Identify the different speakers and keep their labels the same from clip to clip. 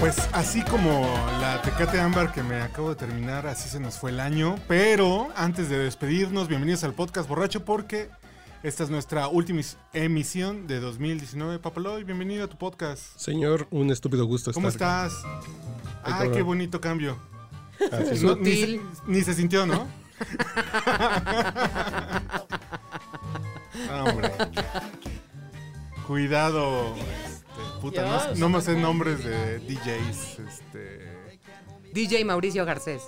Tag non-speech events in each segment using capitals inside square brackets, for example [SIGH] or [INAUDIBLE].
Speaker 1: Pues así como la Tecate Ámbar que me acabo de terminar, así se nos fue el año. Pero antes de despedirnos, bienvenidos al podcast borracho porque esta es nuestra última is- emisión de 2019. Papaloy, bienvenido a tu podcast.
Speaker 2: Señor, un estúpido gusto
Speaker 1: ¿Cómo
Speaker 2: estar
Speaker 1: estás? Ay,
Speaker 2: cabrón.
Speaker 1: qué bonito cambio.
Speaker 2: Así es.
Speaker 1: No, ni, se,
Speaker 3: Sutil.
Speaker 1: ni se sintió, ¿no? Ah, Hombre. Cuidado. este, puta, no,
Speaker 3: Dios.
Speaker 1: no me sé nombres de DJs. Este.
Speaker 3: DJ Mauricio Garcés.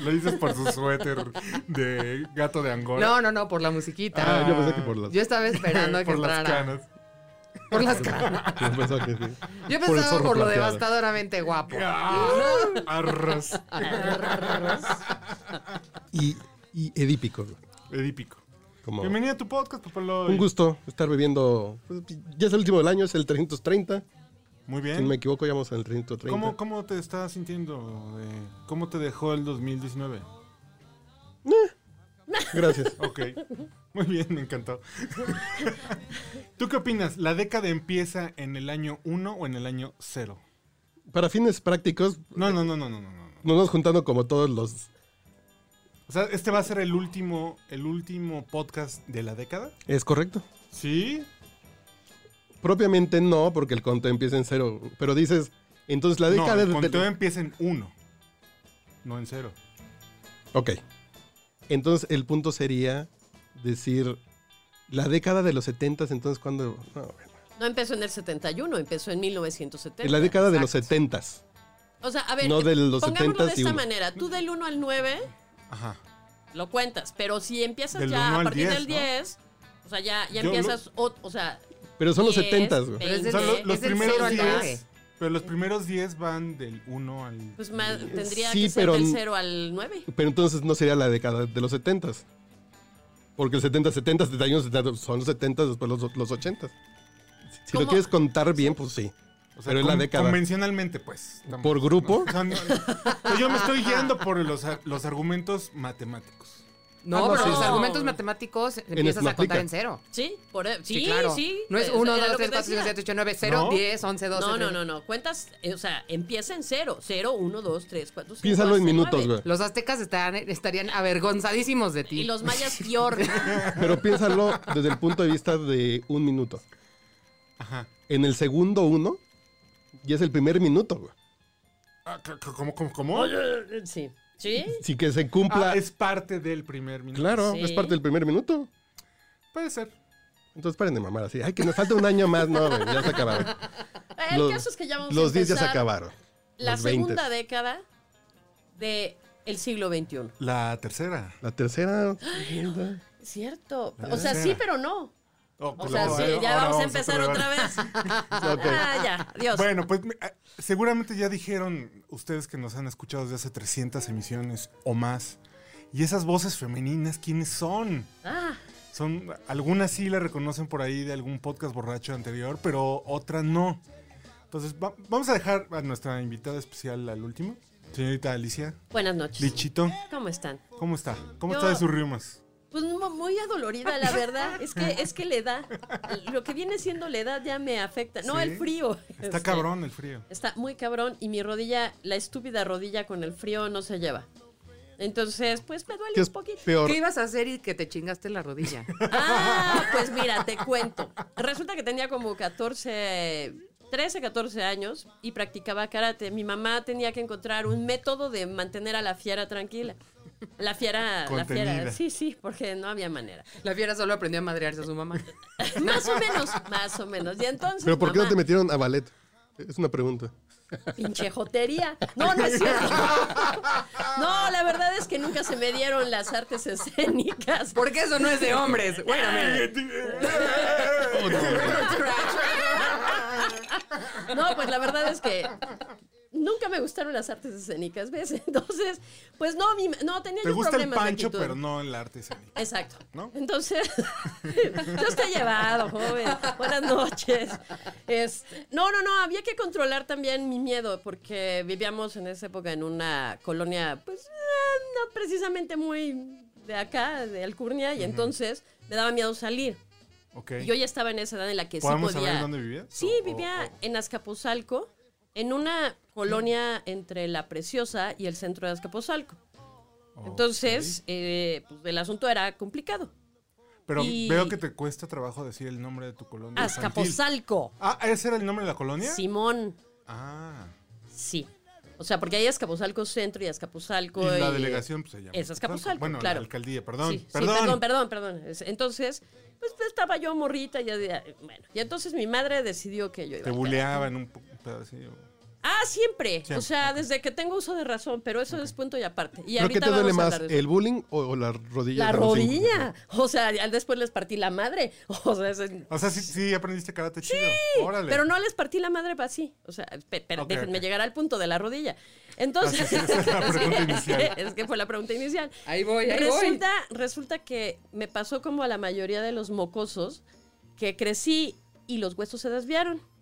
Speaker 1: Lo dices por su suéter de gato de Angola.
Speaker 3: No, no, no, por la
Speaker 2: [LAUGHS]
Speaker 3: musiquita.
Speaker 2: Ah, yo pensé que por las...
Speaker 3: Yo estaba esperando a
Speaker 1: [LAUGHS]
Speaker 3: que
Speaker 1: por las
Speaker 3: entrara.
Speaker 1: canas.
Speaker 3: Por
Speaker 2: [LAUGHS]
Speaker 3: las canas.
Speaker 2: [LAUGHS] yo pensaba que sí.
Speaker 3: Yo
Speaker 2: Por el
Speaker 3: pensaba por,
Speaker 2: zorro
Speaker 3: lo
Speaker 2: plateado.
Speaker 3: devastadoramente guapo.
Speaker 1: Ah, Arras.
Speaker 2: Y, y edípico. güey.
Speaker 1: Edípico.
Speaker 2: Como
Speaker 1: Bienvenido a tu podcast, Papaloy.
Speaker 2: un gusto estar bebiendo. pues, ya es el último del año, es el 330.
Speaker 1: Muy
Speaker 2: Si no me
Speaker 1: bien.
Speaker 2: equivoco, ya vamos al 330.
Speaker 1: ¿Cómo, ¿Cómo te estás sintiendo? eh? ¿Cómo te dejó el 2019? [LAUGHS]
Speaker 2: Gracias.
Speaker 1: Ok. Muy bien, me encantó. ¿Tú qué opinas? ¿La década empieza en el año 1 o en el año 0?
Speaker 2: Para fines prácticos,
Speaker 1: No, no, no, no, no, no. no.
Speaker 2: nos vamos juntando como todos los.
Speaker 1: O sea, este va a ser el último, el último podcast de la década.
Speaker 2: ¿Es correcto?
Speaker 1: Sí.
Speaker 2: Propiamente no, porque el conteo empieza en cero. Pero dices, entonces la
Speaker 1: No,
Speaker 2: década
Speaker 1: el
Speaker 2: es de-
Speaker 1: conteo empieza en 1. No en 0.
Speaker 2: Ok. Entonces el punto sería decir la década de los 70 entonces cuando
Speaker 4: No empezó en el 71, empezó en 1970.
Speaker 2: en la década de los
Speaker 3: Exacto.
Speaker 2: 70
Speaker 4: O sea, a ver,
Speaker 2: no de los
Speaker 4: pongámoslo
Speaker 2: 70s
Speaker 4: de
Speaker 2: y
Speaker 4: esta
Speaker 2: uno.
Speaker 4: manera. Tú del 1 al 9
Speaker 1: Ajá.
Speaker 4: lo cuentas, pero si empiezas
Speaker 1: Del
Speaker 4: ya
Speaker 1: 1
Speaker 4: a
Speaker 1: al
Speaker 4: partir
Speaker 1: 10,
Speaker 4: del
Speaker 1: ¿no?
Speaker 4: 10, o sea, ya, ya
Speaker 1: Yo lo-
Speaker 4: empiezas, o, o sea,
Speaker 2: Pero son los
Speaker 4: 10,
Speaker 2: 70 güey.
Speaker 4: ve-
Speaker 3: Pero es
Speaker 1: O
Speaker 3: el,
Speaker 1: sea, lo-
Speaker 4: es
Speaker 1: los
Speaker 3: del cero
Speaker 1: primeros
Speaker 3: al
Speaker 1: 10.
Speaker 3: nueve.
Speaker 1: Pero los primeros 10 van del 1 al.
Speaker 4: pues más-
Speaker 1: diez.
Speaker 4: tendría
Speaker 2: Sí,
Speaker 4: que ser
Speaker 2: pero-
Speaker 4: del 0 al 9.
Speaker 2: Pero entonces no sería la década de los 70 Porque el 70, 70, 71, 70 son los 70 después los, los 80 Si lo
Speaker 4: ¿Cómo?
Speaker 2: quieres contar bien, pues sí.
Speaker 1: O
Speaker 2: pero es la década.
Speaker 1: Convencionalmente, pues. Estamos-
Speaker 2: ¿Por grupo?
Speaker 1: O sea, no- no, yo me estoy guiando por los, ar- los argumentos matemáticos.
Speaker 3: No,
Speaker 2: Ah, no,
Speaker 3: pero
Speaker 2: sí,
Speaker 3: los
Speaker 4: sí.
Speaker 3: argumentos matemáticos empiezas a
Speaker 2: Esmaplica.
Speaker 3: contar en cero.
Speaker 4: Sí, por, e, sí, sí,
Speaker 3: No es
Speaker 4: pues,
Speaker 3: 1,
Speaker 4: era
Speaker 3: 2,
Speaker 4: lo que
Speaker 3: 3,
Speaker 4: te
Speaker 3: 4, 5,
Speaker 4: decía.
Speaker 3: 6, 7, 8, 9, 0,
Speaker 1: ¿No?
Speaker 3: 10, 11, 12.
Speaker 4: No, no, no, no, cuentas, eh, o sea, empieza en 0, 0, 1, 2, 3, 4, 5.
Speaker 2: Piénsalo en minutos, güey.
Speaker 3: Los aztecas estarán- estarían avergonzadísimos de ti.
Speaker 4: Y los mayas
Speaker 3: [LAUGHS]
Speaker 4: peor.
Speaker 2: Pero piénsalo desde el punto de vista de un minuto.
Speaker 1: Ajá.
Speaker 2: En el segundo uno, ya es el primer minuto, güey.
Speaker 1: Ah, c- c- ¿Cómo, cómo, cómo?
Speaker 4: sí. ¿Sí?
Speaker 2: Si que se
Speaker 1: Ah,
Speaker 2: cumpla.
Speaker 1: es parte del primer minuto.
Speaker 2: Claro,
Speaker 4: Sí.
Speaker 2: es parte del primer minuto.
Speaker 1: Puede ser.
Speaker 2: Entonces paren de mamar así. Ay, que nos falta un año más. No, güey, ya se acabaron.
Speaker 4: El
Speaker 2: Los-
Speaker 4: caso es que ya vamos
Speaker 2: Los
Speaker 4: a
Speaker 2: 10 ya se
Speaker 4: empezar
Speaker 2: acabaron.
Speaker 4: La
Speaker 2: Los 20.
Speaker 4: segunda década de el siglo XXI.
Speaker 1: La tercera.
Speaker 2: La tercera. segunda.
Speaker 4: Cierto.
Speaker 1: La
Speaker 4: O sea,
Speaker 1: tercera.
Speaker 4: sí, pero no.
Speaker 1: Oh,
Speaker 4: O
Speaker 1: pues
Speaker 4: sea,
Speaker 1: ahora-
Speaker 4: sí, ya
Speaker 1: ahora
Speaker 4: vamos a empezar
Speaker 1: probar.
Speaker 4: otra vez.
Speaker 2: Ok.
Speaker 4: Ah, ya, adiós.
Speaker 1: Bueno, pues me- ah, seguramente ya dijeron ustedes que nos han escuchado desde hace 300 emisiones o más. ¿Y esas voces femeninas quiénes son?
Speaker 4: Ah,
Speaker 1: Son algunas sí la reconocen por ahí de algún podcast borracho anterior, pero otras no. Entonces va- vamos a dejar a nuestra invitada especial al último, señorita Alicia
Speaker 4: buenas noches.
Speaker 1: Lichito.
Speaker 4: ¿Cómo están?
Speaker 1: ¿Cómo está? ¿Cómo
Speaker 4: Yo-
Speaker 1: está de sus riumas?
Speaker 4: Pues mu- muy adolorida, la verdad. Es que es que la edad, lo que viene siendo la edad ya me afecta. No,
Speaker 1: Sí.
Speaker 4: el frío. Este,
Speaker 1: Está cabrón el frío.
Speaker 4: Está muy cabrón y mi rodilla, la estúpida rodilla con el frío no se lleva. Entonces, pues me
Speaker 2: ¿Qué
Speaker 4: duele
Speaker 2: es
Speaker 4: un poquito.
Speaker 2: peor?
Speaker 3: ¿Qué ibas a hacer y que te chingaste la rodilla?
Speaker 4: Ah, pues mira, te cuento. Resulta que tenía como 14, 13, 14 años y practicaba karate. Mi mamá tenía que encontrar un método de mantener a la fiera tranquila. La fiera, la
Speaker 1: Contenida.
Speaker 4: fiera, sí, sí, porque no había manera. [LAUGHS]
Speaker 3: La fiera solo aprendió a madrearse a su mamá.
Speaker 4: Más o menos, más o menos. Y entonces,
Speaker 2: ¿Pero por qué no
Speaker 4: mamá,
Speaker 2: te metieron a ballet? Es una pregunta.
Speaker 4: Pinche jotería. No, no es cierto.
Speaker 2: [LAUGHS]
Speaker 4: No, la verdad es que nunca se me dieron las artes escénicas.
Speaker 3: Porque eso no es de hombres. Bueno,
Speaker 4: [LAUGHS] eh,
Speaker 3: mira. [LAUGHS]
Speaker 4: No, pues la verdad es que nunca me gustaron las artes escénicas, ¿ves? [LAUGHS] Entonces, pues no, mi- no
Speaker 1: [LAUGHS]
Speaker 4: tenía
Speaker 1: Te
Speaker 4: yo
Speaker 1: gusta el
Speaker 4: problemas de
Speaker 1: pancho,
Speaker 4: actitud.
Speaker 1: pero no el arte escénico.
Speaker 4: Exacto.
Speaker 1: ¿No?
Speaker 4: Entonces, [LAUGHS] yo estoy llevado, joven. Buenas noches. Este, no, no, no, había que controlar también mi miedo, porque vivíamos en esa época en una colonia, pues, eh, no precisamente muy de acá, de Alcurnia, y entonces me daba miedo salir.
Speaker 1: Ok.
Speaker 4: Yo ya estaba en esa edad en la que sí
Speaker 1: ¿Podemos saber
Speaker 4: podía.
Speaker 1: dónde vivías?
Speaker 4: Sí,
Speaker 1: O-
Speaker 4: vivía en Azcapotzalco, en una colonia entre La Preciosa y el centro de Azcapotzalco.
Speaker 1: o- o-
Speaker 4: Entonces, eh, pues, el asunto era complicado.
Speaker 1: ok. Pero
Speaker 4: y-
Speaker 1: veo que te cuesta trabajo decir el nombre de tu colonia. infantil.
Speaker 4: Azcapotzalco.
Speaker 1: Ah, ¿ese era el nombre de la colonia?
Speaker 4: Simón,
Speaker 1: Ah.
Speaker 4: sí. O sea, porque hay Azcapotzalco Centro y Azcapotzalco.
Speaker 1: Y la
Speaker 4: y-
Speaker 1: delegación pues, se llama.
Speaker 4: Es Azcapotzalco,
Speaker 1: Bueno,
Speaker 4: claro.
Speaker 1: la alcaldía, perdón.
Speaker 4: Sí, sí,
Speaker 1: perdón.
Speaker 4: perdón, perdón, perdón. Es- Entonces, pues pues, estaba yo morrita y ya de- bueno. Y entonces mi madre decidió que yo iba
Speaker 1: Te
Speaker 4: a-
Speaker 1: buleaban un po- un pedacillo.
Speaker 4: Ah, siempre.
Speaker 1: Siempre,
Speaker 4: O sea, desde que tengo uso de razón, pero eso es punto y aparte.
Speaker 2: ¿Pero
Speaker 4: Y
Speaker 2: qué
Speaker 4: ahorita
Speaker 2: te duele
Speaker 4: vamos a
Speaker 2: más,
Speaker 4: hablar de eso.
Speaker 2: el bullying o, o la rodilla? de
Speaker 4: La
Speaker 2: Ramoncín?
Speaker 4: rodilla. O sea, ya después les partí la madre. [LAUGHS] O sea, ese-
Speaker 1: O sea, sí, sí aprendiste karate chido. Órale. [LAUGHS]
Speaker 4: Pero no les partí la madre así. O sea, pe- pero
Speaker 1: Ok,
Speaker 4: déjenme
Speaker 1: ok.
Speaker 4: llegar al punto de la rodilla. Entonces,
Speaker 1: [LAUGHS]
Speaker 4: [LAUGHS]
Speaker 1: Ah, sí, sí, esa es la pregunta inicial.
Speaker 4: es que fue la pregunta inicial.
Speaker 3: Ahí voy, ahí voy.
Speaker 4: resulta, resulta que me pasó como a la mayoría de los mocosos, que crecí y los huesos se desviaron.
Speaker 1: Oh.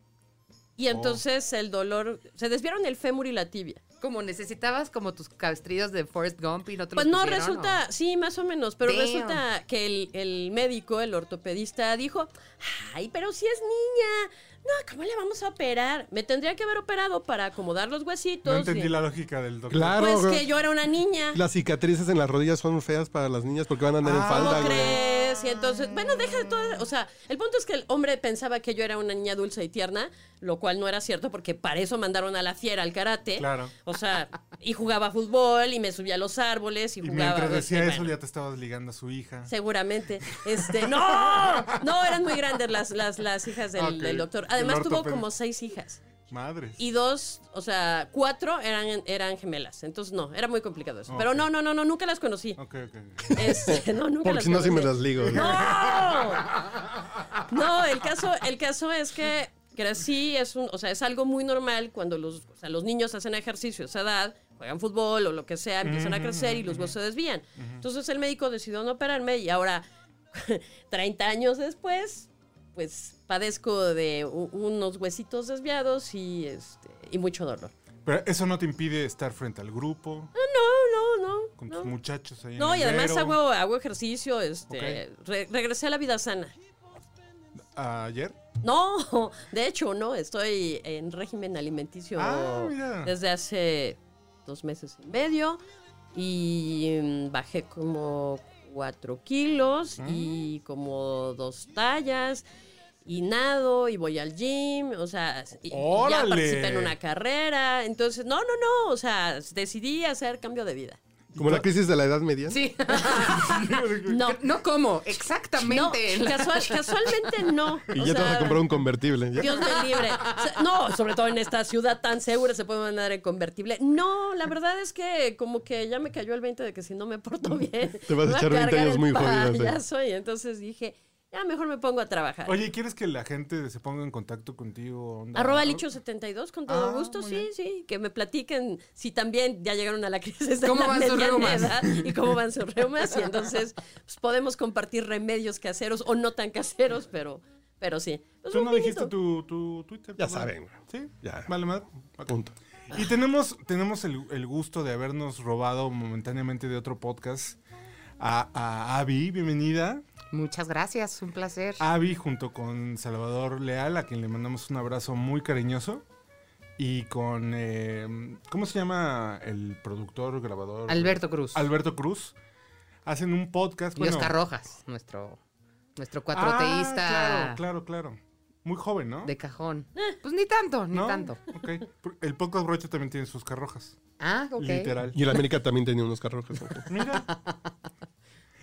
Speaker 4: Y entonces el dolor, se desviaron el fémur y la tibia.
Speaker 3: Como necesitabas como tus castridos de Forrest Gump y no te los
Speaker 4: Pues no,
Speaker 3: pusieron,
Speaker 4: resulta, sí, más o menos, pero
Speaker 3: Damn.
Speaker 4: resulta que el, el médico, el ortopedista, dijo, ay, pero si es niña, no, ¿cómo le vamos a operar? Me tendría que haber operado para acomodar los huesitos.
Speaker 1: No entendí
Speaker 4: y-
Speaker 1: la lógica del doctor.
Speaker 2: Claro.
Speaker 4: Pues
Speaker 2: güey.
Speaker 4: que yo era una niña.
Speaker 2: Las cicatrices en las rodillas son feas para las niñas porque van a andar en
Speaker 1: Ah,
Speaker 4: ¿Cómo
Speaker 2: falda, güey.
Speaker 4: crees? Y entonces, bueno, deja de todo. O sea, el punto es que el hombre pensaba que yo era una niña dulce y tierna, lo cual no era cierto porque para eso mandaron a la fiera al karate.
Speaker 1: Claro.
Speaker 4: O sea, y jugaba fútbol y me subía a los árboles y
Speaker 1: Y
Speaker 4: jugaba. este,
Speaker 1: mientras decía
Speaker 4: bueno.
Speaker 1: eso, ya te estabas ligando a su hija.
Speaker 4: Seguramente.
Speaker 1: [LAUGHS]
Speaker 4: Este, no, no, eran muy grandes las, las, las hijas del,
Speaker 1: Ok.
Speaker 4: del doctor.
Speaker 1: El
Speaker 4: Además tuvo
Speaker 1: ortopedista.
Speaker 4: como seis hijas.
Speaker 1: Madres.
Speaker 4: Y dos, o sea, cuatro eran, eran gemelas. Entonces, no, era muy complicado eso. Pero
Speaker 1: Ok.
Speaker 4: no, no, no, no, nunca las conocí.
Speaker 1: Ok, ok.
Speaker 4: Este, no, nunca
Speaker 2: Porque
Speaker 4: las
Speaker 2: si no, si me
Speaker 4: conocí.
Speaker 2: las ligo. güey.
Speaker 4: ¡No! No, el caso, el caso es que crecí, es un, o sea, es algo muy normal cuando los, o sea, los niños hacen ejercicio a esa edad, juegan fútbol o lo que sea, empiezan a crecer y los huesos se desvían. Entonces el médico decidió no operarme y ahora, [LAUGHS] 30 años después, pues padezco de u- unos huesitos desviados y, este, y mucho dolor.
Speaker 1: Pero eso no te impide estar frente al grupo,
Speaker 4: No, no, no.
Speaker 1: con
Speaker 4: no.
Speaker 1: tus muchachos ahí. en
Speaker 4: No, y
Speaker 1: el
Speaker 4: además
Speaker 1: mero.
Speaker 4: hago, hago ejercicio, este,
Speaker 1: Ok.
Speaker 4: re- regresé a la vida sana.
Speaker 1: ¿Ayer?
Speaker 4: No, [LAUGHS] de hecho, no, estoy en régimen alimenticio
Speaker 1: Ah, mira.
Speaker 4: desde hace dos meses y medio y mm, bajé como cuatro kilos
Speaker 2: Ah.
Speaker 4: y como dos tallas y nado y voy al gym, o sea, y- y ya
Speaker 1: ¡Órale!
Speaker 4: participé en una carrera, entonces, no, no, no, o sea, decidí hacer cambio de vida.
Speaker 2: Como la crisis de la edad media.
Speaker 3: ¿no?
Speaker 1: [LAUGHS]
Speaker 3: Sí.
Speaker 4: No.
Speaker 3: No como,
Speaker 4: No,
Speaker 3: exactamente.
Speaker 4: casual- casualmente no.
Speaker 2: [LAUGHS] Y
Speaker 4: o
Speaker 2: ya te vas
Speaker 4: sea,
Speaker 2: a comprar un convertible. ¿ya?
Speaker 4: [LAUGHS] Dios me libre. O sea, no, sobre todo en esta ciudad tan segura se puede mandar en convertible. No, la verdad es que como que ya me cayó el 20 de que si no me porto bien.
Speaker 2: Mm. Te vas a
Speaker 4: me va
Speaker 2: echar 20
Speaker 4: cargar
Speaker 2: años
Speaker 4: el
Speaker 2: muy ¿eh? jodida, sí.
Speaker 4: payaso. Y entonces dije, ya mejor me pongo a trabajar.
Speaker 1: Oye, ¿quieres que la gente se ponga en contacto contigo? onda?
Speaker 4: Arroba Licho72, con todo
Speaker 1: Ah,
Speaker 4: gusto,
Speaker 1: muy
Speaker 4: sí,
Speaker 1: bien.
Speaker 4: sí. Que me platiquen si también ya llegaron a la crisis de
Speaker 3: ¿Cómo
Speaker 4: la
Speaker 3: van sus
Speaker 4: mediana
Speaker 3: reumas?
Speaker 4: edad y cómo van sus reumas. Y entonces pues, podemos compartir remedios caseros o no tan caseros, pero, pero sí. Pues,
Speaker 1: Tú
Speaker 4: un
Speaker 1: no
Speaker 4: vinito.
Speaker 1: dijiste tu, tu Twitter.
Speaker 2: Ya
Speaker 1: perdón.
Speaker 2: saben.
Speaker 1: Sí,
Speaker 2: Ya.
Speaker 1: Vale, madre. Ok.
Speaker 2: Punto.
Speaker 1: Y tenemos, tenemos el, el gusto de habernos robado momentáneamente de otro podcast a, a Abby. Bienvenida.
Speaker 3: Muchas gracias, un placer.
Speaker 1: Abby junto con Salvador Leal, a quien le mandamos un abrazo muy cariñoso. Y con, eh, ¿cómo se llama el productor, grabador?
Speaker 3: Alberto Cruz.
Speaker 1: Alberto Cruz. Hacen un podcast.
Speaker 3: y
Speaker 1: bueno,
Speaker 3: Oscar Rojas, nuestro, nuestro
Speaker 1: Ah,
Speaker 3: cuatroteísta
Speaker 1: claro, claro, claro. Muy joven, ¿no?
Speaker 3: de cajón.
Speaker 4: Eh.
Speaker 3: Pues ni tanto, ni
Speaker 1: ¿No?
Speaker 3: tanto.
Speaker 1: Ok. El podcast broche también tiene sus carrojas.
Speaker 3: Ah, ok.
Speaker 1: Literal.
Speaker 3: [LAUGHS]
Speaker 2: Y el América también tenía unos carrojes. ¿no?
Speaker 1: Mira.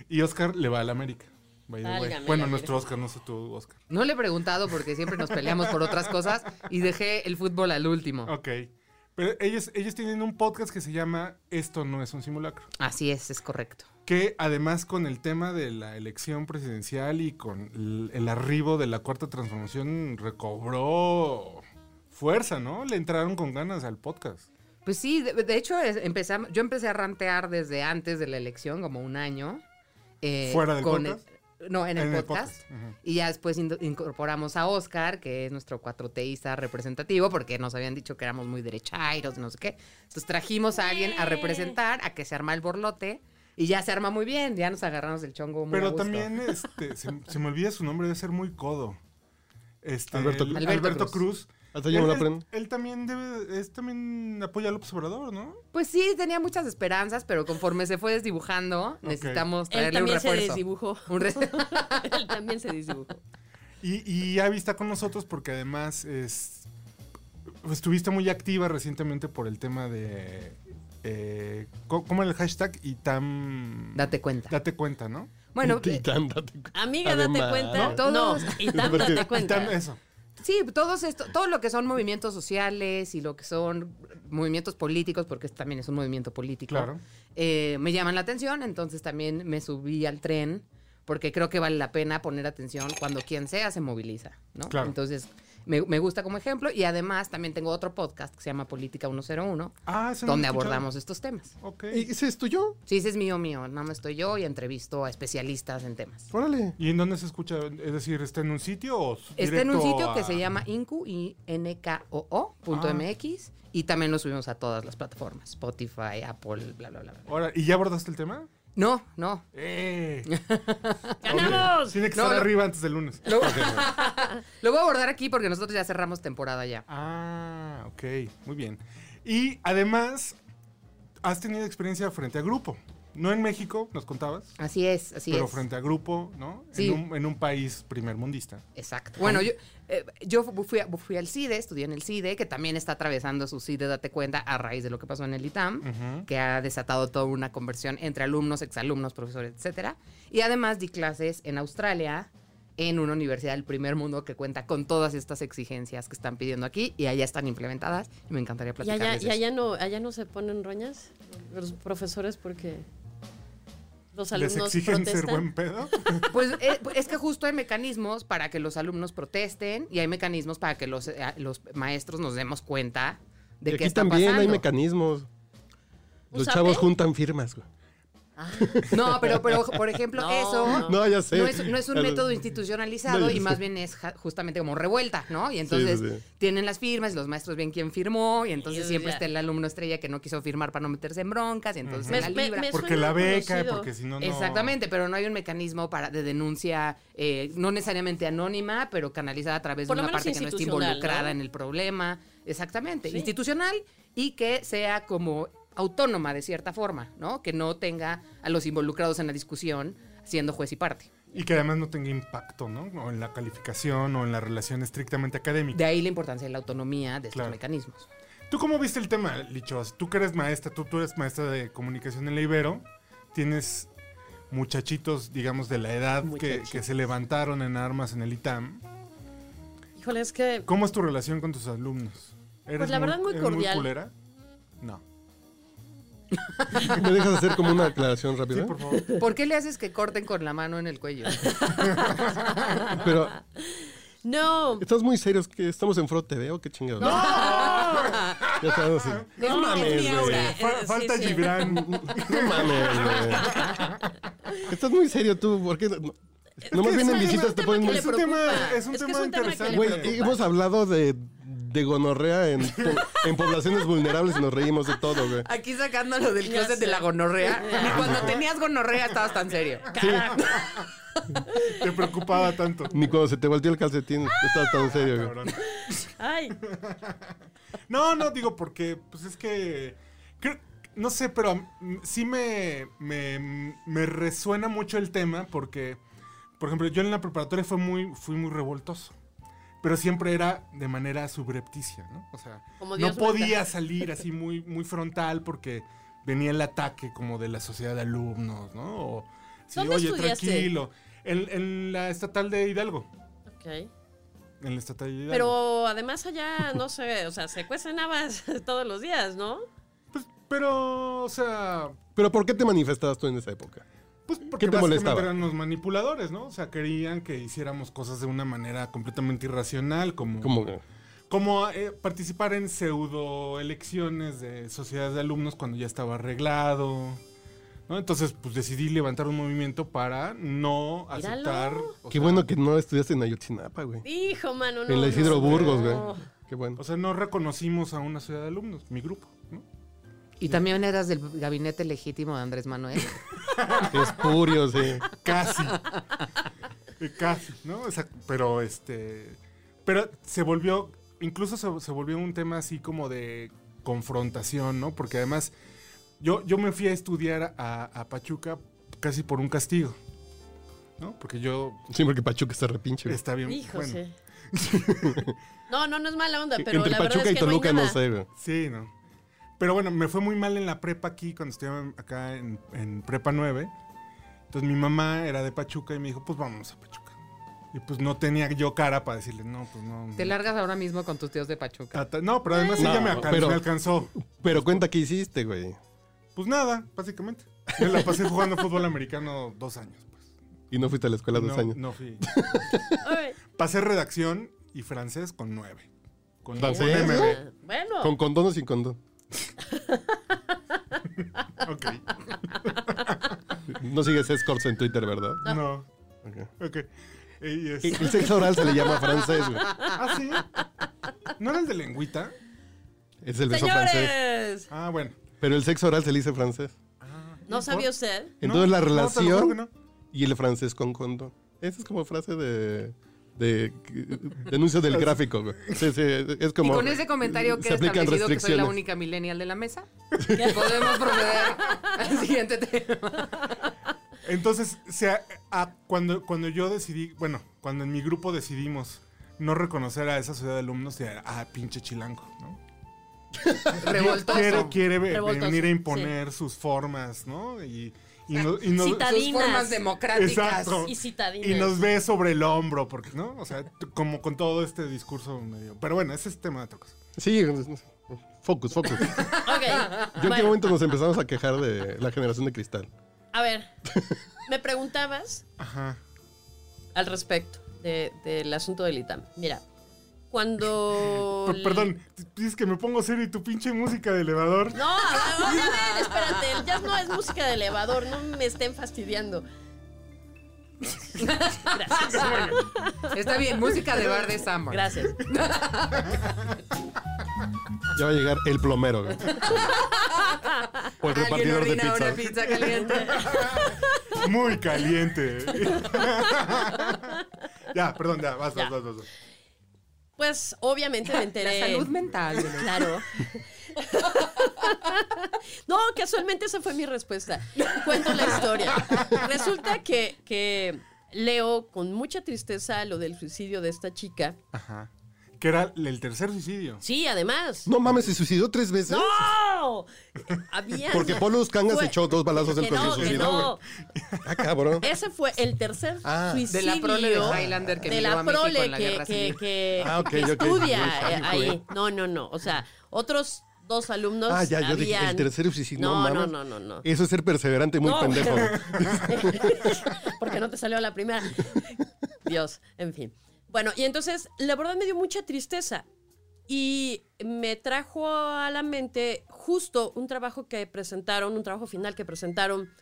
Speaker 1: Y Oscar le va al América. by the way.
Speaker 4: Válgame
Speaker 1: Bueno,
Speaker 4: la
Speaker 1: nuestro Oscar, no sé tu Oscar.
Speaker 3: No le he preguntado porque siempre nos peleamos por otras cosas y dejé el fútbol al último.
Speaker 1: Ok. Pero ellos, ellos tienen un podcast que se llama Esto no es un simulacro.
Speaker 3: Así es, es correcto.
Speaker 1: Que además con el tema de la elección presidencial y con el, el arribo de la cuarta transformación recobró fuerza, ¿no? Le entraron con ganas al podcast.
Speaker 3: Pues sí, de, de hecho es- empezam- yo empecé a rantear desde antes de la elección, como un año. eh,
Speaker 1: ¿Fuera del
Speaker 3: con
Speaker 1: podcast?
Speaker 3: el- no, en el
Speaker 1: En el
Speaker 3: podcast.
Speaker 1: podcast, ujú.
Speaker 3: Y ya después indo- incorporamos a Oscar, que es nuestro cuatroteísta representativo, porque nos habían dicho que éramos muy derechairos, no sé qué. Entonces trajimos a alguien
Speaker 4: ¡Eh!
Speaker 3: a representar, a que se arma el borlote. Y ya se arma muy bien, ya nos agarramos el chongo muy a
Speaker 1: Pero
Speaker 3: gusto. [LAUGHS]
Speaker 1: también, este, se, se me olvida su nombre, debe ser muy codo. Este,
Speaker 2: Alberto
Speaker 1: el-
Speaker 2: Cruz.
Speaker 1: Alberto,
Speaker 3: Alberto
Speaker 1: Cruz.
Speaker 2: Hasta yo me lo
Speaker 1: Él-
Speaker 2: aprendo.
Speaker 1: Él, él también debe, es también apoya a López Obrador, ¿no?
Speaker 3: Pues sí, tenía muchas esperanzas, pero conforme se fue desdibujando, necesitamos
Speaker 4: Él
Speaker 3: traerle un
Speaker 4: también se
Speaker 3: refuerzo.
Speaker 4: desdibujó.
Speaker 3: Un re- [LAUGHS]
Speaker 4: Él también se desdibujó.
Speaker 1: Y, y Avi está con nosotros porque además es, pues, estuviste muy activa recientemente por el tema de... eh, co- ¿Cómo era el hashtag? Y tam...
Speaker 3: Date cuenta.
Speaker 1: Date cuenta, ¿no?
Speaker 3: Bueno,
Speaker 2: [LAUGHS] Y
Speaker 3: eh,
Speaker 2: tan, date cu-
Speaker 4: Amiga, date
Speaker 2: Además.
Speaker 4: cuenta.
Speaker 3: No,
Speaker 4: No,
Speaker 3: todos-
Speaker 4: y tan
Speaker 2: Porque-
Speaker 4: date cuenta.
Speaker 1: Tam- eso.
Speaker 3: sí, todos esto, todo lo que son movimientos sociales y lo que son movimientos políticos, porque esto también es un movimiento político,
Speaker 1: Claro.
Speaker 3: eh, me llaman la atención, entonces también me subí al tren, porque creo que vale la pena poner atención cuando quien sea se moviliza, ¿no?
Speaker 1: Claro.
Speaker 3: Entonces, me, me gusta como ejemplo y además también tengo otro podcast que se llama Política 101,
Speaker 1: Ah, ese no lo
Speaker 3: donde
Speaker 1: he escuchado.
Speaker 3: abordamos estos temas.
Speaker 1: Ok.
Speaker 2: ¿Y ese es tuyo?
Speaker 3: Sí, ese es mío, mío, nada más estoy yo y entrevisto a especialistas en temas.
Speaker 2: Órale.
Speaker 1: ¿Y en dónde se escucha? Es decir, ¿está en un sitio o
Speaker 3: Está en un
Speaker 1: directo
Speaker 3: sitio que
Speaker 1: a-
Speaker 3: se llama incu, i n k o -O punto
Speaker 1: Ah.
Speaker 3: MX, y también lo subimos a todas las plataformas, Spotify, Apple, bla, bla, bla. bla.
Speaker 1: Ahora, ¿y ya abordaste el tema?
Speaker 3: No, no. [LAUGHS]
Speaker 1: ¡Eh!
Speaker 4: ¡Ganamos!
Speaker 1: Tiene que
Speaker 3: No,
Speaker 1: estar
Speaker 3: no.
Speaker 1: arriba antes del lunes. [LAUGHS]
Speaker 3: Lo, lo voy a abordar aquí porque nosotros ya cerramos temporada ya.
Speaker 1: Ah, ok, muy bien. Y además, has tenido experiencia frente a grupo. No en México, nos contabas,
Speaker 3: Así es, así
Speaker 1: pero
Speaker 3: es.
Speaker 1: frente a grupo, ¿no?
Speaker 3: Sí.
Speaker 1: En, un, en un país primermundista.
Speaker 3: Exacto. Bueno, yo, eh, yo fu- fui, a- fui al CIDE, E, estudié en el CIDE, que también está atravesando su CIDE, E, date cuenta, a raíz de lo que pasó en el ITAM, que ha desatado toda una conversión entre alumnos, exalumnos, profesores, etcétera. Y además di clases en Australia, en una universidad del primer mundo que cuenta con todas estas exigencias que están pidiendo aquí y allá están implementadas. Y me encantaría
Speaker 4: Y allá,
Speaker 3: platicarles.
Speaker 4: y
Speaker 3: de eso.
Speaker 4: allá no, allá no se ponen roñas los profesores porque los
Speaker 1: ¿Les
Speaker 4: alumnos
Speaker 1: exigen
Speaker 4: protestan.
Speaker 1: ser buen
Speaker 3: [LAUGHS]
Speaker 1: pedo?
Speaker 3: Pues eh, es que justo hay mecanismos para que los alumnos protesten y hay mecanismos para que los, eh, los maestros nos demos cuenta
Speaker 2: Y
Speaker 3: de qué
Speaker 2: aquí
Speaker 3: está
Speaker 2: también hay
Speaker 3: pasando.
Speaker 2: mecanismos.
Speaker 4: ¿Un
Speaker 2: Los
Speaker 4: zape?
Speaker 2: chavos juntan firmas, güey.
Speaker 3: [LAUGHS] No, pero, pero por ejemplo,
Speaker 4: No,
Speaker 3: eso no,
Speaker 4: no.
Speaker 2: No, ya sé.
Speaker 3: es, no es un
Speaker 2: Ya lo- [LAUGHS]
Speaker 3: método institucionalizado
Speaker 2: No, ya
Speaker 3: y
Speaker 2: sé.
Speaker 3: más bien es ja- justamente como revuelta, ¿no? Y entonces
Speaker 2: sí, sí.
Speaker 3: tienen las firmas, los maestros ven quién firmó y entonces
Speaker 4: Y
Speaker 3: siempre
Speaker 4: ya.
Speaker 3: está el alumno estrella que no quiso firmar para no meterse en broncas y entonces
Speaker 1: Ujú.
Speaker 3: se la
Speaker 4: Me- me-
Speaker 3: libra.
Speaker 4: me-
Speaker 1: Porque
Speaker 4: suena
Speaker 1: la beca,
Speaker 4: conocido.
Speaker 1: porque si no, no...
Speaker 3: Exactamente, pero no hay un mecanismo para de denuncia, eh, no necesariamente anónima, pero canalizada a través
Speaker 4: Por
Speaker 3: de
Speaker 4: lo
Speaker 3: una
Speaker 4: menos
Speaker 3: parte que no esté
Speaker 4: institucional,
Speaker 3: involucrada
Speaker 4: ¿no?
Speaker 3: en el problema. Exactamente,
Speaker 4: Sí.
Speaker 3: institucional y que sea como autónoma de cierta forma, ¿no? Que no tenga a los involucrados en la discusión siendo juez y parte.
Speaker 1: Y que además no tenga impacto, ¿no? O en la calificación o en la relación estrictamente académica.
Speaker 3: De ahí la importancia de la autonomía de estos
Speaker 1: Claro.
Speaker 3: mecanismos.
Speaker 1: ¿Tú cómo viste el tema, Lichos? Tú que eres maestra, tú, tú eres maestra de comunicación en la Ibero, tienes muchachitos, digamos, de la edad que, que se levantaron en armas en el ITAM.
Speaker 4: Híjole, es que
Speaker 1: ¿Cómo es tu relación con tus alumnos? ¿Eres
Speaker 4: Pues la verdad muy
Speaker 1: eres
Speaker 4: cordial.
Speaker 1: culera? No.
Speaker 2: ¿Me dejas hacer como una aclaración rápida? ¿eh?
Speaker 1: Sí, por
Speaker 4: [LAUGHS]
Speaker 1: favor.
Speaker 3: ¿Por qué le haces que corten con la mano en el [LAUGHS] cuello?
Speaker 2: Pero
Speaker 4: no.
Speaker 2: estás muy serios que estamos en Frot TV o qué chingados. [LAUGHS] Ya estamos así.
Speaker 4: No mames,
Speaker 2: güey.
Speaker 1: Fa- falta
Speaker 4: [LAUGHS]
Speaker 1: Gibran.
Speaker 2: No mames, güey.
Speaker 3: [LAUGHS]
Speaker 2: Estás muy serio tú, ¿por qué? No, nomás
Speaker 1: es
Speaker 2: vienen
Speaker 1: un tema
Speaker 2: visitas, te
Speaker 4: que
Speaker 2: ponen...
Speaker 4: le
Speaker 1: Es un
Speaker 4: preocupa.
Speaker 1: tema, es un
Speaker 4: Es que
Speaker 1: tema
Speaker 4: es un tema que
Speaker 1: interesante.
Speaker 4: le
Speaker 2: Güey, hemos hablado de, de gonorrea en, po- en poblaciones vulnerables y nos reímos de todo, güey.
Speaker 3: Aquí sacándolo del
Speaker 4: Ya
Speaker 3: closet de
Speaker 4: sé.
Speaker 3: la [LAUGHS] gonorrea. Ni cuando tenías gonorrea estabas tan serio.
Speaker 1: [LAUGHS] Te preocupaba tanto.
Speaker 2: Ni cuando se te volteó el calcetín, estás tan serio, güey.
Speaker 1: Cabrón.
Speaker 4: Ay,
Speaker 1: No, no, digo porque, pues es que, creo- no sé, pero mm, sí me, me, me resuena mucho el tema porque, por ejemplo, yo en la preparatoria fue muy, fui muy revoltoso, pero siempre era de manera subrepticia, ¿no? O sea,
Speaker 4: Como
Speaker 1: no
Speaker 4: Dios
Speaker 1: podía
Speaker 4: manda.
Speaker 1: salir así muy, muy frontal porque venía el ataque como de la sociedad de alumnos, ¿no? O, sí,
Speaker 4: ¿Dónde
Speaker 1: oye,
Speaker 4: estudiaste?
Speaker 1: tranquilo. En, en la estatal de Hidalgo.
Speaker 4: Ok.
Speaker 1: En la estatal de Hidalgo.
Speaker 4: Pero además allá, no sé, o sea, se cuecen habas [LAUGHS] todos los días, ¿no?
Speaker 1: Pues, pero, o sea,
Speaker 2: Pero ¿por qué te manifestabas tú en esa época?
Speaker 1: Pues porque
Speaker 2: te
Speaker 1: básicamente
Speaker 2: molestaba?
Speaker 1: eran los manipuladores, ¿no? O sea, querían que hiciéramos cosas de una manera completamente irracional, como,
Speaker 2: Como,
Speaker 1: como, eh, participar en pseudo elecciones de sociedades de alumnos cuando ya estaba arreglado. ¿no? Entonces, pues decidí levantar un movimiento para no
Speaker 4: Míralo.
Speaker 1: aceptar. o
Speaker 2: qué
Speaker 1: sea,
Speaker 2: bueno que no estudiaste en Ayotzinapa, güey.
Speaker 4: Hijo, mano, no.
Speaker 2: en la
Speaker 4: no
Speaker 2: Isidro
Speaker 4: sé.
Speaker 2: Burgos,
Speaker 4: No.
Speaker 2: güey. Qué bueno.
Speaker 1: O sea, no reconocimos a una sociedad de alumnos, mi grupo. ¿no?
Speaker 3: Y también eras del gabinete legítimo de Andrés Manuel.
Speaker 2: Es purio, sí.
Speaker 1: Casi. Eh, [LAUGHS] Casi, ¿no? O sea, pero este. Pero se volvió. Incluso se, se volvió un tema así como de confrontación, ¿no? Porque además. Yo, yo me fui a estudiar a, a Pachuca casi por un castigo. ¿No? Porque yo.
Speaker 2: Sí, porque Pachuca está repinche, güey.
Speaker 1: Está bien.
Speaker 4: Hijo,
Speaker 1: bueno,
Speaker 4: sí. [LAUGHS] No, no, no es mala onda, pero
Speaker 2: Entre
Speaker 4: la
Speaker 2: Pachuca
Speaker 4: verdad es
Speaker 2: y
Speaker 4: que
Speaker 2: Toluca, eh,
Speaker 4: no, hay
Speaker 2: no
Speaker 4: nada. [LAUGHS]
Speaker 2: sé, güey.
Speaker 1: Sí, ¿no? Pero bueno, me fue muy mal en la prepa aquí, cuando estudiaba acá en, en prepa 9. Entonces mi mamá era de Pachuca y me dijo, pues vámonos a Pachuca. Y pues no tenía yo cara para decirle, no, pues no.
Speaker 3: Te
Speaker 1: no".
Speaker 3: largas ahora mismo con tus tíos de Pachuca.
Speaker 1: Tata- No, pero además ella
Speaker 2: No,
Speaker 1: me, alca-
Speaker 2: pero-
Speaker 1: me alcanzó.
Speaker 2: Pero cuenta qué hiciste, güey.
Speaker 1: Pues nada, básicamente. Yo la pasé jugando [LAUGHS] fútbol americano dos años. Pues.
Speaker 2: Y no fuiste a la escuela
Speaker 1: no,
Speaker 2: dos años.
Speaker 1: no fui.
Speaker 4: Oye,
Speaker 1: Pasé redacción y francés con nueve. Con
Speaker 2: ¿Francés?
Speaker 1: con M, güey.
Speaker 4: ah, Bueno,
Speaker 2: ¿Con condón o sin condón?
Speaker 1: Ok.
Speaker 2: No sigues escorts en Twitter, ¿verdad?
Speaker 1: No.
Speaker 2: Ok.
Speaker 1: Ok. Y es-
Speaker 2: El sexo oral se le llama francés, güey.
Speaker 1: Ah, sí. ¿No era el de lengüita?
Speaker 2: Es el beso francés.
Speaker 4: señores,
Speaker 1: Ah, bueno.
Speaker 2: Pero el sexo oral se le dice francés. Ah,
Speaker 4: no sabía usted.
Speaker 2: Entonces la
Speaker 1: No, no, te lo juro que
Speaker 2: relación
Speaker 1: no.
Speaker 2: y el francés con condón. Esa es como frase de, de, denuncio del gráfico, güey. Sí, sí, es
Speaker 3: Y
Speaker 2: como...
Speaker 3: con ese comentario
Speaker 2: se
Speaker 3: queda
Speaker 2: aplican
Speaker 3: establecido que soy la
Speaker 2: restricciones.
Speaker 3: única millennial de la
Speaker 4: [LAUGHS]
Speaker 3: mesa, podemos proceder al siguiente tema.
Speaker 1: Entonces, se a- a- cuando, cuando yo decidí, bueno, cuando en mi grupo decidimos no reconocer a esa ciudad de alumnos, y a, ah, pinche chilango, ¿no?
Speaker 3: Revoltoso.
Speaker 1: Quiere, quiere ve-
Speaker 4: Revoltoso,
Speaker 1: venir a imponer sus formas, ¿no? Y, y, no- y nos-
Speaker 4: citadinas.
Speaker 3: Sus formas democráticas.
Speaker 1: Exacto.
Speaker 4: Y citadinas.
Speaker 1: y nos ve sobre el hombro, porque, ¿no? O sea, t- como con todo este discurso medio. Pero bueno, ese es tema de otra cosa.
Speaker 2: Sí, focus, focus. [LAUGHS]
Speaker 4: Ok.
Speaker 2: Yo en qué
Speaker 4: bueno,
Speaker 2: momento nos empezamos a quejar de la generación de cristal. [LAUGHS]
Speaker 4: A ver, me preguntabas
Speaker 1: Ajá.
Speaker 4: al respecto de- del asunto del ITAM. Mira,
Speaker 2: [LAUGHS]
Speaker 4: cuando.
Speaker 1: P- perdón, t- dices que me pongo serio y tu pinche música de elevador.
Speaker 4: No, a ver, a ver, espérate, el jazz no es música de elevador, no me estén fastidiando. Gracias,
Speaker 3: Está bien, música de bar de Summer.
Speaker 4: gracias.
Speaker 2: Ya va a llegar el plomero.
Speaker 3: [LAUGHS]
Speaker 2: güey. O el
Speaker 3: Alguien
Speaker 2: repartidor de
Speaker 3: orina una
Speaker 2: pizza.
Speaker 3: pizza
Speaker 4: [LAUGHS]
Speaker 3: caliente.
Speaker 1: Muy caliente. [LAUGHS] ya, perdón, ya, vas, vas, vas, vas, vas.
Speaker 4: Pues obviamente me
Speaker 3: [LAUGHS] La
Speaker 4: enteré.
Speaker 3: salud mental.
Speaker 4: Claro. [LAUGHS] No, casualmente esa fue mi respuesta. Cuento la historia. Resulta que, que leo con mucha tristeza lo del suicidio de esta chica.
Speaker 1: Ajá. Que era el tercer suicidio.
Speaker 4: Sí, además.
Speaker 2: No mames, se suicidó tres veces.
Speaker 4: ¡No! Había.
Speaker 2: Porque Polo Cangas
Speaker 4: Fue-
Speaker 2: echó dos balazos del
Speaker 4: Que no,
Speaker 2: proceso.
Speaker 4: que no.
Speaker 2: Ah, cabrón.
Speaker 4: Ese fue el tercer
Speaker 2: Ah.
Speaker 3: De
Speaker 4: suicidio.
Speaker 3: la prole de Highlander que
Speaker 4: de
Speaker 3: migró a
Speaker 4: la
Speaker 3: México
Speaker 4: prole
Speaker 3: en la
Speaker 4: que,
Speaker 3: guerra
Speaker 4: que-
Speaker 3: civil.
Speaker 4: que-
Speaker 2: Ah, ok, ok,
Speaker 4: que
Speaker 2: ok.
Speaker 4: estudia
Speaker 2: Ay,
Speaker 4: eh,
Speaker 2: hijo, eh.
Speaker 4: ahí. No, no, no. O sea, otros dos alumnos.
Speaker 2: Ah, ya, yo dije, el
Speaker 4: habían-
Speaker 2: tercer suicidio.
Speaker 4: No, no,
Speaker 2: mames.
Speaker 4: no, no, no.
Speaker 2: Eso es ser perseverante y muy
Speaker 4: No.
Speaker 2: pendejo.
Speaker 4: [LAUGHS]
Speaker 2: güey.
Speaker 4: Porque no te salió la primera. Dios, en fin. Bueno, y entonces, la verdad me dio mucha tristeza. Y me trajo a la mente justo un trabajo que presentaron, un trabajo final que presentaron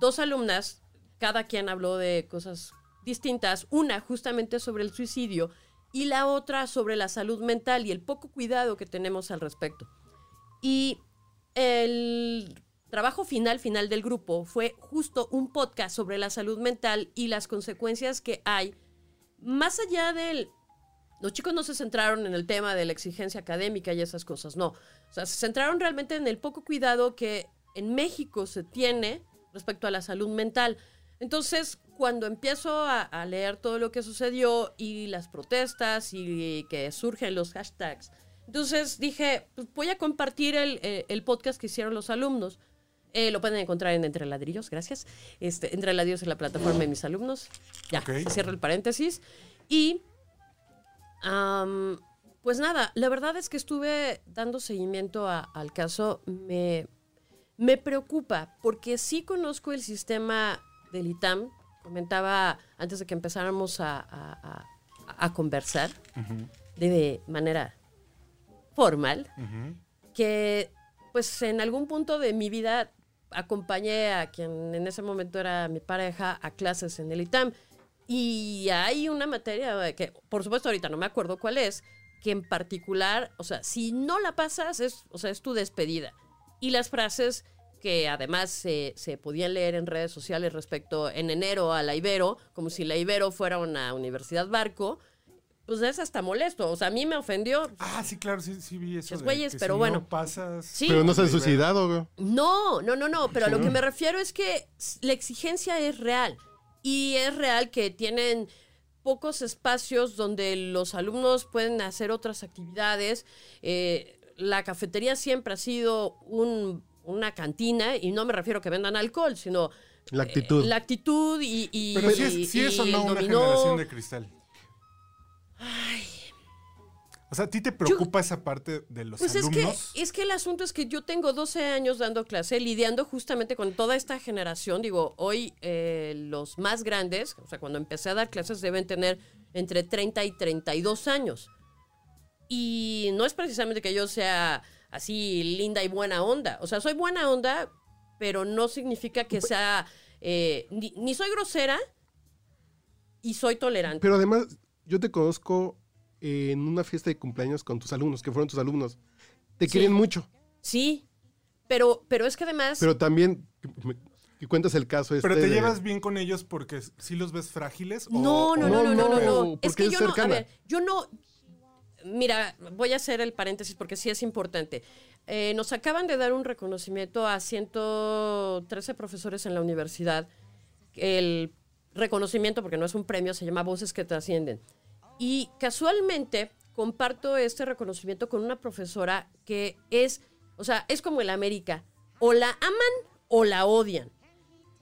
Speaker 4: dos alumnas. Cada quien habló de cosas distintas. Una justamente sobre el suicidio y la otra sobre la salud mental y el poco cuidado que tenemos al respecto. Y el trabajo final, final del grupo, fue justo un podcast sobre la salud mental y las consecuencias que hay. Más allá del... Los chicos no se centraron en el tema de la exigencia académica y esas cosas, no. O sea, se centraron realmente en el poco cuidado que en México se tiene respecto a la salud mental. Entonces, cuando empiezo a, a leer todo lo que sucedió y las protestas y que surgen los hashtags, entonces dije, pues voy a compartir el, eh, el podcast que hicieron los alumnos. Eh, lo pueden encontrar en Entre Ladrillos, gracias. Este, Entre Ladrillos en la plataforma de mis alumnos. Ya,
Speaker 1: Ok.
Speaker 4: se cierra el paréntesis. Y, am, pues nada, la verdad es que estuve dando seguimiento a- al caso. Me, me preocupa porque sí conozco el sistema del ITAM. Comentaba antes de que empezáramos a, a- a- a conversar de manera formal
Speaker 1: Ujú.
Speaker 4: que pues en algún punto de mi vida acompañé a quien en ese momento era mi pareja a clases en el ITAM. Y hay una materia que, por supuesto, ahorita no me acuerdo cuál es, que en particular, o sea, si no la pasas, es, o sea, es tu despedida. Y las frases que además se, se podían leer en redes sociales respecto en enero a la Ibero, como si la Ibero fuera una universidad barco, pues es hasta molesto. O sea, a mí me ofendió.
Speaker 1: Ah, sí, claro, sí, sí vi eso.
Speaker 4: Los
Speaker 1: de
Speaker 4: güeyes,
Speaker 1: que
Speaker 4: pero
Speaker 1: si
Speaker 4: bueno.
Speaker 1: No pasas.
Speaker 4: Sí.
Speaker 2: Pero no se han
Speaker 1: Oliver.
Speaker 2: suicidado, güey.
Speaker 4: No, no, no, no, pero a lo que me refiero es que s- la exigencia es real y es real que tienen pocos espacios donde los alumnos pueden hacer otras actividades. Eh, la cafetería siempre ha sido un- una cantina y no me refiero a que vendan alcohol, sino
Speaker 2: La
Speaker 4: eh,
Speaker 2: actitud.
Speaker 4: la actitud y... y-
Speaker 1: Pero sí
Speaker 4: y-
Speaker 1: es, sí es o
Speaker 4: y
Speaker 1: no una
Speaker 4: dominó.
Speaker 1: generación de cristal. O sea, ¿a ti te preocupa esa parte de los
Speaker 4: Pues es que,
Speaker 1: alumnos?
Speaker 4: es que el asunto es que yo tengo 12 años dando clase, lidiando justamente con toda esta generación. Digo, hoy eh, los más grandes, o sea, cuando empecé a dar clases deben tener entre 30 y 32 años. Y no es precisamente que yo sea así linda y buena onda. O sea, soy buena onda, pero no significa
Speaker 1: Pues
Speaker 4: que sea... eh, ni, ni soy grosera y soy tolerante.
Speaker 2: Pero además, yo te conozco en una fiesta de cumpleaños con tus alumnos, que fueron tus alumnos. Te
Speaker 4: Sí.
Speaker 2: quieren mucho,
Speaker 4: Sí, pero, pero es que además...
Speaker 2: pero también que cuentas el caso este
Speaker 1: Pero te
Speaker 2: de-
Speaker 1: llevas bien con ellos porque sí los ves frágiles. o-
Speaker 4: No, no, no,
Speaker 2: No,
Speaker 4: no, no, no.
Speaker 2: no,
Speaker 4: no. Es
Speaker 2: porque
Speaker 4: que
Speaker 2: es
Speaker 4: yo no, a
Speaker 2: cercana.
Speaker 4: ver, yo no. Mira, voy a hacer el paréntesis porque sí es importante. Eh, nos acaban de dar un reconocimiento a 113 profesores en la universidad. El reconocimiento, porque no es un premio, se llama Voces que trascienden. Y casualmente comparto este reconocimiento con una profesora que es, o sea, es como el América. O la aman o la odian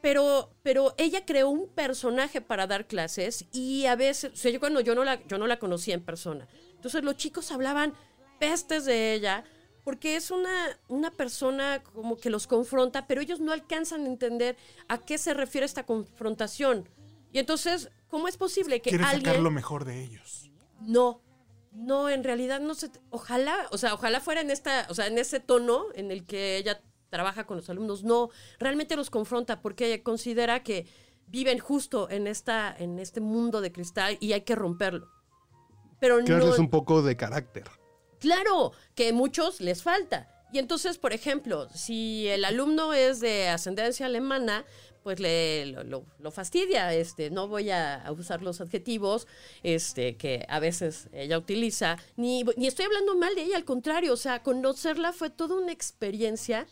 Speaker 4: pero, pero ella creó un personaje para dar clases y a veces, o sea, yo cuando yo no la, yo no la conocía en persona. Entonces los chicos hablaban pestes de ella porque es una, una persona como que los confronta, pero ellos no alcanzan a entender a qué se refiere esta confrontación. Y entonces, ¿cómo es posible que
Speaker 1: Quieres
Speaker 4: alguien...
Speaker 1: sacar lo mejor de ellos.
Speaker 4: No, no, en realidad no se. Ojalá, o sea, ojalá fuera en esta, o sea, en ese tono en el que ella trabaja con los alumnos. No, realmente los confronta porque ella considera que viven justo en esta, en este mundo de cristal y hay que romperlo. Pero no.
Speaker 2: crearles un poco de carácter.
Speaker 4: Claro, que muchos les falta. Y entonces, por ejemplo, si el alumno es de ascendencia alemana, pues le, lo, lo- lo fastidia. Este, no voy a, a usar los adjetivos este, que a veces ella utiliza. Ni, ni estoy hablando mal de ella, al contrario. O sea, conocerla fue toda una experiencia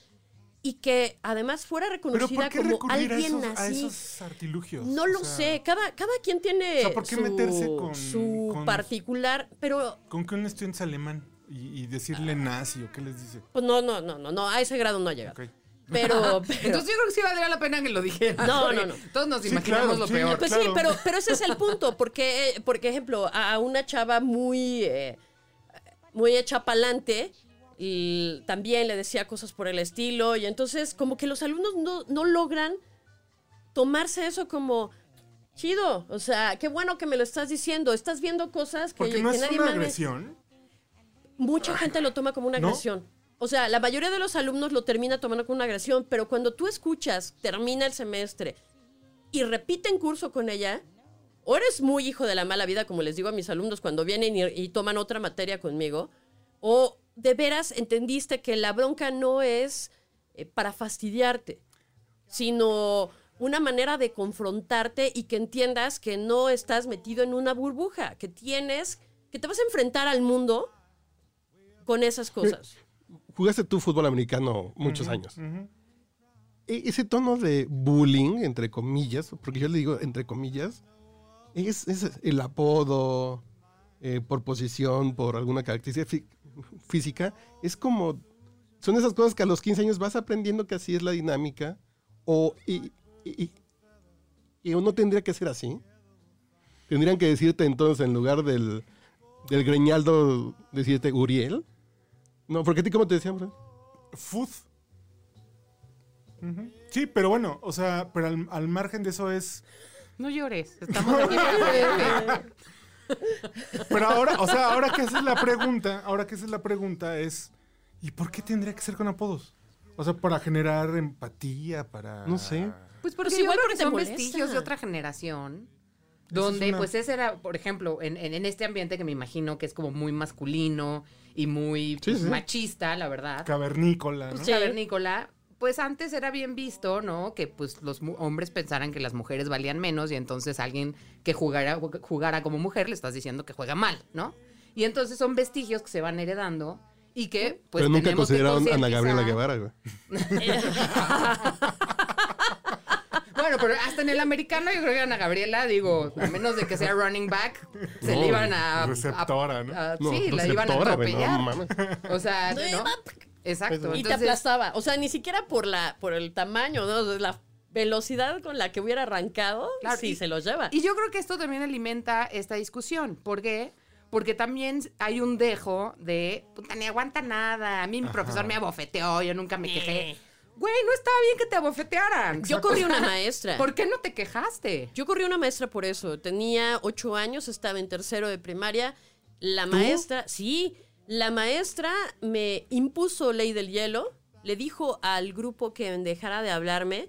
Speaker 4: y que además fuera
Speaker 1: Pero
Speaker 4: reconocida
Speaker 1: ¿por qué
Speaker 4: como
Speaker 1: recurrir a
Speaker 4: alguien
Speaker 1: esos, a
Speaker 4: así.
Speaker 1: esos artilugios?
Speaker 4: No
Speaker 1: O
Speaker 4: lo
Speaker 1: sea,
Speaker 4: sé, cada, cada quien
Speaker 1: O
Speaker 4: tiene
Speaker 1: sea, ¿por qué
Speaker 4: su,
Speaker 1: meterse con-
Speaker 4: su
Speaker 1: con-
Speaker 4: particular, pero
Speaker 1: ¿Con que un estudiante es alemán y, y
Speaker 4: Ah.
Speaker 1: decirle nazi o qué les dice?
Speaker 4: Pues no, no, no, no, no, a ese grado no ha llegado.
Speaker 1: Ok. [LAUGHS]
Speaker 4: Pero, pero-
Speaker 3: Entonces yo creo que sí valdría la pena que lo dijera.
Speaker 4: No, no, no.
Speaker 3: Todos nos
Speaker 1: Sí,
Speaker 3: imaginamos
Speaker 1: claro,
Speaker 3: lo
Speaker 1: sí.
Speaker 3: peor.
Speaker 4: pues sí,
Speaker 1: claro.
Speaker 4: pero, pero ese es el punto, porque, eh, por ejemplo, a una chava muy, eh, muy hecha pa'lante, y también le decía cosas por el estilo, y entonces como que los alumnos no, no logran tomarse eso como... Chido, o sea, qué bueno que me lo estás diciendo. Estás viendo cosas que,
Speaker 1: Porque no
Speaker 4: que
Speaker 1: es
Speaker 4: nadie
Speaker 1: una
Speaker 4: más ve.
Speaker 1: agresión.
Speaker 4: mucha gente lo toma como una
Speaker 1: ¿No?
Speaker 4: agresión. O sea, la mayoría de los alumnos lo termina tomando como una agresión, pero cuando tú escuchas, termina el semestre y repiten curso con ella, o eres muy hijo de la mala vida, como les digo a mis alumnos cuando vienen y, y toman otra materia conmigo, o de veras entendiste que la bronca no es eh, para fastidiarte, sino una manera de confrontarte y que entiendas que no estás metido en una burbuja, que tienes, que te vas a enfrentar al mundo con esas cosas.
Speaker 2: Jugaste tú fútbol americano muchos años.
Speaker 1: Ujú.
Speaker 2: E- ese tono de bullying, entre comillas, porque yo le digo entre comillas, es, es el apodo eh, por posición, por alguna característica fí- física, es como son esas cosas que a los 15 años vas aprendiendo que así es la dinámica o y, y, y- y no tendría que ser así. Tendrían que decirte entonces en lugar del, del greñaldo, decirte Uriel. No, porque a ti cómo te decían, Fran?
Speaker 1: Food. Ujú. Sí, pero bueno, o sea, pero al, al margen de eso es.
Speaker 3: No llores, estamos aquí para bebé.
Speaker 1: Pero ahora, o sea, ahora que esa es la pregunta, ahora que esa es la pregunta es, ¿y por qué tendría que ser con apodos? O sea, para generar empatía, para...
Speaker 2: No sé.
Speaker 3: Pues porque
Speaker 4: Pues
Speaker 3: yo
Speaker 4: igual
Speaker 3: creo
Speaker 4: porque
Speaker 3: que
Speaker 4: te
Speaker 3: son
Speaker 4: molesta.
Speaker 3: vestigios de otra generación.
Speaker 1: Eso es
Speaker 3: Donde,
Speaker 1: una-
Speaker 3: pues ese era, por ejemplo, en, en- en este ambiente que me imagino que es como muy masculino y muy pues,
Speaker 2: sí.
Speaker 3: machista, la verdad.
Speaker 1: Cavernícola, ¿no?
Speaker 4: Pues
Speaker 3: Pues,
Speaker 4: sí.
Speaker 3: Cavernícola, pues antes era bien visto, ¿no? Que pues los mu- hombres pensaran que las mujeres valían menos y entonces alguien que jugara, jugara como mujer le estás diciendo que juega mal, ¿no? Y entonces son vestigios que se van heredando y que pues
Speaker 2: Pero nunca
Speaker 3: tenemos que
Speaker 2: consideraron a Ana
Speaker 3: concientizar.
Speaker 2: Gabriela Guevara, güey.
Speaker 3: Bueno, pero hasta en el americano yo creo que Ana Gabriela, digo, a menos de que sea running back, se
Speaker 2: No,
Speaker 3: le iban a... a-
Speaker 1: receptora, ¿no?
Speaker 3: a-
Speaker 2: No,
Speaker 3: sí, la iban a
Speaker 2: receptora, güey, no
Speaker 3: atropellar.
Speaker 2: mames.
Speaker 3: o sea,
Speaker 4: No,
Speaker 3: ¿no?
Speaker 4: iba-
Speaker 3: Exacto.
Speaker 4: pues, Y te
Speaker 3: entonces-
Speaker 4: aplastaba. O sea, ni siquiera por la, por el tamaño, ¿no? O sea, La velocidad con la que hubiera arrancado,
Speaker 3: Claro,
Speaker 4: sí
Speaker 3: y-
Speaker 4: se los lleva.
Speaker 3: Y yo creo que esto también alimenta esta discusión. ¿Por qué? Porque también hay un dejo de, puta, ni aguanta nada. A mí mi profesor me abofeteó, yo nunca me quejé.
Speaker 4: Eh.
Speaker 3: Güey, no estaba bien que te abofetearan.
Speaker 4: Yo corrí
Speaker 3: [LAUGHS]
Speaker 4: una maestra.
Speaker 3: ¿Por qué no te quejaste?
Speaker 4: Yo corrí una maestra por eso. Tenía ocho años, estaba en tercero de primaria. La maestra, sí, la maestra me impuso ley del hielo. Le dijo al grupo que dejara de hablarme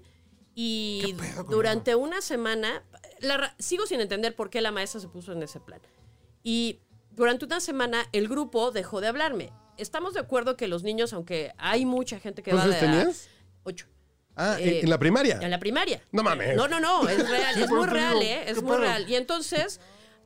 Speaker 4: y
Speaker 1: ¿Qué pedo con
Speaker 4: durante una semana, la ra- sigo sin entender por qué la maestra se puso en ese plan. Y durante una semana el grupo dejó de hablarme. Estamos de acuerdo que los niños, aunque hay mucha gente que va
Speaker 2: ¿Cuántos
Speaker 4: de a-
Speaker 2: tenías?
Speaker 4: Ocho.
Speaker 2: Ah, en-
Speaker 4: Eh,
Speaker 2: en la primaria.
Speaker 4: En la primaria.
Speaker 2: No mames.
Speaker 4: No, no, no,
Speaker 2: [LAUGHS]
Speaker 4: es real,
Speaker 1: Sí,
Speaker 4: es
Speaker 1: por
Speaker 4: muy
Speaker 1: eso te
Speaker 4: real,
Speaker 1: digo,
Speaker 4: ¿eh?
Speaker 1: ¿qué
Speaker 4: Es muy
Speaker 1: pedo?
Speaker 4: real. Y entonces,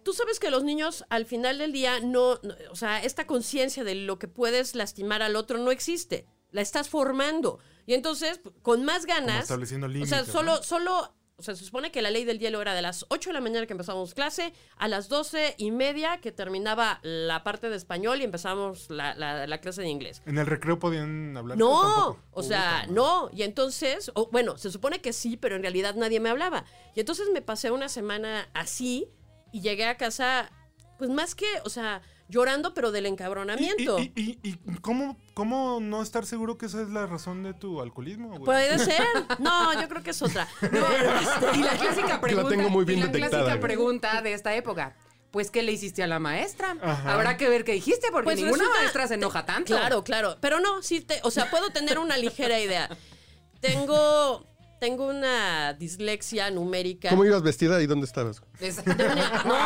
Speaker 4: tú sabes que los niños al final del día no, no- o sea, esta conciencia de lo que puedes lastimar al otro no existe. La estás formando. Y entonces, con más ganas.
Speaker 1: estableciendo
Speaker 4: O
Speaker 1: límites,
Speaker 4: sea, solo,
Speaker 1: ¿no?
Speaker 4: solo. O sea, se supone que la ley del hielo era de las 8 de la mañana que empezamos clase, a las 12 y media que terminaba la parte de español y empezamos la- la- la clase de inglés.
Speaker 1: En el recreo podían hablar.
Speaker 4: No,
Speaker 1: Tampoco.
Speaker 4: o sea, no. Y entonces, o, bueno, se supone que sí, pero en realidad nadie me hablaba. Y entonces me pasé una semana así y llegué a casa, pues más que, o sea, llorando, pero del
Speaker 1: ¿Y,
Speaker 4: encabronamiento.
Speaker 1: y, y, y- y cómo, cómo no estar seguro que esa es la razón de tu alcoholismo, güey?
Speaker 4: Puede ser. No, este, yo creo que es otra.
Speaker 1: [LAUGHS]
Speaker 3: y la
Speaker 4: [LAUGHS]
Speaker 3: clásica pregunta,
Speaker 2: tengo muy bien
Speaker 3: y la
Speaker 2: detectada,
Speaker 3: clásica
Speaker 2: güey.
Speaker 3: pregunta de esta época. Pues, ¿qué le hiciste a la maestra?
Speaker 1: Ajá.
Speaker 3: Habrá que ver qué dijiste, porque
Speaker 4: Pues
Speaker 3: ninguna
Speaker 4: resulta-
Speaker 3: maestra se enoja tanto.
Speaker 4: Claro, claro. Pero no, sí, te, o sea, puedo tener una ligera idea. Tengo, tengo una dislexia numérica.
Speaker 2: ¿Cómo ibas vestida y dónde estabas?
Speaker 3: [LAUGHS] Es- [LAUGHS]
Speaker 4: De uni- no,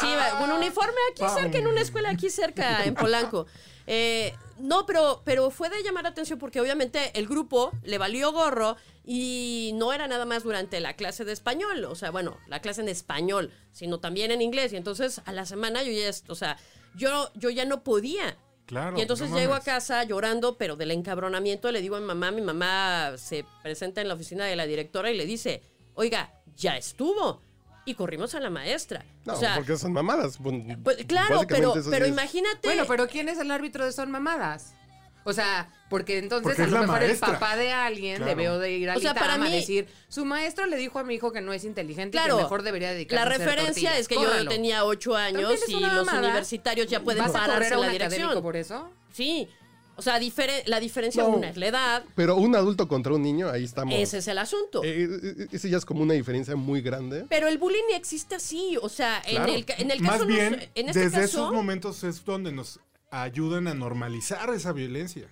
Speaker 4: sí, va, un uniforme aquí
Speaker 1: Vamos.
Speaker 4: cerca, en una escuela aquí cerca, en Polanco. Eh, no, pero, pero fue de llamar la atención porque obviamente el grupo le valió gorro y no era nada más durante la clase de español, o sea, bueno, la clase en español, sino también en inglés. Y entonces a la semana yo ya, est- o sea, yo, yo ya no podía.
Speaker 1: Claro,
Speaker 4: Y entonces
Speaker 1: no
Speaker 4: llego a
Speaker 1: mames.
Speaker 4: casa llorando, pero del encabronamiento le digo a mi mamá, mi mamá se presenta en la oficina de la directora y le dice, oiga, ya estuvo. Y corrimos a la maestra.
Speaker 2: No,
Speaker 4: o sea,
Speaker 2: porque son mamadas. Pues,
Speaker 4: pues, claro,
Speaker 2: básicamente
Speaker 4: pero,
Speaker 2: eso
Speaker 4: pero
Speaker 2: es-
Speaker 4: imagínate.
Speaker 3: Bueno, pero ¿quién es el árbitro de Son Mamadas? O sea, porque entonces
Speaker 1: Porque
Speaker 3: a
Speaker 1: es
Speaker 3: lo
Speaker 1: la
Speaker 3: mejor
Speaker 1: maestra.
Speaker 3: el papá de alguien
Speaker 1: Claro.
Speaker 3: debió de ir al
Speaker 4: O sea, para
Speaker 3: Itama a
Speaker 4: mí-
Speaker 3: decir, su maestro le dijo a mi hijo que no es inteligente
Speaker 4: Claro,
Speaker 3: y que mejor debería dedicarse
Speaker 4: la
Speaker 3: a hacer
Speaker 4: referencia
Speaker 3: tortillas.
Speaker 4: es que yo
Speaker 3: Córralo.
Speaker 4: tenía ocho
Speaker 3: También
Speaker 4: años
Speaker 3: es
Speaker 4: y
Speaker 3: una
Speaker 4: los
Speaker 3: mamada.
Speaker 4: universitarios ya pueden
Speaker 3: ¿Vas a correr
Speaker 4: pararse
Speaker 3: a
Speaker 4: en
Speaker 3: un
Speaker 4: la
Speaker 3: académico
Speaker 4: dirección.
Speaker 3: por eso?
Speaker 4: Sí. O sea, difere- la diferencia
Speaker 2: No.
Speaker 4: una es la edad.
Speaker 2: Pero un adulto contra un niño, ahí estamos.
Speaker 4: Ese es el asunto.
Speaker 2: Eh, eh, ese ya es como una diferencia muy grande.
Speaker 4: Pero el bullying existe así, o sea,
Speaker 2: Claro.
Speaker 4: en el, ca- en el
Speaker 1: Más
Speaker 4: caso
Speaker 1: bien,
Speaker 4: nos- en este
Speaker 1: desde
Speaker 4: caso,
Speaker 1: esos momentos es donde nos ayudan a normalizar esa violencia.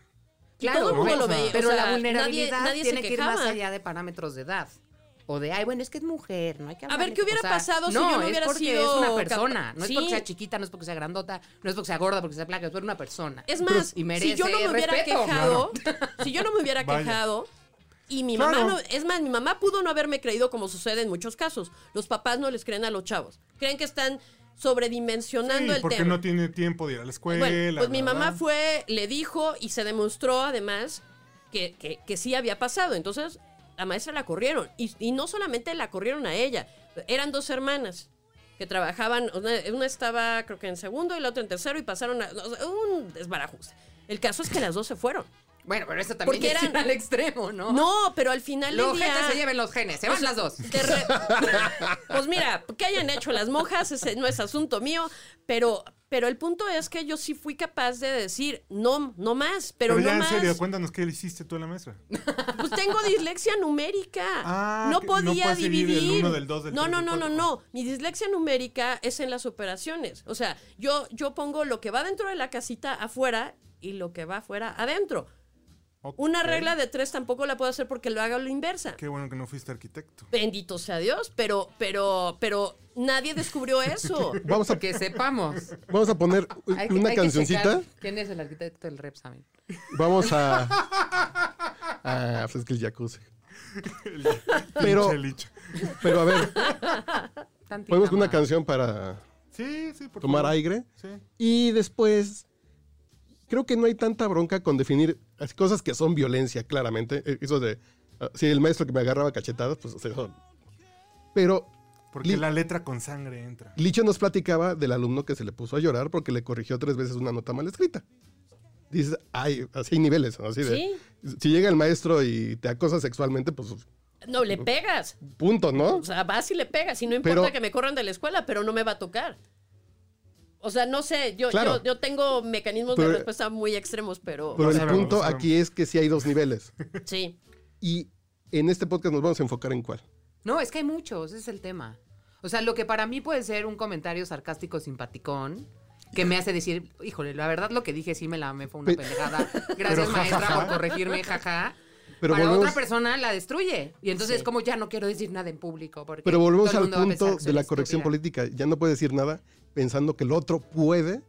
Speaker 4: Claro, todo el mundo lo veía, o
Speaker 3: Pero
Speaker 4: sea,
Speaker 3: la
Speaker 4: nadie-
Speaker 3: vulnerabilidad
Speaker 4: nadie se
Speaker 3: tiene que ir más
Speaker 4: quejaba.
Speaker 3: allá de parámetros de edad. O de, ay, bueno, es que es mujer, no hay que
Speaker 4: ver,
Speaker 3: hablarle-
Speaker 4: ¿qué
Speaker 3: o
Speaker 4: hubiera
Speaker 3: sea,
Speaker 4: pasado si
Speaker 3: no,
Speaker 4: yo no
Speaker 3: es
Speaker 4: hubiera
Speaker 3: porque
Speaker 4: sido
Speaker 3: es una
Speaker 4: capa-
Speaker 3: persona, no es porque
Speaker 4: Sí.
Speaker 3: sea chiquita, no es porque sea grandota, no es porque sea gorda, porque sea placa, es porque una persona.
Speaker 4: Es más,
Speaker 3: y merece
Speaker 4: si yo no me hubiera
Speaker 1: [LAUGHS]
Speaker 3: respeto.
Speaker 4: quejado, si yo no me hubiera
Speaker 1: Vaya.
Speaker 4: quejado, y mi
Speaker 1: Claro.
Speaker 4: mamá no, es más, mi mamá pudo no haberme creído como sucede en muchos casos. Los papás no les creen a los chavos. Creen que están sobredimensionando
Speaker 1: Sí,
Speaker 4: el
Speaker 1: porque
Speaker 4: tema.
Speaker 1: no tiene tiempo de ir a la escuela.
Speaker 4: Bueno, pues mi
Speaker 1: bla,
Speaker 4: mamá
Speaker 1: bla.
Speaker 4: fue, le dijo y se demostró además que, que- que sí había pasado. Entonces, la maestra la corrieron. Y, y no solamente la corrieron a ella, eran dos hermanas que trabajaban, una, una estaba creo que en segundo y la otra en tercero y pasaron a o sea, un desbarajuste. El caso es que las dos se fueron.
Speaker 3: Bueno, pero eso también
Speaker 4: Porque
Speaker 3: es
Speaker 4: eran-
Speaker 3: ir al extremo, ¿no?
Speaker 4: No, pero al final
Speaker 3: Los
Speaker 4: del
Speaker 3: gente
Speaker 4: día...
Speaker 3: se lleven los genes, se van las dos.
Speaker 4: de re- pues mira, que hayan hecho las monjas, ese no es asunto mío, pero, pero el punto es que yo sí fui capaz de decir, no, no más, pero,
Speaker 1: Pero, ya
Speaker 4: no
Speaker 1: en
Speaker 4: más.
Speaker 1: serio, cuéntanos qué le hiciste tú a la mesa.
Speaker 4: Pues tengo dislexia numérica.
Speaker 1: Ah,
Speaker 4: no
Speaker 1: que no
Speaker 4: podía
Speaker 1: puedes dividir
Speaker 4: dividir.
Speaker 1: el uno del dos del
Speaker 4: no,
Speaker 1: tres
Speaker 4: no,
Speaker 1: del
Speaker 4: no, no,
Speaker 1: cuatro.
Speaker 4: no. Mi dislexia numérica es en las operaciones. O sea, yo, yo pongo lo que va dentro de la casita afuera y lo que va afuera adentro. Una
Speaker 1: Ok.
Speaker 4: regla de tres tampoco la puedo hacer porque lo haga a la inversa.
Speaker 1: Qué bueno que no fuiste
Speaker 4: [LAUGHS]
Speaker 1: arquitecto.
Speaker 4: Bendito sea Dios, pero, pero, pero nadie descubrió eso.
Speaker 2: [LAUGHS] Vamos a,
Speaker 3: Que sepamos.
Speaker 2: vamos a
Speaker 4: [LAUGHS]
Speaker 2: poner u-
Speaker 3: Hay que-
Speaker 2: una
Speaker 3: hay que
Speaker 2: cancioncita.
Speaker 3: checar ¿Quién es el arquitecto del Rep Saben?
Speaker 2: Vamos
Speaker 4: [LAUGHS]
Speaker 2: a. Ah, pues es que el jacuzzi. Pero,
Speaker 1: Pinche licha.
Speaker 2: pero a ver,
Speaker 3: Tantita
Speaker 2: ponemos una
Speaker 3: más.
Speaker 2: canción para
Speaker 1: Sí, sí, por
Speaker 2: tomar
Speaker 1: favor.
Speaker 2: aire.
Speaker 1: Sí.
Speaker 2: Y después, creo que no hay tanta bronca con definir las cosas que son violencia, claramente. Eh, Eso de, ah, si el maestro que me agarraba cachetadas, pues o sea, eso. Pero
Speaker 1: Porque
Speaker 2: Li-
Speaker 1: la letra con sangre entra.
Speaker 2: Licho nos platicaba del alumno que se le puso a llorar porque le corrigió tres veces una nota mal escrita. Dices, ay, así hay niveles, ¿no? así de,
Speaker 4: Sí.
Speaker 2: Si llega el maestro y te acosa sexualmente, pues
Speaker 4: No, le pegas.
Speaker 2: punto, ¿no?
Speaker 4: O
Speaker 3: Pues,
Speaker 4: sea, vas y le pegas. Y no importa
Speaker 2: Pero-
Speaker 4: que me corran de la escuela, pero no me va a tocar. O sea, no sé, yo,
Speaker 2: Claro.
Speaker 4: yo, yo tengo mecanismos
Speaker 2: Pero-
Speaker 4: de respuesta muy extremos, pero
Speaker 3: pues,
Speaker 2: Pero
Speaker 1: No
Speaker 2: el
Speaker 1: sabemos, no
Speaker 2: punto
Speaker 1: sabemos.
Speaker 2: aquí es que sí hay dos niveles.
Speaker 4: sí.
Speaker 2: Y en este podcast nos vamos a enfocar en cuál.
Speaker 3: No, es que hay muchos, ese es el tema. O sea, lo que para mí puede ser un comentario sarcástico simpaticón que me hace decir, híjole, la verdad lo que dije sí me la me fue una
Speaker 2: Pe-
Speaker 3: pendejada.
Speaker 2: [LAUGHS]
Speaker 3: Gracias
Speaker 1: Pero
Speaker 3: maestra
Speaker 1: jajaja.
Speaker 3: por corregirme, jaja.
Speaker 2: Pero
Speaker 3: para
Speaker 2: volvemos-
Speaker 3: otra persona la destruye. Y entonces
Speaker 4: Sí.
Speaker 3: como ya no quiero decir nada en público. Porque
Speaker 2: Pero volvemos
Speaker 3: todo el
Speaker 2: al
Speaker 3: mundo va a pensar
Speaker 2: punto
Speaker 3: que soy
Speaker 2: de la corrección
Speaker 3: estúpida.
Speaker 2: política. Ya no puedes decir nada pensando que el otro puede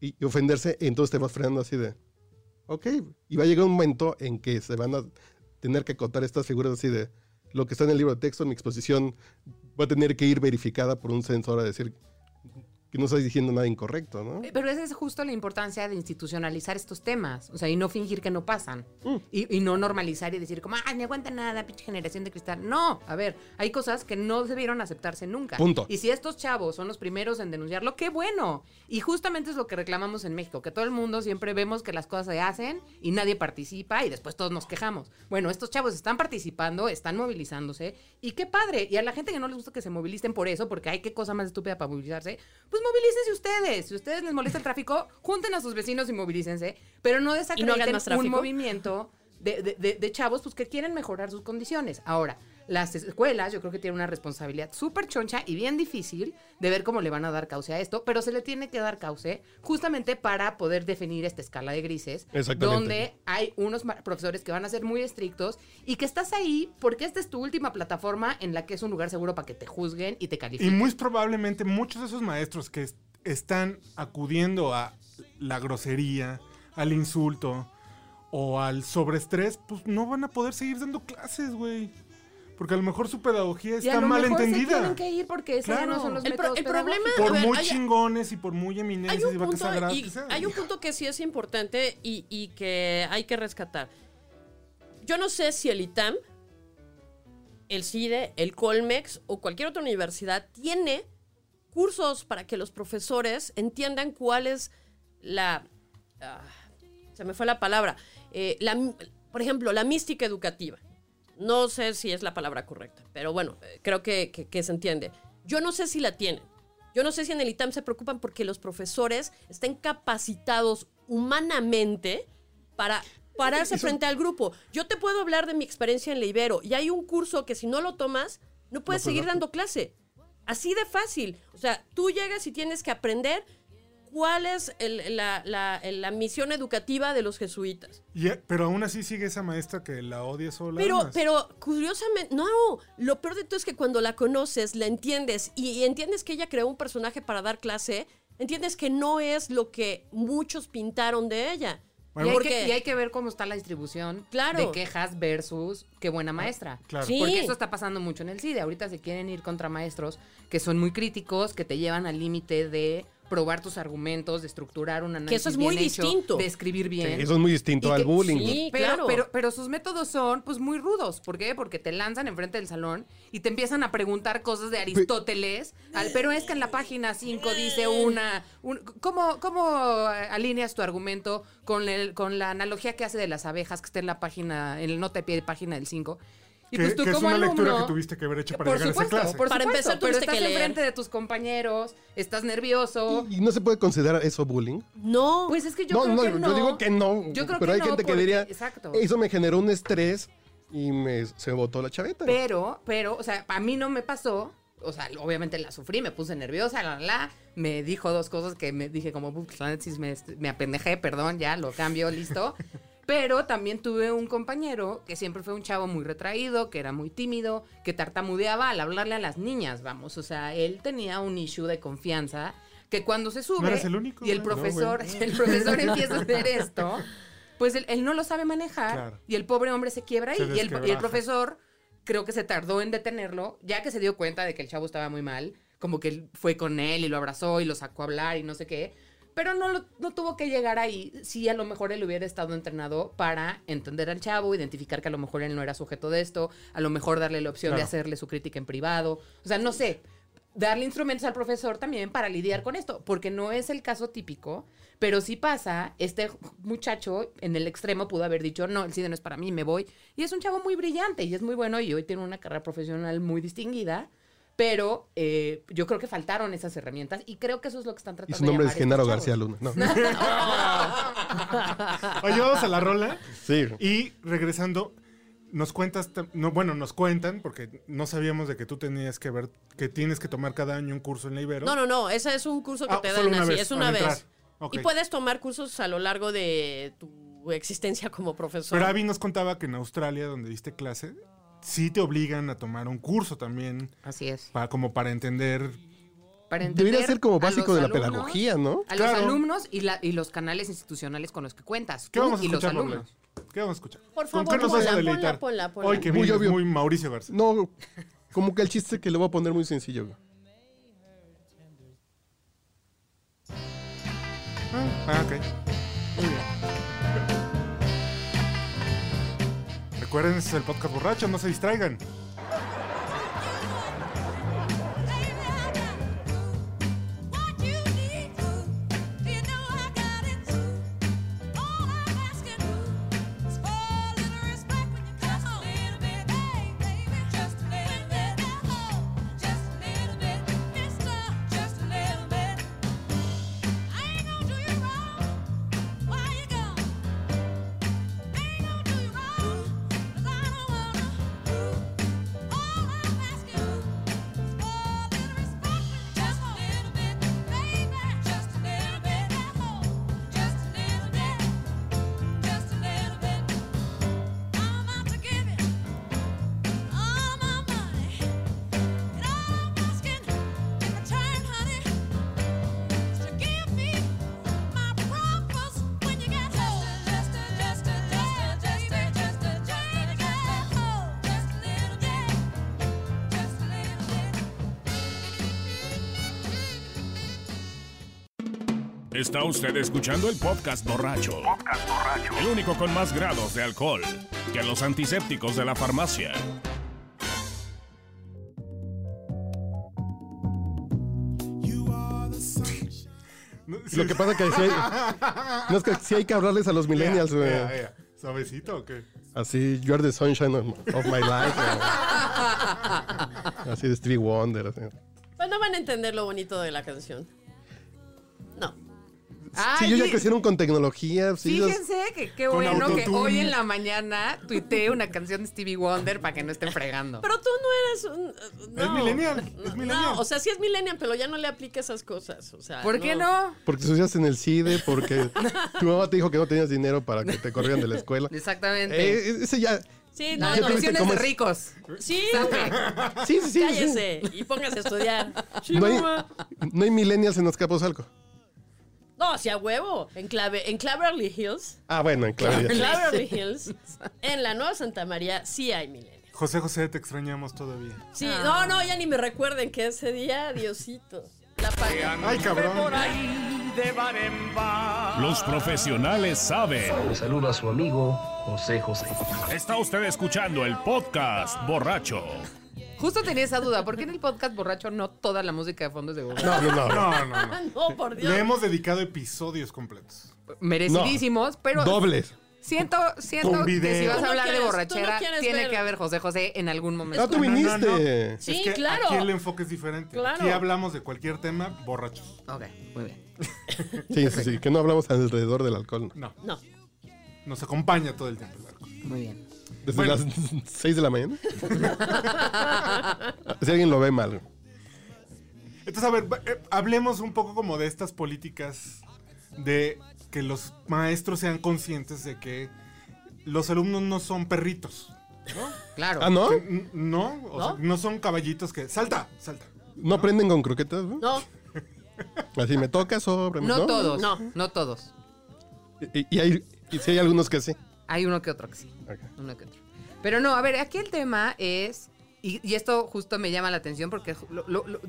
Speaker 2: y, y ofenderse, y entonces te vas frenando así de, ok, y va a llegar un momento en que se van a tener que contar estas figuras así de, lo que está en el libro de texto, mi exposición va a tener que ir verificada por un censor a decir que no estás diciendo nada incorrecto, ¿no?
Speaker 3: Pero esa es justo la importancia de institucionalizar estos temas, o sea, y no fingir que no pasan,
Speaker 2: Mm.
Speaker 3: y, y no normalizar y decir como, ay, no aguanta nada, pinche generación de cristal. No, a ver, hay cosas que no debieron aceptarse nunca.
Speaker 2: Punto.
Speaker 3: Y si estos chavos son los primeros en denunciarlo, qué bueno. Y justamente es lo que reclamamos en México, que todo el mundo siempre vemos que las cosas se hacen y nadie participa y después todos nos quejamos. Bueno, estos chavos están participando, están movilizándose, y qué padre. Y a la gente que no les gusta que se movilicen por eso, porque hay qué cosa más estúpida para movilizarse, pues movilícense ustedes. Si ustedes les molesta el tráfico, junten a sus vecinos y movilícense, pero no desacrediten
Speaker 4: más
Speaker 3: un
Speaker 4: tráfico.
Speaker 3: movimiento de, de- de- de chavos pues, que quieren mejorar sus condiciones. Ahora, las escuelas yo creo que tienen una responsabilidad súper choncha y bien difícil de ver cómo le van a dar cauce a esto, pero se le tiene que dar cauce justamente para poder definir esta escala de grises,
Speaker 2: Exactamente.
Speaker 3: donde hay unos ma- profesores que van a ser muy estrictos y que estás ahí porque esta es tu última plataforma en la que es un lugar seguro para que te juzguen y te
Speaker 1: Y
Speaker 3: califiquen.
Speaker 1: muy probablemente muchos de esos maestros que est- están acudiendo a la grosería, al insulto o al sobreestrés, pues no van a poder seguir dando clases, güey. Porque a lo mejor su pedagogía
Speaker 3: Y a
Speaker 1: está
Speaker 3: lo
Speaker 1: mal
Speaker 3: mejor se
Speaker 1: entendida.
Speaker 3: tienen que ir porque esos ya
Speaker 1: Claro.
Speaker 3: no son los
Speaker 4: El pro-
Speaker 3: métodos
Speaker 4: el problema-
Speaker 3: pedagógicos.
Speaker 1: Por
Speaker 4: A ver,
Speaker 1: muy
Speaker 4: hay-
Speaker 1: chingones y por muy
Speaker 4: Hay
Speaker 1: eminentes y
Speaker 4: un,
Speaker 1: vacas
Speaker 4: punto,
Speaker 1: sagradas
Speaker 4: y-
Speaker 1: que sean.
Speaker 4: hay un punto que sí es importante y, y que hay que rescatar. Yo no sé si el ITAM, el CIDE, E, el Colmex o cualquier otra universidad tiene cursos para que los profesores entiendan cuál es la... ah, se me fue la palabra. Eh, la, por ejemplo, la mística educativa. No sé si es la palabra correcta, pero bueno, eh, creo que, que- que se entiende. Yo no sé si la tienen. Yo no sé si en el ITAM se preocupan porque los profesores estén capacitados humanamente para pararse frente al grupo. Yo te puedo hablar de mi experiencia en la Ibero y hay un curso que si no lo tomas, no puedes seguir dando clase. Así de fácil. O sea, tú llegas y tienes que aprender cuál es el- la, la- la misión educativa de los jesuitas.
Speaker 1: Y, eh, pero aún así sigue esa maestra que la odia sola.
Speaker 4: Pero, pero curiosamente, no, lo peor de todo es que cuando la conoces, la entiendes y, y entiendes que ella creó un personaje para dar clase, entiendes que no es lo que muchos pintaron de ella.
Speaker 3: y, hay
Speaker 4: porque,
Speaker 3: que, y hay que ver cómo está la distribución
Speaker 4: Claro. Ah,
Speaker 3: de quejas versus qué buena maestra.
Speaker 1: claro.
Speaker 4: Sí.
Speaker 3: Porque eso está pasando mucho en el CIDE. Ahorita se quieren ir contra maestros que son muy críticos, que te llevan al límite de probar tus argumentos, de estructurar un análisis.
Speaker 4: eso es muy
Speaker 3: bien hecho,
Speaker 4: distinto.
Speaker 3: De escribir bien.
Speaker 2: Eso es muy distinto
Speaker 3: Y
Speaker 2: al
Speaker 3: que-
Speaker 2: bullying.
Speaker 4: sí,
Speaker 2: güey.
Speaker 3: Pero,
Speaker 4: claro.
Speaker 3: pero, pero sus métodos son pues muy rudos. ¿Por qué? Porque te lanzan enfrente del salón y te empiezan a preguntar cosas de Aristóteles. al, pero es que en la página 5 dice una. un- ¿cómo, ¿Cómo eh, alineas tu argumento con, el, con la analogía que hace de las abejas que está en la página, en el nota de pie de página del 5? Y
Speaker 1: Que-
Speaker 3: pues tú
Speaker 1: que es
Speaker 3: como
Speaker 1: una lectura
Speaker 3: alumno-
Speaker 1: que tuviste que haber hecho para
Speaker 3: por
Speaker 1: llegar a esa
Speaker 3: supuesto,
Speaker 1: clase.
Speaker 3: Por
Speaker 4: Para
Speaker 3: supuesto,
Speaker 4: empezar
Speaker 3: pero
Speaker 4: tuviste que
Speaker 3: estás
Speaker 4: leer.
Speaker 3: enfrente de tus compañeros, estás nervioso.
Speaker 2: Y no se puede considerar eso bullying.
Speaker 4: No.
Speaker 3: Pues es que yo
Speaker 2: no,
Speaker 3: creo
Speaker 2: no,
Speaker 3: que
Speaker 2: yo
Speaker 3: no.
Speaker 2: digo que no.
Speaker 3: Yo creo
Speaker 2: pero
Speaker 3: que
Speaker 2: hay
Speaker 3: no,
Speaker 2: gente que
Speaker 3: porque-
Speaker 2: diría,
Speaker 3: exacto.
Speaker 2: eso me generó un estrés y me, se botó la chaveta.
Speaker 3: Pero, pero, o sea, a mí no me pasó. O sea, obviamente la sufrí, me puse nerviosa, la, la, la. Me dijo dos cosas que me dije como, "Ups, la neta sí me, est- me apendejé, perdón, ya, lo cambio,
Speaker 1: [LAUGHS]
Speaker 3: listo. Pero también tuve un compañero que siempre fue un chavo muy retraído, que era muy tímido, que tartamudeaba al hablarle a las niñas, vamos. O sea, él tenía un issue de confianza que cuando se sube
Speaker 1: eres el único,
Speaker 3: y el
Speaker 1: güey. No, güey.
Speaker 3: profesor, [LAUGHS] el
Speaker 1: [LAUGHS]
Speaker 3: profesor empieza a hacer esto, pues él, él no lo sabe manejar
Speaker 1: Claro.
Speaker 3: y el pobre hombre se quiebra ahí.
Speaker 1: Se
Speaker 3: y, el, y el
Speaker 1: desquebraja.
Speaker 3: profesor creo que se tardó en detenerlo, ya que se dio cuenta de que el chavo estaba muy mal, como que él fue con él y lo abrazó y lo sacó a hablar y no sé qué, pero no, lo- no tuvo que llegar ahí si a lo mejor él hubiera estado entrenado para entender al chavo, identificar que a lo mejor él no era sujeto de esto, a lo mejor darle la opción de
Speaker 1: Claro.
Speaker 3: hacerle su crítica en privado, o sea, no sé. Darle instrumentos al profesor también para lidiar con esto, porque no es el caso típico, pero si pasa, este muchacho en el extremo pudo haber dicho, no, el cine no es para mí, me voy. Y es un chavo muy brillante y es muy bueno y hoy tiene una carrera profesional muy distinguida, pero eh, yo creo que faltaron esas herramientas y creo que eso es lo que están
Speaker 2: y
Speaker 3: tratando
Speaker 2: su nombre
Speaker 3: de
Speaker 2: es Genaro García Luna. No.
Speaker 3: [LAUGHS]
Speaker 1: Oye, vamos a la rola.
Speaker 2: sí.
Speaker 1: Y regresando, nos cuentas, tam- no, bueno, nos cuentan, porque no sabíamos de que tú tenías que ver, que tienes que tomar cada año un curso en la Ibero.
Speaker 4: No, no, no. Ese es un curso que
Speaker 1: Ah,
Speaker 4: te
Speaker 1: solo
Speaker 4: dan
Speaker 1: una
Speaker 4: así.
Speaker 1: vez,
Speaker 4: es una
Speaker 1: al entrar.
Speaker 4: vez.
Speaker 1: Ok.
Speaker 4: Y puedes tomar cursos a lo largo de tu existencia como profesor.
Speaker 1: Pero Abby nos contaba que en Australia, donde diste clase, sí te obligan a tomar un curso también,
Speaker 3: Así es.
Speaker 1: para, como para entender.
Speaker 3: Para
Speaker 2: Debería
Speaker 3: entender
Speaker 2: ser como
Speaker 3: a
Speaker 2: básico
Speaker 3: los
Speaker 2: de la
Speaker 3: alumnos,
Speaker 2: pedagogía, ¿no?
Speaker 3: A
Speaker 1: Claro.
Speaker 3: los alumnos y, la- y los canales institucionales con los que cuentas.
Speaker 1: ¿Qué
Speaker 3: tú
Speaker 1: vamos a
Speaker 3: y los
Speaker 1: escuchar, Paula?
Speaker 3: alumnos.
Speaker 1: ¿Qué vamos a escuchar?
Speaker 4: Por
Speaker 1: ¿Con
Speaker 4: favor,
Speaker 1: qué nos vas a
Speaker 4: ponla,
Speaker 1: deleitar?
Speaker 4: ponla, ponla, ponla.
Speaker 1: Hoy que
Speaker 2: Muy
Speaker 1: vienes
Speaker 2: obvio.
Speaker 1: muy Mauricio García.
Speaker 2: No, como que el chiste que le voy a poner muy sencillo. güey.
Speaker 1: Ah, ok. Muy bien. Recuerden, este es el podcast borracho, no se distraigan.
Speaker 5: Está usted escuchando el podcast borracho. El único con más grados de alcohol que los antisépticos de la farmacia.
Speaker 1: No, sí,
Speaker 2: Lo que pasa que sí hay, no, es que sí hay que hablarles a los
Speaker 1: ya,
Speaker 2: millennials, güey.
Speaker 1: ya, ya. ¿Suavecito o qué?
Speaker 2: Así, you are the sunshine of my- of my life. güey. Así de Street Wonder. así.
Speaker 4: Pues no van a entender lo bonito de la canción. No.
Speaker 2: Sí,
Speaker 3: Ay,
Speaker 2: ellos ya
Speaker 3: y-
Speaker 2: crecieron con tecnología. sí, ellos-
Speaker 3: Fíjense que qué
Speaker 1: Con
Speaker 3: bueno que
Speaker 1: autotune.
Speaker 3: hoy en la mañana tuiteé una canción de Stevie Wonder para que no estén fregando.
Speaker 4: Pero tú no eres un. no.
Speaker 1: Es millennial, es
Speaker 4: No,
Speaker 1: millennial.
Speaker 4: No, o sea, sí es millennial, pero ya no le aplica esas cosas. O sea,
Speaker 3: ¿Por qué no?
Speaker 2: Porque estudiaste en el CIDE, porque tu mamá te dijo que no tenías dinero para que te corrieran de la
Speaker 3: [LAUGHS]
Speaker 2: escuela.
Speaker 3: Exactamente.
Speaker 2: Eh, ese ya.
Speaker 4: Sí, no,
Speaker 3: Las
Speaker 2: ya
Speaker 4: no.
Speaker 2: tuviste-
Speaker 3: depresiones
Speaker 2: cómo
Speaker 3: de
Speaker 2: es.
Speaker 3: ricos.
Speaker 4: Sí,
Speaker 2: Sí, sí, sí. sí.
Speaker 4: cállese y póngase a estudiar. Sí,
Speaker 2: No, hay,
Speaker 4: mamá.
Speaker 2: no hay millennials en Azcapotzalco.
Speaker 4: No, sí, a huevo. En, clave, en Claverly Hills,
Speaker 2: Ah, bueno, en Claudia.
Speaker 4: Claverly Hills, en la Nueva Santa María, sí hay millennials.
Speaker 1: José José, te extrañamos todavía.
Speaker 3: Ah.
Speaker 4: Sí, no, no, ya ni me recuerden que ese día, Diosito. La paga.
Speaker 1: Ay, cabrón.
Speaker 5: Los profesionales saben.
Speaker 6: Le saluda a su amigo José José.
Speaker 5: Está usted escuchando el podcast borracho.
Speaker 3: Justo tenía esa duda. ¿Por qué en el podcast borracho no toda la música de fondo es de Google?
Speaker 2: No, no, no.
Speaker 1: No, no, no.
Speaker 4: No, por Dios.
Speaker 1: [LAUGHS] Le hemos dedicado episodios completos.
Speaker 3: Merecidísimos, pero.
Speaker 2: Dobles.
Speaker 3: Siento, siento
Speaker 1: Con
Speaker 3: que
Speaker 1: video.
Speaker 3: si vas a
Speaker 4: Tú no
Speaker 3: hablar de
Speaker 4: quieres- tú no
Speaker 3: borrachera,
Speaker 4: quieres
Speaker 3: tiene
Speaker 4: ver-
Speaker 3: que haber José José en algún momento.
Speaker 2: Ah, tú
Speaker 1: No, no,
Speaker 2: viniste.
Speaker 1: no.
Speaker 4: Sí,
Speaker 1: Es que
Speaker 4: claro.
Speaker 1: Aquí el enfoque es diferente.
Speaker 4: Claro.
Speaker 1: Aquí hablamos de cualquier tema, borrachos.
Speaker 3: Ok, muy bien.
Speaker 2: Sí, sí, sí, que no hablamos alrededor del alcohol.
Speaker 1: No,
Speaker 4: No.
Speaker 1: nos acompaña todo el tiempo. el alcohol.
Speaker 3: Muy bien.
Speaker 2: Desde
Speaker 1: Bueno.
Speaker 2: las 6 de la mañana. si alguien lo ve mal.
Speaker 1: Entonces, a ver, va- eh, hablemos un poco como de estas políticas de que los maestros sean conscientes de que los alumnos no son perritos.
Speaker 3: Claro.
Speaker 2: Ah, ¿no?
Speaker 1: Que n- No, o sea,
Speaker 4: ¿No?
Speaker 1: no son caballitos que... Salta, salta.
Speaker 2: ¿No prenden con croquetas? no?
Speaker 4: No.
Speaker 2: Así me toca sobre.
Speaker 3: No, todos. No.
Speaker 4: No.
Speaker 3: todos.
Speaker 2: Y, y hay, y sí hay algunos que sí.
Speaker 3: Hay uno que otro que sí.
Speaker 2: Ok.
Speaker 3: Uno que otro. Pero no, a ver, aquí el tema es. Y, y esto justo me llama la atención porque lo- lo- lo-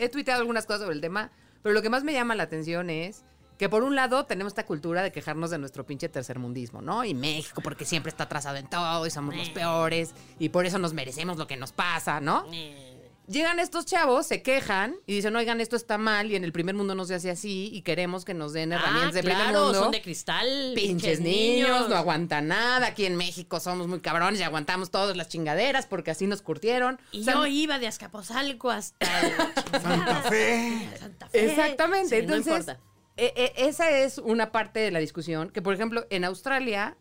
Speaker 3: he tuiteado algunas cosas sobre el tema, pero lo que más me llama la atención es que por un lado tenemos esta cultura de quejarnos de nuestro pinche tercermundismo, ¿no? Y México porque siempre está atrasado en todo y somos
Speaker 4: Eh.
Speaker 3: los peores y por eso nos merecemos lo que nos pasa, ¿no?
Speaker 4: Eh.
Speaker 3: Llegan estos chavos, se quejan y dicen, oigan, esto está mal y en el primer mundo no se hace así y queremos que nos den herramientas de primer
Speaker 4: Ah, claro,
Speaker 3: mundo.
Speaker 4: son de cristal.
Speaker 3: Pinches niños, no aguantan nada. Aquí en México somos muy cabrones y aguantamos todas las chingaderas porque así nos curtieron.
Speaker 4: Y
Speaker 3: O sea,
Speaker 4: yo iba de Azcapotzalco
Speaker 3: [LAUGHS]
Speaker 4: hasta el-
Speaker 1: Santa Fe.
Speaker 4: Santa Fe.
Speaker 3: Exactamente.
Speaker 4: Sí, no
Speaker 3: Entonces,
Speaker 4: importa.
Speaker 3: eh, eh, esa es una parte de la discusión. Que, por ejemplo, en Australia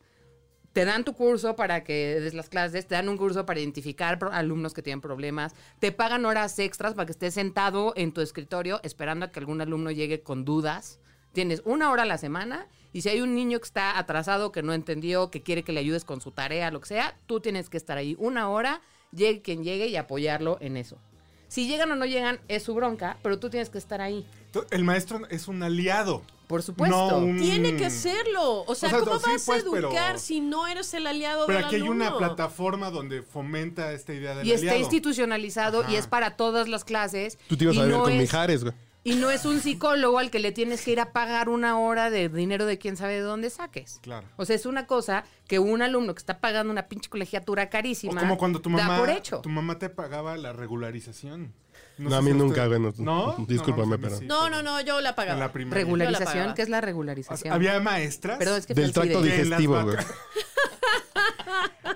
Speaker 3: te dan tu curso para que des las clases, te dan un curso para identificar pro- alumnos que tienen problemas, te pagan horas extras para que estés sentado en tu escritorio esperando a que algún alumno llegue con dudas. Tienes una hora a la semana y si hay un niño que está atrasado, que no entendió, que quiere que le ayudes con su tarea, lo que sea, tú tienes que estar ahí una hora, llegue quien llegue y apoyarlo en eso. Si llegan o no llegan es su bronca, pero tú tienes que estar ahí.
Speaker 1: To- El maestro es un aliado.
Speaker 3: Por supuesto.
Speaker 1: No un-
Speaker 4: Tiene que serlo. O sea,
Speaker 1: Mm. sea,
Speaker 4: ¿cómo
Speaker 1: sí,
Speaker 4: vas
Speaker 1: pues,
Speaker 4: a educar
Speaker 1: pero-
Speaker 4: si no eres el aliado
Speaker 1: Pero
Speaker 4: del
Speaker 1: aquí hay una
Speaker 4: alumno?
Speaker 1: plataforma donde fomenta esta idea del
Speaker 3: Y está
Speaker 1: aliado.
Speaker 3: institucionalizado y es para todas las clases.
Speaker 2: Tú te ibas
Speaker 3: y
Speaker 2: a ver
Speaker 3: no
Speaker 2: con
Speaker 3: es-
Speaker 2: Mijares, güey.
Speaker 3: Y no es un psicólogo al que le tienes que ir a pagar una hora de dinero de quién sabe de dónde saques.
Speaker 1: Claro.
Speaker 3: O sea, es una cosa que un alumno que está pagando una pinche colegiatura
Speaker 1: O
Speaker 3: carísima.
Speaker 1: como cuando tu
Speaker 3: Da
Speaker 1: mamá,
Speaker 3: por hecho.
Speaker 1: tu mamá te pagaba la regularización.
Speaker 2: No, a mí nunca, güey, no.
Speaker 1: ¿No?
Speaker 2: Discúlpame,
Speaker 1: mames, a mí
Speaker 2: pero-
Speaker 4: No, no, no, yo la pagaba.
Speaker 1: En la primaria.
Speaker 4: Yo la
Speaker 3: Regularización,
Speaker 4: pagaba.
Speaker 3: ¿qué es la
Speaker 1: O sea,
Speaker 3: regularización?
Speaker 1: había maestras
Speaker 3: Perdón, es que
Speaker 2: Del
Speaker 3: fue el
Speaker 2: tracto
Speaker 3: CIDE.
Speaker 1: Que en las
Speaker 2: digestivo, güey.
Speaker 1: vaca-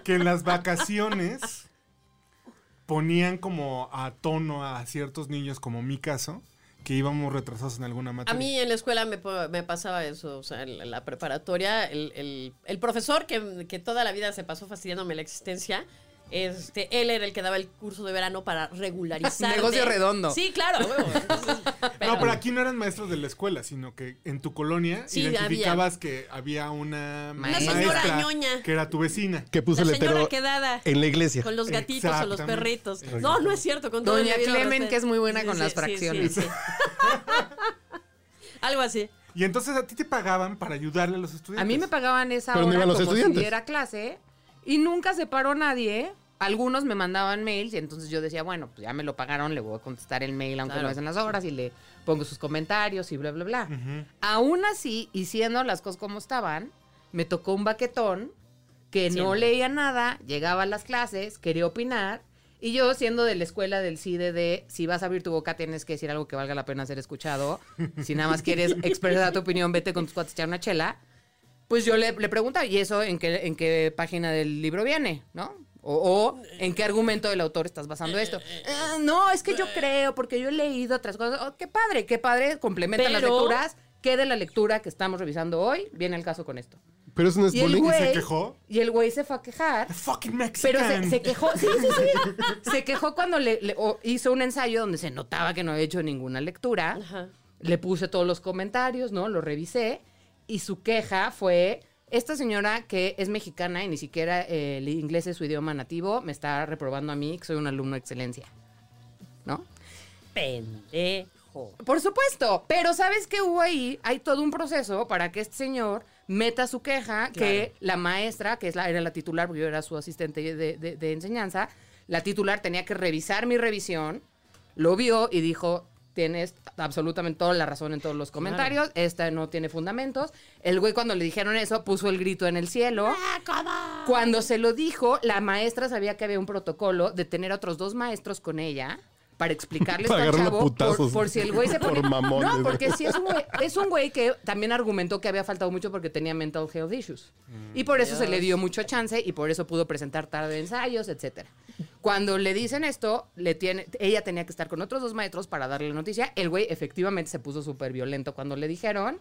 Speaker 1: que en las vacaciones ponían como a tono a ciertos niños, como mi caso, que íbamos retrasados en alguna
Speaker 4: A
Speaker 1: materia.
Speaker 4: mí en la escuela me, po- me pasaba eso, o sea, en la- la preparatoria, el, el- el profesor que, que toda la vida se pasó fastidiándome la existencia, este, él era el que daba el curso de
Speaker 3: [LAUGHS]
Speaker 4: verano para regularizar.
Speaker 3: Negocio redondo.
Speaker 4: Sí, claro. huevo. Entonces,
Speaker 1: no, pero aquí no eran maestros de la escuela, sino que en tu colonia
Speaker 4: Sí,
Speaker 1: identificabas que había una
Speaker 3: Una
Speaker 1: maestra
Speaker 3: señora
Speaker 4: ñoña.
Speaker 1: que era tu vecina.
Speaker 2: Que puso
Speaker 4: la
Speaker 2: el
Speaker 4: señora
Speaker 2: letrero
Speaker 4: quedada
Speaker 2: en la iglesia.
Speaker 4: con los gatitos o los
Speaker 1: Exactamente.
Speaker 4: perritos. No, no es cierto. Con todo
Speaker 3: Doña
Speaker 4: el debido
Speaker 3: Clemen,
Speaker 4: respeto.
Speaker 3: que es muy buena con las
Speaker 4: sí,
Speaker 3: fracciones.
Speaker 4: sí, [LAUGHS] sí. Algo así.
Speaker 1: Y entonces a ti te pagaban para ayudarle a los estudiantes.
Speaker 3: A mí me pagaban esa
Speaker 2: Pero no
Speaker 3: hora
Speaker 2: iban los
Speaker 3: como
Speaker 2: estudiantes.
Speaker 3: si diera clase y nunca se paró nadie. Algunos me mandaban mails y entonces yo decía, bueno, pues ya me lo pagaron, le voy a contestar el mail aunque
Speaker 4: Claro.
Speaker 3: no es en las horas y le pongo sus comentarios y bla, bla, bla. Aún así, y siendo las cosas como estaban, me tocó un baquetón que no
Speaker 4: Siempre.
Speaker 3: leía nada, llegaba a las clases, quería opinar. Y yo, siendo de la escuela del CIDE de si vas a abrir tu boca, tienes que decir algo que valga la pena ser escuchado. Si nada más
Speaker 4: [LAUGHS]
Speaker 3: quieres expresar tu opinión, vete con tus cuates a echar una chela. Pues yo le, le preguntaba, ¿y eso en qué, en qué página del libro viene? ¿No? O, o, en qué argumento del autor estás basando esto. "Ah, no, es que yo creo, porque yo he leído otras cosas. Oh, qué padre, qué padre, complementan las
Speaker 4: Pero-
Speaker 3: lecturas. ¿Qué de la lectura que estamos revisando hoy viene al caso con esto?
Speaker 2: Pero eso no es
Speaker 3: Y el
Speaker 2: bullying.
Speaker 3: güey,
Speaker 1: quejó?
Speaker 3: Y el güey se fue
Speaker 2: [LAUGHS]
Speaker 3: a quejar.
Speaker 1: Fucking
Speaker 3: Pero
Speaker 1: Mexican.
Speaker 3: se, se quejó, sí, sí, sí. Se quejó cuando le, le- o hizo un ensayo donde se notaba que no había hecho ninguna lectura.
Speaker 4: Ajá.
Speaker 3: Le puse todos los comentarios, ¿no? Lo revisé. Y su queja fue: Esta señora que es mexicana y ni siquiera eh, el inglés es su idioma nativo, me está reprobando a mí, que soy un alumno de excelencia. ¿No?
Speaker 4: Pendejo.
Speaker 3: Por supuesto, pero ¿sabes qué hubo ahí? Hay todo un proceso para que este señor meta su queja, que la maestra, que es la, era la titular, porque yo era su asistente de, de- de enseñanza, la titular tenía que revisar mi revisión, lo vio y dijo, Tienes absolutamente toda la razón en todos los comentarios. Esta no tiene fundamentos. El güey cuando le dijeron eso puso el grito en el cielo. Cuando se lo dijo, la maestra sabía que había un protocolo de tener a otros dos maestros con ella para explicarles
Speaker 2: Para
Speaker 3: al
Speaker 2: agarrarlo a
Speaker 3: chavo por,
Speaker 2: putazos.
Speaker 3: por si el güey se
Speaker 2: Por
Speaker 3: ponía...
Speaker 2: mamones.
Speaker 3: no, porque sí es un, güey, es un güey que también argumentó que había faltado mucho porque tenía mental health issues. Y por eso se le dio mucho chance y por eso pudo presentar tarde ensayos, etcétera. Cuando le dicen esto, le tiene, ella tenía que estar con otros dos maestros para darle la noticia. El güey efectivamente se puso súper violento cuando le dijeron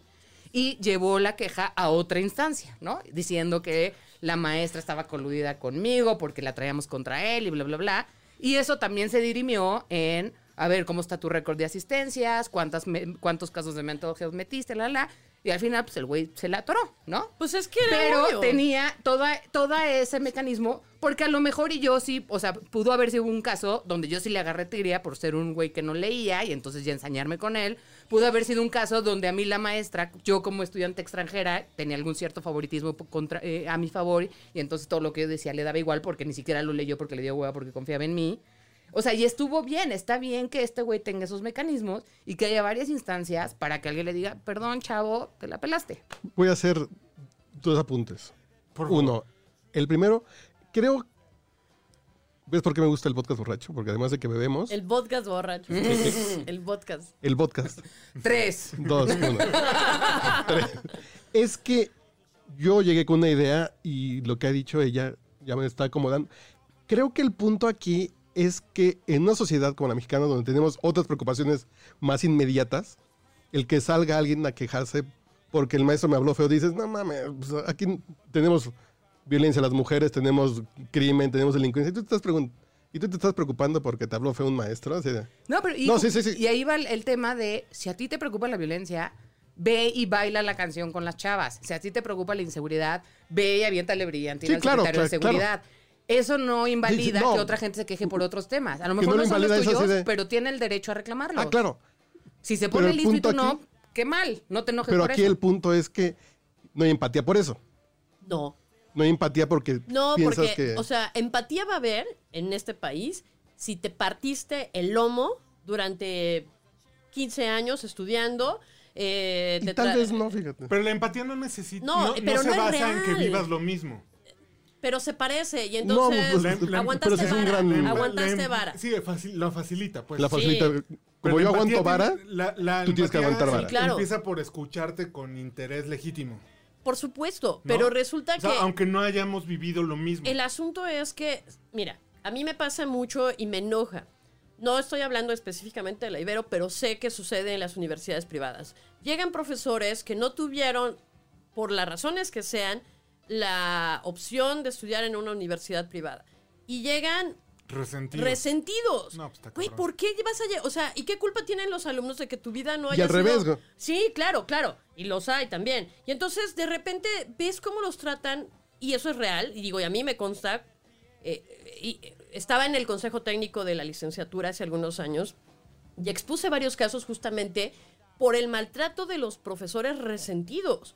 Speaker 3: y llevó la queja a otra instancia, ¿no? Diciendo que la maestra estaba coludida conmigo porque la traíamos contra él y bla, bla, bla. Y eso también se dirimió en, a ver, ¿cómo está tu récord de asistencias? ¿Cuántas me- ¿Cuántos casos de mental health metiste? La, la. Y al final, pues el güey se la atoró, ¿no?
Speaker 4: Pues es que era
Speaker 3: Pero
Speaker 4: obvio.
Speaker 3: tenía toda, toda ese mecanismo, porque a lo mejor y yo sí, o sea, pudo haber sido un caso donde yo sí le agarré tiria por ser un güey que no leía y entonces ya ensañarme con él. Pudo haber sido un caso donde a mí la maestra, yo como estudiante extranjera, tenía algún cierto favoritismo po- contra, eh, a mi favor y entonces todo lo que yo decía le daba igual porque ni siquiera lo leyó porque le dio hueva porque confiaba en mí. O sea, y estuvo bien, está bien que este güey tenga esos mecanismos y que haya varias instancias para que alguien le diga, perdón, chavo, te la pelaste.
Speaker 2: Voy a hacer dos apuntes.
Speaker 1: Por favor.
Speaker 2: Uno, el primero, creo. ¿Ves por qué me gusta el podcast borracho? Porque además de que bebemos, el,
Speaker 4: El podcast borracho. [LAUGHS] el podcast.
Speaker 2: podcast.
Speaker 3: Tres.
Speaker 2: Dos, uno. Tres. Es que yo llegué con una idea y lo que ha dicho ella ya me está acomodando. Creo que el punto aquí es que en una sociedad como la mexicana, donde tenemos otras preocupaciones más inmediatas, el que salga alguien a quejarse porque el maestro me habló feo, dices, no mames, pues, aquí tenemos violencia a las mujeres, tenemos crimen, tenemos delincuencia, y tú te estás, pregun- y tú te estás preocupando porque te habló feo un maestro. Así de- "Ah,
Speaker 3: No, pero y,
Speaker 2: No, sí, sí, sí.
Speaker 3: y ahí va el, el tema de si a ti te preocupa la violencia, ve y baila la canción con las chavas. Si a ti te preocupa la inseguridad, ve y aviéntale brillante
Speaker 2: Sí,
Speaker 3: al
Speaker 2: claro,
Speaker 3: secretario de
Speaker 2: claro,
Speaker 3: seguridad. Eso no invalida
Speaker 2: Sí, sí, no.
Speaker 3: que otra gente se queje por otros temas. A lo
Speaker 2: Que no
Speaker 3: mejor no,
Speaker 2: lo
Speaker 3: son los
Speaker 2: invalida, eso
Speaker 3: tuyos,
Speaker 2: sí de-
Speaker 3: pero tiene el derecho a reclamarlos.
Speaker 2: Ah, claro.
Speaker 3: Si se
Speaker 2: Pero
Speaker 3: pone
Speaker 2: el
Speaker 3: listo y tú
Speaker 2: punto
Speaker 3: no,
Speaker 2: aquí-
Speaker 3: qué mal. No te enojes
Speaker 2: Pero
Speaker 3: Pues por
Speaker 2: aquí
Speaker 3: eso.
Speaker 2: el punto es que no hay empatía por eso.
Speaker 4: No.
Speaker 2: No hay empatía porque
Speaker 4: No,
Speaker 2: piensas
Speaker 4: porque,
Speaker 2: que...
Speaker 4: o sea, empatía va a haber en este país si te partiste el lomo durante 15 años estudiando. eh,
Speaker 2: y
Speaker 4: te
Speaker 2: tal
Speaker 4: tra-
Speaker 2: vez no, fíjate.
Speaker 1: Pero la empatía no necesita.
Speaker 4: No,
Speaker 1: No, no
Speaker 4: pero
Speaker 1: se
Speaker 4: no es
Speaker 1: basa en que
Speaker 4: real.
Speaker 1: vivas lo mismo.
Speaker 4: Pero se parece y
Speaker 2: No,
Speaker 4: entonces
Speaker 2: pues,
Speaker 1: la- la-
Speaker 2: pero
Speaker 4: aguantaste
Speaker 2: sí es un
Speaker 4: vara.
Speaker 2: gran-
Speaker 1: La empa-
Speaker 4: aguantaste
Speaker 1: la em-
Speaker 4: vara.
Speaker 1: Sí, faci- la facilita, pues.
Speaker 2: la
Speaker 4: sí.
Speaker 2: facilita.
Speaker 1: Pero
Speaker 2: Como
Speaker 1: la
Speaker 2: yo
Speaker 1: empatía
Speaker 2: aguanto vara,
Speaker 1: tiene- la- la
Speaker 2: tú tienes que
Speaker 1: empatía
Speaker 2: aguantar
Speaker 1: se
Speaker 2: vara.
Speaker 4: Sí, claro.
Speaker 1: Empieza por escucharte con interés legítimo. ¿no?
Speaker 4: Por supuesto, pero resulta
Speaker 1: O sea,
Speaker 4: que
Speaker 1: Aunque no hayamos vivido lo mismo.
Speaker 4: el asunto es que, mira, a mí me pasa mucho y me enoja. No estoy hablando específicamente de la Ibero, pero sé que sucede en las universidades privadas. Llegan profesores que no tuvieron, por las razones que sean, la opción de estudiar en una universidad privada. Y llegan
Speaker 1: Resentido.
Speaker 4: resentidos.
Speaker 1: No, pues, está
Speaker 4: Güey,
Speaker 1: cabrón.
Speaker 4: ¿por qué vas a llegar? O sea, ¿y qué culpa tienen los alumnos de que tu vida no
Speaker 2: Y
Speaker 4: haya
Speaker 2: al
Speaker 4: sido-
Speaker 2: revés, güey.
Speaker 4: Sí, claro, claro. Y los hay también. Y entonces, de repente, ves cómo los tratan, y eso es real, y digo, y a mí me consta, eh, y eh, estaba en el consejo técnico de la licenciatura hace algunos años, y expuse varios casos justamente por el maltrato de los profesores resentidos.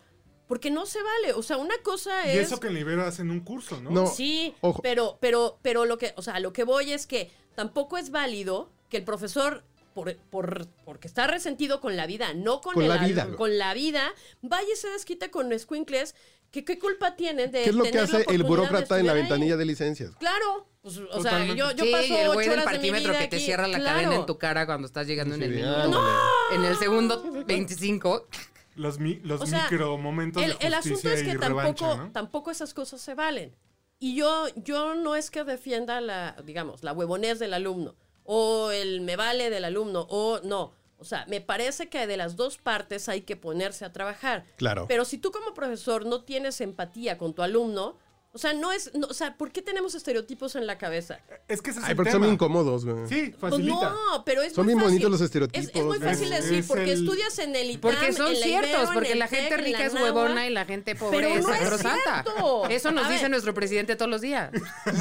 Speaker 4: Porque no se vale. O sea, una cosa
Speaker 1: y
Speaker 4: es...
Speaker 1: eso que en Libero hacen un curso, ¿no?
Speaker 2: No.
Speaker 4: Sí,
Speaker 2: Ojo.
Speaker 4: pero, pero, pero lo que, o sea, lo que voy es que tampoco es válido que el profesor, por, por- porque está resentido con la vida, no con,
Speaker 2: Con
Speaker 4: el
Speaker 2: la
Speaker 4: al-
Speaker 2: vida.
Speaker 4: con la vida, vaya y se desquita con escuincles, que qué culpa tienen de
Speaker 2: ¿qué es lo que
Speaker 4: tener la
Speaker 2: hace el
Speaker 4: oportunidad
Speaker 2: burócrata
Speaker 4: de
Speaker 2: en la
Speaker 4: estudiar ahí?
Speaker 2: ventanilla de licencias?
Speaker 4: Claro, pues, o sea,
Speaker 1: Totalmente.
Speaker 4: yo, yo
Speaker 3: Sí,
Speaker 4: paso
Speaker 3: y el güey
Speaker 4: ocho
Speaker 3: del
Speaker 4: horas de mi
Speaker 3: parquímetro
Speaker 4: vida
Speaker 3: que te
Speaker 4: aquí.
Speaker 3: cierra la
Speaker 4: Claro.
Speaker 3: cadena en tu cara cuando estás llegando en el
Speaker 2: Sí,
Speaker 3: minuto. En el segundo 25.
Speaker 1: Los, mi- los
Speaker 4: O sea,
Speaker 1: micro momentos
Speaker 4: el,
Speaker 1: de
Speaker 4: el asunto
Speaker 1: justicia
Speaker 4: es que
Speaker 1: y
Speaker 4: tampoco,
Speaker 1: revancha, ¿no?
Speaker 4: tampoco esas cosas se valen. Y yo, yo no es que defienda la, digamos, la huevonez del alumno, o el me vale del alumno, o no. O sea, me parece que de las dos partes hay que ponerse a trabajar.
Speaker 2: Claro.
Speaker 4: Pero si tú como profesor no tienes empatía con tu alumno, o sea, no es, no- o sea, ¿por qué tenemos estereotipos en la cabeza?
Speaker 1: Es que ese es
Speaker 2: Ay,
Speaker 1: el
Speaker 2: porque
Speaker 1: tema.
Speaker 2: son incómodos, güey.
Speaker 1: Sí,
Speaker 4: Pues
Speaker 1: facilita.
Speaker 4: no, pero es
Speaker 2: Son
Speaker 4: muy
Speaker 2: bien
Speaker 4: fácil.
Speaker 2: bonitos los
Speaker 4: Es- Es,
Speaker 2: estereotipos,
Speaker 4: muy
Speaker 2: ¿no?
Speaker 4: fácil
Speaker 1: Es-
Speaker 4: decir,
Speaker 1: es
Speaker 4: porque
Speaker 1: el-
Speaker 4: estudias en el ITAM,
Speaker 3: Porque son
Speaker 4: en la
Speaker 3: ciertos,
Speaker 4: Ibero, en
Speaker 3: porque
Speaker 4: el
Speaker 3: la
Speaker 4: TEC,
Speaker 3: gente
Speaker 4: en
Speaker 3: rica
Speaker 4: la
Speaker 3: es
Speaker 4: NAWA.
Speaker 3: huevona y la gente pobre
Speaker 4: Pero
Speaker 3: es
Speaker 4: no es
Speaker 3: sangrosanta.
Speaker 4: cierto.
Speaker 3: Eso nos
Speaker 4: A
Speaker 3: dice
Speaker 4: ver.
Speaker 3: nuestro presidente todos los días.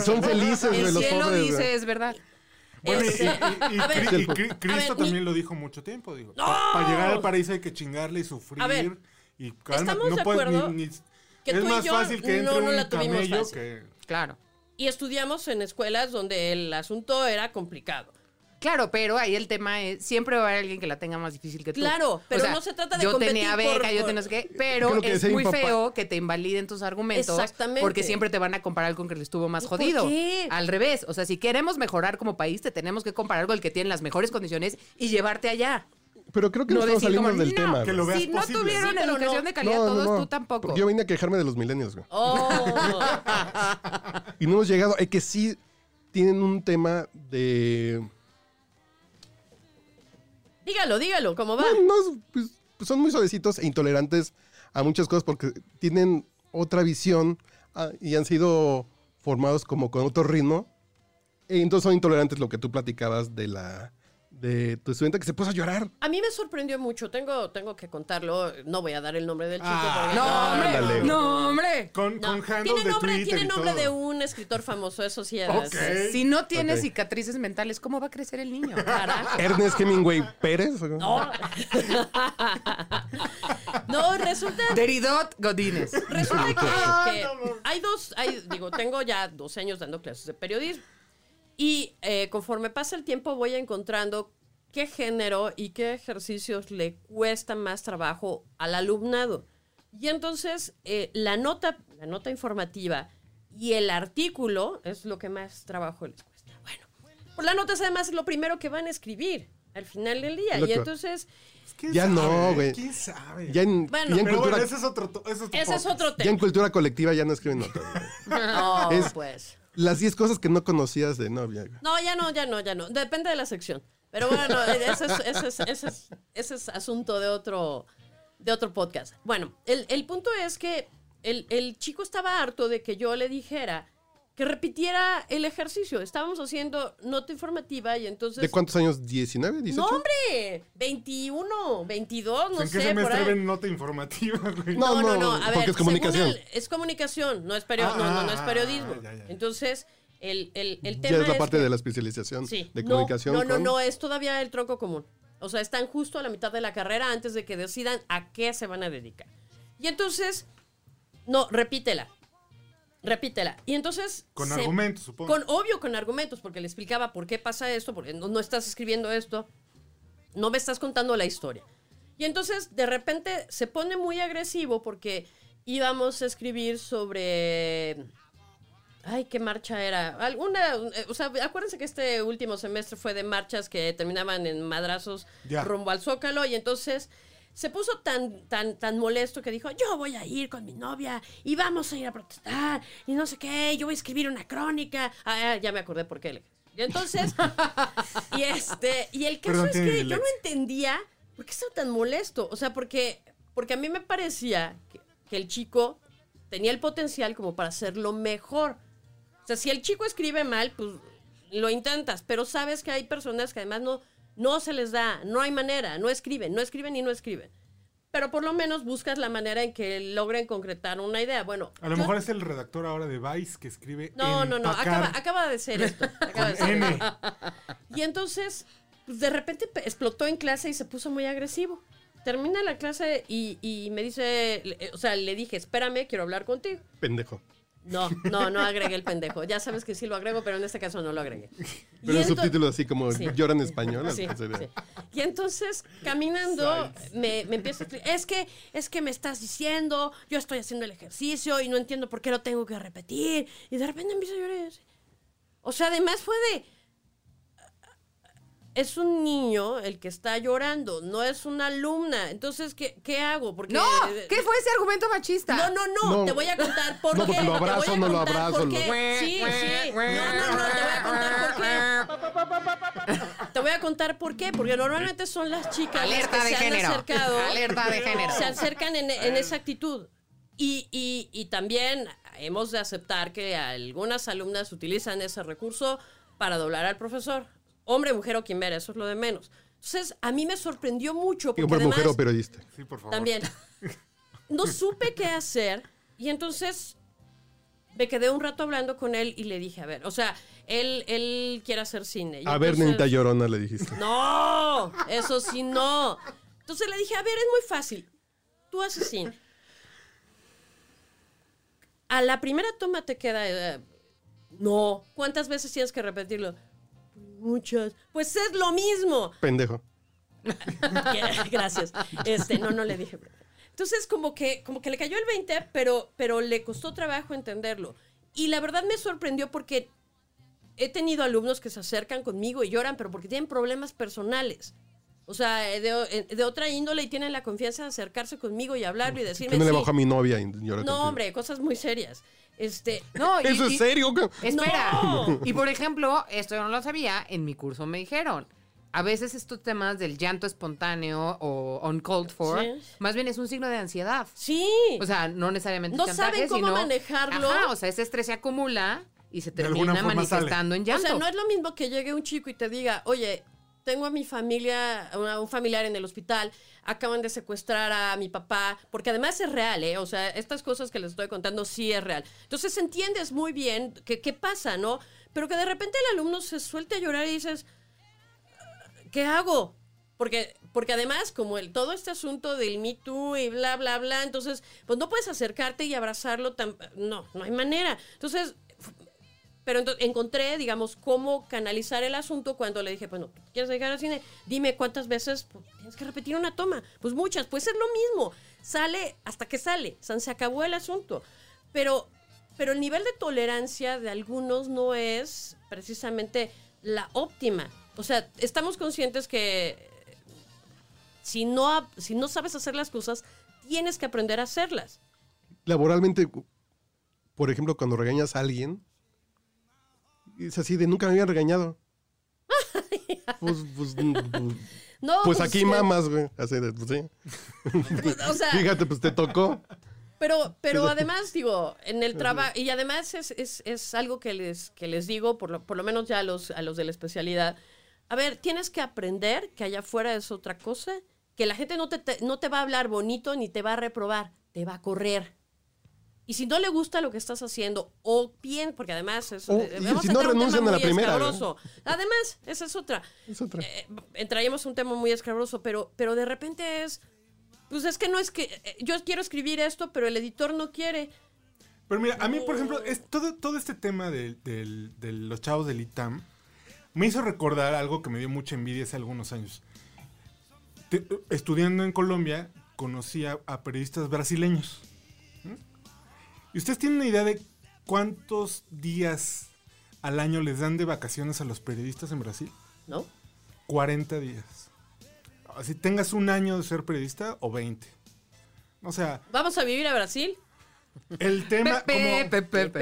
Speaker 2: Son felices, [LAUGHS] güey,
Speaker 3: El
Speaker 2: los
Speaker 3: cielo
Speaker 2: pobres. güey.
Speaker 3: dice, es verdad.
Speaker 1: Bueno, y, y-
Speaker 4: Este,
Speaker 1: y- y
Speaker 4: a ver,
Speaker 1: Cri- y Cri- Cristo
Speaker 4: mi-
Speaker 1: también lo dijo mucho tiempo, digo. Para llegar al paraíso hay que chingarle y sufrir.
Speaker 4: A ver,
Speaker 1: y calma,
Speaker 4: estamos
Speaker 1: no
Speaker 4: de
Speaker 1: puedes ni-
Speaker 4: acuerdo
Speaker 1: ni-
Speaker 4: que
Speaker 1: es
Speaker 4: tú y
Speaker 1: más
Speaker 4: yo
Speaker 1: fácil que entre
Speaker 4: no- no
Speaker 1: un
Speaker 4: la tuvimos
Speaker 1: camello
Speaker 4: fácil.
Speaker 1: que
Speaker 3: Claro.
Speaker 4: y estudiamos en escuelas donde el asunto era complicado.
Speaker 3: Claro, pero ahí el tema es, siempre va a haber alguien que la tenga más difícil que tú.
Speaker 4: Claro, pero no se trata de
Speaker 3: Yo
Speaker 4: competir
Speaker 3: tenía
Speaker 4: por-
Speaker 3: beca, yo
Speaker 4: por-
Speaker 3: tenía no sé qué, pero
Speaker 2: Creo que
Speaker 3: es
Speaker 2: decía mi
Speaker 3: muy
Speaker 2: papá.
Speaker 3: feo que te invaliden tus argumentos.
Speaker 4: Exactamente.
Speaker 3: Porque siempre te van a comparar con el que estuvo más
Speaker 4: ¿Y por
Speaker 3: jodido.
Speaker 4: qué?
Speaker 3: Al revés, o sea, si queremos mejorar como país, te tenemos que comparar con el que tiene las mejores condiciones y llevarte allá.
Speaker 2: Pero creo que
Speaker 3: No
Speaker 2: no estamos
Speaker 3: decir como,
Speaker 2: saliendo del
Speaker 3: "No,
Speaker 2: tema.
Speaker 1: que
Speaker 2: güey.
Speaker 1: lo veas
Speaker 3: Si no
Speaker 1: posible.
Speaker 3: tuvieron
Speaker 4: Sí, pero no.
Speaker 3: educación de calidad
Speaker 2: No, no,
Speaker 3: todos,
Speaker 2: no.
Speaker 3: tú tampoco.
Speaker 2: Porque yo vine a quejarme de los millennials, güey.
Speaker 4: Oh.
Speaker 2: Y no hemos llegado. Es que sí tienen un tema de.
Speaker 4: [LAUGHS] dígalo, dígalo, ¿cómo va?
Speaker 2: No, no, pues, pues son muy suavecitos e intolerantes a muchas cosas porque tienen otra visión ah, y han sido formados como con otro ritmo. E entonces son intolerantes lo que tú platicabas de la de tu estudiante que se puso a
Speaker 4: [LAUGHS]
Speaker 2: llorar.
Speaker 4: A mí me sorprendió mucho, tengo, tengo que contarlo, no voy a dar el nombre del chico
Speaker 1: Ah,
Speaker 4: porque...
Speaker 3: No, hombre.
Speaker 2: Ándale.
Speaker 3: No, hombre.
Speaker 1: Con,
Speaker 4: No.
Speaker 1: con handle
Speaker 4: tiene
Speaker 1: de
Speaker 4: nombre,
Speaker 1: Twitter
Speaker 4: tiene
Speaker 1: y
Speaker 4: nombre
Speaker 1: todo.
Speaker 4: de un escritor famoso, eso sí es.
Speaker 1: Ok.
Speaker 3: Si no tiene
Speaker 2: Ok.
Speaker 3: cicatrices mentales, ¿cómo va a crecer el niño?
Speaker 4: Carajo.
Speaker 2: Ernest Hemingway Pérez.
Speaker 4: No. no, resulta,
Speaker 3: Deridot Godínez.
Speaker 4: resulta que, que hay dos, hay, digo, tengo ya 12 años dando clases de periodismo y eh, conforme pasa el tiempo voy encontrando qué género y qué ejercicios le cuesta más trabajo al alumnado. Y entonces eh, la, nota, la nota informativa y el artículo es lo que más trabajo les cuesta. Bueno, pues la nota es además lo primero que van a escribir al final del día.
Speaker 2: Es lo
Speaker 4: Y
Speaker 2: que-
Speaker 4: entonces...
Speaker 1: ¿Quién
Speaker 2: Ya
Speaker 1: sabe,
Speaker 2: no,
Speaker 1: eh?
Speaker 2: güey.
Speaker 1: ¿Quién sabe?
Speaker 2: Ya en,
Speaker 4: Bueno,
Speaker 2: ya en
Speaker 1: Pero
Speaker 2: cultura,
Speaker 1: bueno, ese es otro. to- Ese es, otro
Speaker 4: Ese es
Speaker 1: podcast.
Speaker 4: otro
Speaker 2: ya en
Speaker 4: tema.
Speaker 2: cultura colectiva ya no escriben notas. güey.
Speaker 4: [LAUGHS] No,
Speaker 2: Es-
Speaker 4: pues.
Speaker 2: Las 10 cosas que no conocías de novia. güey.
Speaker 4: No, ya no, ya no, ya no. Depende de la sección. Pero bueno, no, ese es, ese es- ese es- ese es asunto de otro, de otro podcast. Bueno, el, el punto es que el, el chico estaba harto de que yo le dijera que repitiera el ejercicio. Estábamos haciendo nota informativa y entonces...
Speaker 2: ¿De cuántos años? ¿19? ¿18?
Speaker 4: No, hombre, 21, 22, no
Speaker 1: ¿En qué
Speaker 4: sé, por
Speaker 1: semestre
Speaker 4: ahí.
Speaker 1: ven nota informativa, [LAUGHS] güey?
Speaker 2: No,
Speaker 4: No, no, no, a
Speaker 2: porque
Speaker 4: ver,
Speaker 2: es comunicación.
Speaker 4: según él, es comunicación, no es, perio-
Speaker 1: Ah,
Speaker 4: no, no, no es
Speaker 1: ah,
Speaker 4: periodismo.
Speaker 1: ya, ya, ya.
Speaker 4: Entonces, el, el, el
Speaker 2: Ya
Speaker 4: tema
Speaker 2: es la
Speaker 4: es
Speaker 2: parte
Speaker 4: que-
Speaker 2: de la [LAUGHS] especialización
Speaker 4: Sí.
Speaker 2: de
Speaker 4: No,
Speaker 2: comunicación.
Speaker 4: No, no,
Speaker 2: con-
Speaker 4: no, es todavía el tronco común. O sea, están justo a la mitad de la carrera antes de que decidan a qué se van a dedicar. Y entonces, no, repítela. Repítela. Y entonces.
Speaker 1: Con
Speaker 4: se-
Speaker 1: argumentos, supongo.
Speaker 4: Con, obvio, con argumentos, porque le explicaba por qué pasa esto, porque no, no estás escribiendo esto, no me estás contando la historia. Y entonces, de repente, se pone muy agresivo porque íbamos a escribir sobre. Ay, qué marcha era. Alguna, eh, o sea, acuérdense que este último semestre fue de marchas que terminaban en madrazos
Speaker 1: Ya.
Speaker 4: rumbo al Zócalo y entonces se puso tan, tan, tan molesto que dijo, yo voy a ir con mi novia y vamos a ir a protestar y no sé qué, yo voy a escribir una crónica. Ah, ah, ya me acordé por qué. le- Y entonces, y este, y el caso
Speaker 1: Perdón,
Speaker 4: es
Speaker 1: tiene
Speaker 4: que yo no
Speaker 1: dislexia.
Speaker 4: entendía por qué estaba tan molesto. O sea, porque, porque a mí me parecía que, que el chico tenía el potencial como para hacerlo mejor. O sea, si el chico escribe mal, pues lo intentas, pero sabes que hay personas que además no, no se les da, no hay manera, no escriben, no escriben y no escriben. Pero por lo menos buscas la manera en que logren concretar una idea. Bueno,
Speaker 1: A lo
Speaker 4: yo-
Speaker 1: mejor es el redactor ahora de Vice que escribe.
Speaker 4: no, no, no, acaba,
Speaker 1: empacar
Speaker 4: acaba de ser
Speaker 1: [LAUGHS]
Speaker 4: esto. Acaba de
Speaker 1: con
Speaker 4: ser
Speaker 1: N.
Speaker 4: esto. Y entonces, pues, de repente pe- explotó en clase y se puso muy agresivo. Termina la clase y, y me dice, le- eh, o sea, le dije, espérame, quiero hablar contigo.
Speaker 2: Pendejo.
Speaker 4: No, no, no agregué el pendejo. Ya sabes que sí lo agrego, pero en este caso no lo agregué. Y
Speaker 2: Pero el
Speaker 4: ento-
Speaker 2: subtítulo así como
Speaker 4: Sí.
Speaker 2: [LAUGHS] llora en español.
Speaker 4: Sí,
Speaker 2: algo sería.
Speaker 4: sí. Y entonces, caminando, me, me empieza a explicar, es que, es que me estás diciendo, yo estoy haciendo el ejercicio y no entiendo por qué lo tengo que repetir. Y de repente empiezo a llorar. y yo así. O sea, además fue de... Es un niño el que está llorando, no es una alumna. Entonces, ¿qué, qué hago? Porque,
Speaker 3: No, ¿qué fue ese argumento machista?
Speaker 4: no, no, no,
Speaker 2: No.
Speaker 4: te voy a contar por
Speaker 2: No,
Speaker 4: qué.
Speaker 2: porque lo
Speaker 4: te voy a
Speaker 2: abrazo, no lo
Speaker 4: contar
Speaker 2: abrazo,
Speaker 4: por
Speaker 2: lo-
Speaker 4: qué. Sí, sí. No, no, no, te voy a contar por qué. Te voy a contar por qué, porque normalmente son las chicas
Speaker 3: Alerta
Speaker 4: las que
Speaker 3: de
Speaker 4: se
Speaker 3: género.
Speaker 4: han acercado.
Speaker 3: Alerta de género.
Speaker 4: Se acercan en, en esa actitud. Y, y- y también hemos de aceptar que algunas alumnas utilizan ese recurso para doblar al profesor. Hombre, mujer o quimera, eso es lo de menos. Entonces, a mí me sorprendió mucho porque
Speaker 2: Y hombre, mujer
Speaker 4: además-
Speaker 2: o periodista.
Speaker 1: Sí, por favor.
Speaker 2: [LAUGHS]
Speaker 4: también. No supe qué hacer y entonces me quedé un rato hablando con él y le dije, a ver, o sea, él, él quiere hacer cine. Y
Speaker 2: A ver,
Speaker 4: entonces-
Speaker 2: nenita llorona, le dijiste.
Speaker 4: [LAUGHS] No, eso sí no. Entonces le dije, a ver, es muy fácil. Tú haces cine. A la primera toma te queda... eh, no. ¿Cuántas veces tienes que repetirlo? muchas. Pues es lo mismo.
Speaker 2: Pendejo.
Speaker 4: Que- [LAUGHS] Gracias. Este, no, no le dije. Entonces, como que, como que le cayó el 20, pero, pero le costó trabajo entenderlo. Y la verdad me sorprendió porque he tenido alumnos que se acercan conmigo y lloran, pero porque tienen problemas personales. O sea, de, de otra índole y tienen la confianza de acercarse conmigo y hablarlo y decirme.
Speaker 2: Yo no le
Speaker 4: "Sí".
Speaker 2: bajo a mi novia y lloro
Speaker 4: No, hombre, cosas muy serias. Este,
Speaker 3: No, y-
Speaker 2: ¿Eso
Speaker 3: y-
Speaker 2: es serio? güey?
Speaker 3: Espera.
Speaker 4: ¡No!
Speaker 3: Y por ejemplo, esto yo no lo sabía, en mi curso me dijeron. A veces estos temas del llanto espontáneo o uncalled for,
Speaker 4: Sí.
Speaker 3: más bien es un signo de ansiedad.
Speaker 4: sí.
Speaker 3: O sea, no necesariamente
Speaker 4: No
Speaker 3: chantaje,
Speaker 4: saben cómo
Speaker 3: sino-
Speaker 4: manejarlo.
Speaker 3: Ajá, o sea, ese estrés se acumula y se
Speaker 1: De alguna
Speaker 3: termina
Speaker 1: forma
Speaker 3: manifestando en
Speaker 4: O
Speaker 3: llanto.
Speaker 4: sea, no es lo mismo que llegue un chico y te diga, oye, tengo a mi familia, a una- un familiar en el hospital, acaban de secuestrar a mi papá, porque además es real, ¿eh? O sea, estas cosas que les estoy contando sí es real. Entonces entiendes muy bien que- qué pasa, ¿no? Pero que de repente el alumno se suelte a llorar y dices, ¿qué hago? Porque, porque además, como el, todo este asunto del Me Too y bla, bla, bla, entonces, pues no puedes acercarte y abrazarlo tan... No, no hay manera. Entonces, pero ento- encontré, digamos, cómo canalizar el asunto cuando le dije, bueno, ¿tú ¿quieres llegar al cine? Dime cuántas veces pues, tienes que repetir una toma. Pues muchas, pues es lo mismo. Sale hasta que sale. O sea, se acabó el asunto. Pero, pero el nivel de tolerancia de algunos no es precisamente la óptima. O sea, estamos conscientes que si no, ha- si no sabes hacer las cosas, tienes que aprender a hacerlas.
Speaker 2: Laboralmente, por ejemplo, cuando regañas a alguien, es así de nunca me habían
Speaker 4: [LAUGHS]
Speaker 2: regañado. Pues, pues, pues,
Speaker 4: No,
Speaker 2: pues aquí
Speaker 4: sí. Ah.
Speaker 2: mamas, güey. Así de, pues sí.
Speaker 4: O sea,
Speaker 2: Fíjate, pues te tocó.
Speaker 4: Pero, pero además, digo, en el trabajo, y además es, es- es algo que les, que les digo, por lo, por lo menos ya a los, a los de la especialidad. A ver, tienes que aprender que allá afuera es otra cosa, que la gente no te, te- no te va a hablar bonito ni te va a reprobar, te va a correr. Y si no le gusta lo que estás haciendo, o bien, porque además es.
Speaker 2: O-
Speaker 4: eh,
Speaker 2: y
Speaker 4: vamos
Speaker 2: si
Speaker 4: a
Speaker 2: no
Speaker 4: entrar un tema
Speaker 2: renuncian a la
Speaker 4: muy
Speaker 2: primera, ¿no?
Speaker 4: escabroso. Además, esa es otra.
Speaker 2: Es otra.
Speaker 4: Eh, entraríamos a un tema muy escabroso, pero, pero de repente es. Pues es que no es que. eh, Yo quiero escribir esto, pero el editor no quiere.
Speaker 1: Pero mira, a mí, por ejemplo, es todo, todo este tema del- del- de, los chavos del ITAM me hizo recordar algo que me dio mucha envidia hace algunos años. Te- estudiando en Colombia, conocí a, a periodistas brasileños. ¿Mm? ¿Y ustedes tienen una idea de cuántos días al año les dan de vacaciones a los periodistas en Brasil?
Speaker 4: ¿No?
Speaker 1: 40 días. Si tengas un año de ser periodista o 20. O sea,
Speaker 4: Vamos a vivir a Brasil.
Speaker 1: el tema... como-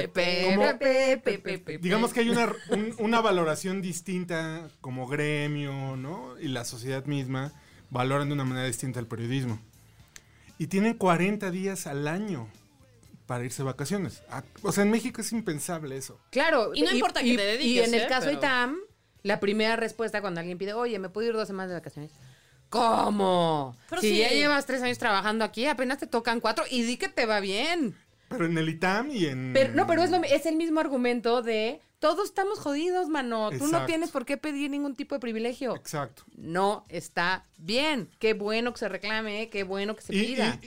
Speaker 1: como- Digamos que hay una, un- una valoración distinta como gremio, ¿no? Y la sociedad misma valoran de una manera distinta el periodismo. Y tienen 40 días al año para irse de vacaciones. Ah, O sea, en México es impensable eso.
Speaker 3: Claro.
Speaker 4: Y no importa que te dediques,
Speaker 3: Y en
Speaker 4: ¿eh?
Speaker 3: el caso
Speaker 4: Pero-
Speaker 3: ITAM, la primera respuesta cuando alguien pide, oye, ¿me puedo ir dos semanas de vacaciones? ¿Cómo?
Speaker 4: Pero
Speaker 3: si
Speaker 4: sí.
Speaker 3: ya llevas tres años trabajando aquí, apenas te tocan cuatro y di que te va bien.
Speaker 1: Pero en el ITAM y en...
Speaker 3: Pero, no, pero es,
Speaker 4: Mm.
Speaker 3: lo- es el mismo argumento de todos estamos jodidos, mano. Tú
Speaker 1: Exacto.
Speaker 3: no tienes por qué pedir ningún tipo de privilegio.
Speaker 1: Exacto.
Speaker 3: No está bien. Qué bueno que se reclame, qué bueno que se
Speaker 1: Y,
Speaker 3: pida.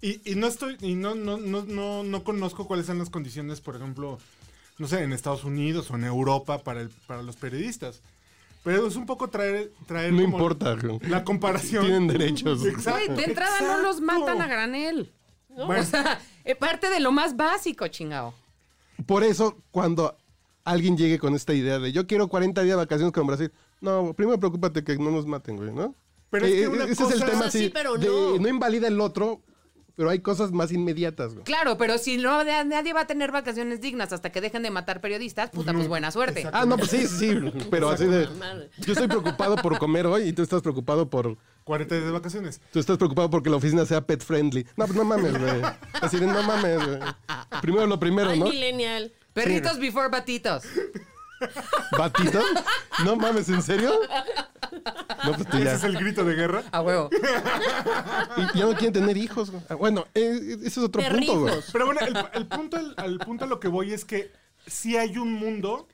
Speaker 1: y- y- y- y no estoy... Y no, no, no, no, no conozco cuáles son las condiciones, por ejemplo, no sé, en Estados Unidos o en Europa para, el- para los periodistas. Pero es un poco traer... traer
Speaker 2: No
Speaker 1: como-
Speaker 2: importa. güey.
Speaker 1: La comparación.
Speaker 2: Tienen derechos.
Speaker 1: Exacto.
Speaker 3: Güey, de entrada no los
Speaker 1: Exacto.
Speaker 3: matan a granel.
Speaker 1: Bueno,
Speaker 3: O sea, es parte de lo más básico, chingado.
Speaker 2: Por eso, cuando alguien llegue con esta idea de yo quiero 40 días de vacaciones con Brasil, no, primero preocúpate que no nos maten, güey, ¿no? Eh,
Speaker 1: Pero es que una
Speaker 2: ese es
Speaker 1: cosa-
Speaker 2: el tema,
Speaker 4: O sea, sí,
Speaker 2: sí,
Speaker 4: pero
Speaker 2: de-
Speaker 4: no.
Speaker 2: invalida el otro, pero hay cosas más inmediatas, güey.
Speaker 3: Claro, pero si no na- nadie va a tener vacaciones dignas hasta que dejen de matar periodistas, puta, pues buena suerte.
Speaker 1: Exacto.
Speaker 2: Ah, no, pues sí, sí, pero así de...
Speaker 4: Madre.
Speaker 2: Yo estoy preocupado por comer hoy y tú estás preocupado por...
Speaker 1: 40 días de vacaciones.
Speaker 2: Tú estás preocupado porque la oficina sea pet friendly. No, pues no mames, güey. Así de no mames, güey. Primero lo primero,
Speaker 4: Ay,
Speaker 2: ¿no?
Speaker 4: millennial.
Speaker 3: Perritos before batitos.
Speaker 2: ¿Batito? No mames, ¿en serio? No, pues tú
Speaker 1: Ese
Speaker 2: ya.
Speaker 1: es el grito de guerra.
Speaker 3: A huevo.
Speaker 2: Y ya no quieren tener hijos. güey. Ah, Bueno, eh, ese es otro punto, güey.
Speaker 4: Perritos.
Speaker 1: Pero bueno, el, el punto, al- al punto a lo que voy es que sí hay un mundo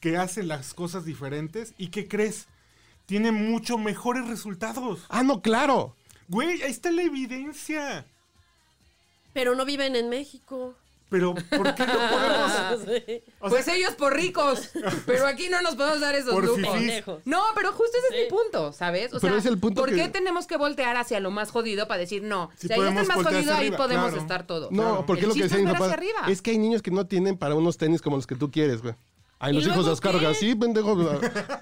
Speaker 1: que hace las cosas diferentes y que crees tiene mucho mejores resultados.
Speaker 2: Ah, no, claro.
Speaker 1: Güey, ahí está la evidencia.
Speaker 4: Pero no viven en México.
Speaker 1: Pero, ¿por qué no podemos?
Speaker 2: [LAUGHS] Ah.
Speaker 4: [LAUGHS] Sí.
Speaker 1: O
Speaker 3: pues
Speaker 1: sea,
Speaker 3: ellos por ricos, pero aquí no nos podemos dar esos
Speaker 1: Por
Speaker 3: lujos.
Speaker 1: fifís.
Speaker 4: Pendejos.
Speaker 3: No, pero justo ese es
Speaker 4: Sí.
Speaker 3: mi punto, ¿sabes? O
Speaker 2: Pero
Speaker 3: sea,
Speaker 2: es el punto
Speaker 3: ¿por
Speaker 2: que-
Speaker 3: qué tenemos que voltear hacia lo más jodido para decir no?
Speaker 1: Sí
Speaker 3: si ahí está
Speaker 1: podemos
Speaker 3: el más
Speaker 1: voltear
Speaker 3: jodido,
Speaker 1: hacia
Speaker 3: ahí
Speaker 1: arriba,
Speaker 3: podemos
Speaker 1: claro.
Speaker 3: estar todos.
Speaker 2: No,
Speaker 1: Claro.
Speaker 2: porque
Speaker 3: El
Speaker 2: lo que decía
Speaker 3: chiste es
Speaker 2: mi
Speaker 3: ver
Speaker 2: papá
Speaker 3: hacia arriba.
Speaker 2: es que hay niños que no tienen para unos tenis como los que tú quieres, güey. Ay,
Speaker 4: ¿Y
Speaker 2: los hijos
Speaker 4: luego
Speaker 2: de Oscar
Speaker 4: qué?
Speaker 2: así, pendejo.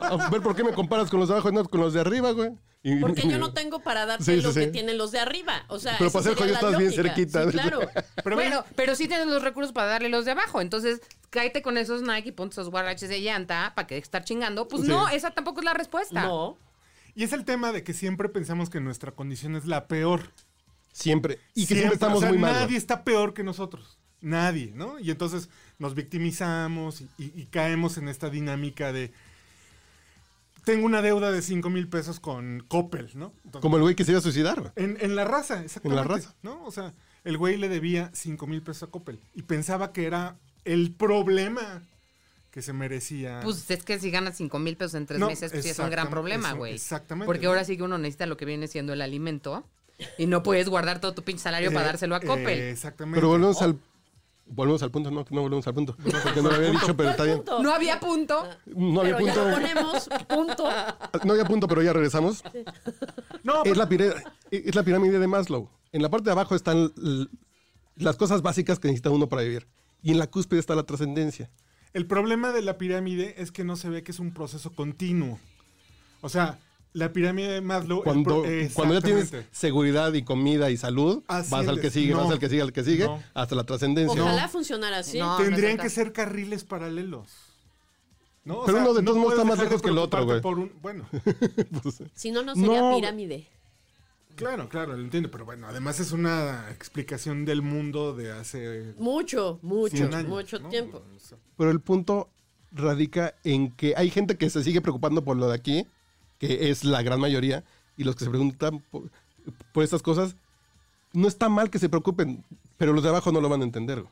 Speaker 2: A, a ver por qué me comparas con los de abajo y no con los de arriba, güey. Y- [LAUGHS]
Speaker 4: Porque yo no tengo para darte
Speaker 2: Sí, sí,
Speaker 4: lo que
Speaker 2: sí.
Speaker 4: tienen los de arriba. O sea,
Speaker 2: Pero
Speaker 4: esa
Speaker 2: para ser jodido
Speaker 4: sería la
Speaker 2: estás bien
Speaker 4: lógica.
Speaker 2: cerquita. [LAUGHS]
Speaker 4: Sí, claro.
Speaker 1: pero
Speaker 3: bueno, pero sí tienes los recursos para darle los de abajo. Entonces, cáete con esos Nike y ponte esos guarraches de llanta para que deje de estar chingando. Pues
Speaker 2: Sí.
Speaker 3: no, esa tampoco es la respuesta.
Speaker 4: No.
Speaker 1: Y es el tema de que siempre pensamos que nuestra condición es la peor.
Speaker 2: Siempre. Y que siempre, estamos
Speaker 1: o sea,
Speaker 2: muy mal.
Speaker 1: Nadie
Speaker 2: güey.
Speaker 1: está peor que nosotros. Nadie, ¿no? Y entonces nos victimizamos y, y- y caemos en esta dinámica de. Tengo una deuda de 5 mil pesos con Coppel, ¿no? Entonces,
Speaker 2: Como el güey que se iba a suicidar, güey.
Speaker 1: en, en la raza, exactamente.
Speaker 2: raza.
Speaker 1: ¿No? O sea, el güey le debía 5 mil pesos a Coppel y pensaba que era el problema que se merecía.
Speaker 3: Pues es que si ganas 5 mil pesos en tres
Speaker 1: No,
Speaker 3: meses, pues sí es un gran
Speaker 1: exactam-
Speaker 3: problema,
Speaker 1: eso,
Speaker 3: güey.
Speaker 1: exactamente,
Speaker 3: Porque
Speaker 1: ¿no?
Speaker 3: ahora sí que uno necesita lo que viene siendo el alimento y no puedes guardar todo tu pinche salario para
Speaker 1: Eh,
Speaker 3: dárselo a
Speaker 1: eh,
Speaker 3: Coppel.
Speaker 1: exactamente.
Speaker 2: Pero
Speaker 4: Oh.
Speaker 2: volvemos al. Volvemos al punto, no, no volvemos al punto. Porque no lo había dicho, pero está bien.
Speaker 4: Punto.
Speaker 3: no había punto.
Speaker 2: No había
Speaker 4: Pero ya
Speaker 2: punto.
Speaker 4: lo ponemos, punto.
Speaker 2: No había punto, pero ya regresamos.
Speaker 1: No,
Speaker 2: Es la, pire- es la pirámide de Maslow. En la parte de abajo están l- las cosas básicas que necesita uno para vivir. Y en la cúspide está la trascendencia.
Speaker 1: El problema de la pirámide es que no se ve que es un proceso continuo. O sea, la pirámide de Maslow. el
Speaker 2: Cuando,
Speaker 1: pro- eh,
Speaker 2: cuando ya tienes
Speaker 1: Exactamente.
Speaker 2: seguridad y comida y salud, vas al
Speaker 1: Asciendes.
Speaker 2: que sigue,
Speaker 1: No.
Speaker 2: vas al que sigue, al que sigue,
Speaker 1: No.
Speaker 2: hasta la trascendencia.
Speaker 4: Ojalá funcionara así.
Speaker 3: No.
Speaker 1: Tendrían
Speaker 3: no
Speaker 1: que
Speaker 3: es el
Speaker 1: ser carriles paralelos. ¿no? O
Speaker 2: Pero uno de todos modos
Speaker 1: puedes
Speaker 2: está
Speaker 1: dejar
Speaker 2: más
Speaker 1: de
Speaker 2: lejos que el otro, güey.
Speaker 1: preocuparte por un- bueno,
Speaker 2: [LAUGHS] Pues,
Speaker 4: Si no, no sería
Speaker 2: No.
Speaker 4: pirámide.
Speaker 1: claro, claro, lo entiendo. Pero bueno, además es una explicación del mundo de hace
Speaker 4: Mucho,
Speaker 1: 100
Speaker 4: mucho,
Speaker 1: años,
Speaker 4: mucho
Speaker 1: ¿no?
Speaker 4: tiempo.
Speaker 1: O sea,
Speaker 2: Pero el punto radica en que hay gente que se sigue preocupando por lo de aquí, que es la gran mayoría, y los que se preguntan por, por estas cosas, no está mal que se preocupen, pero los de abajo no lo van a entender. güey.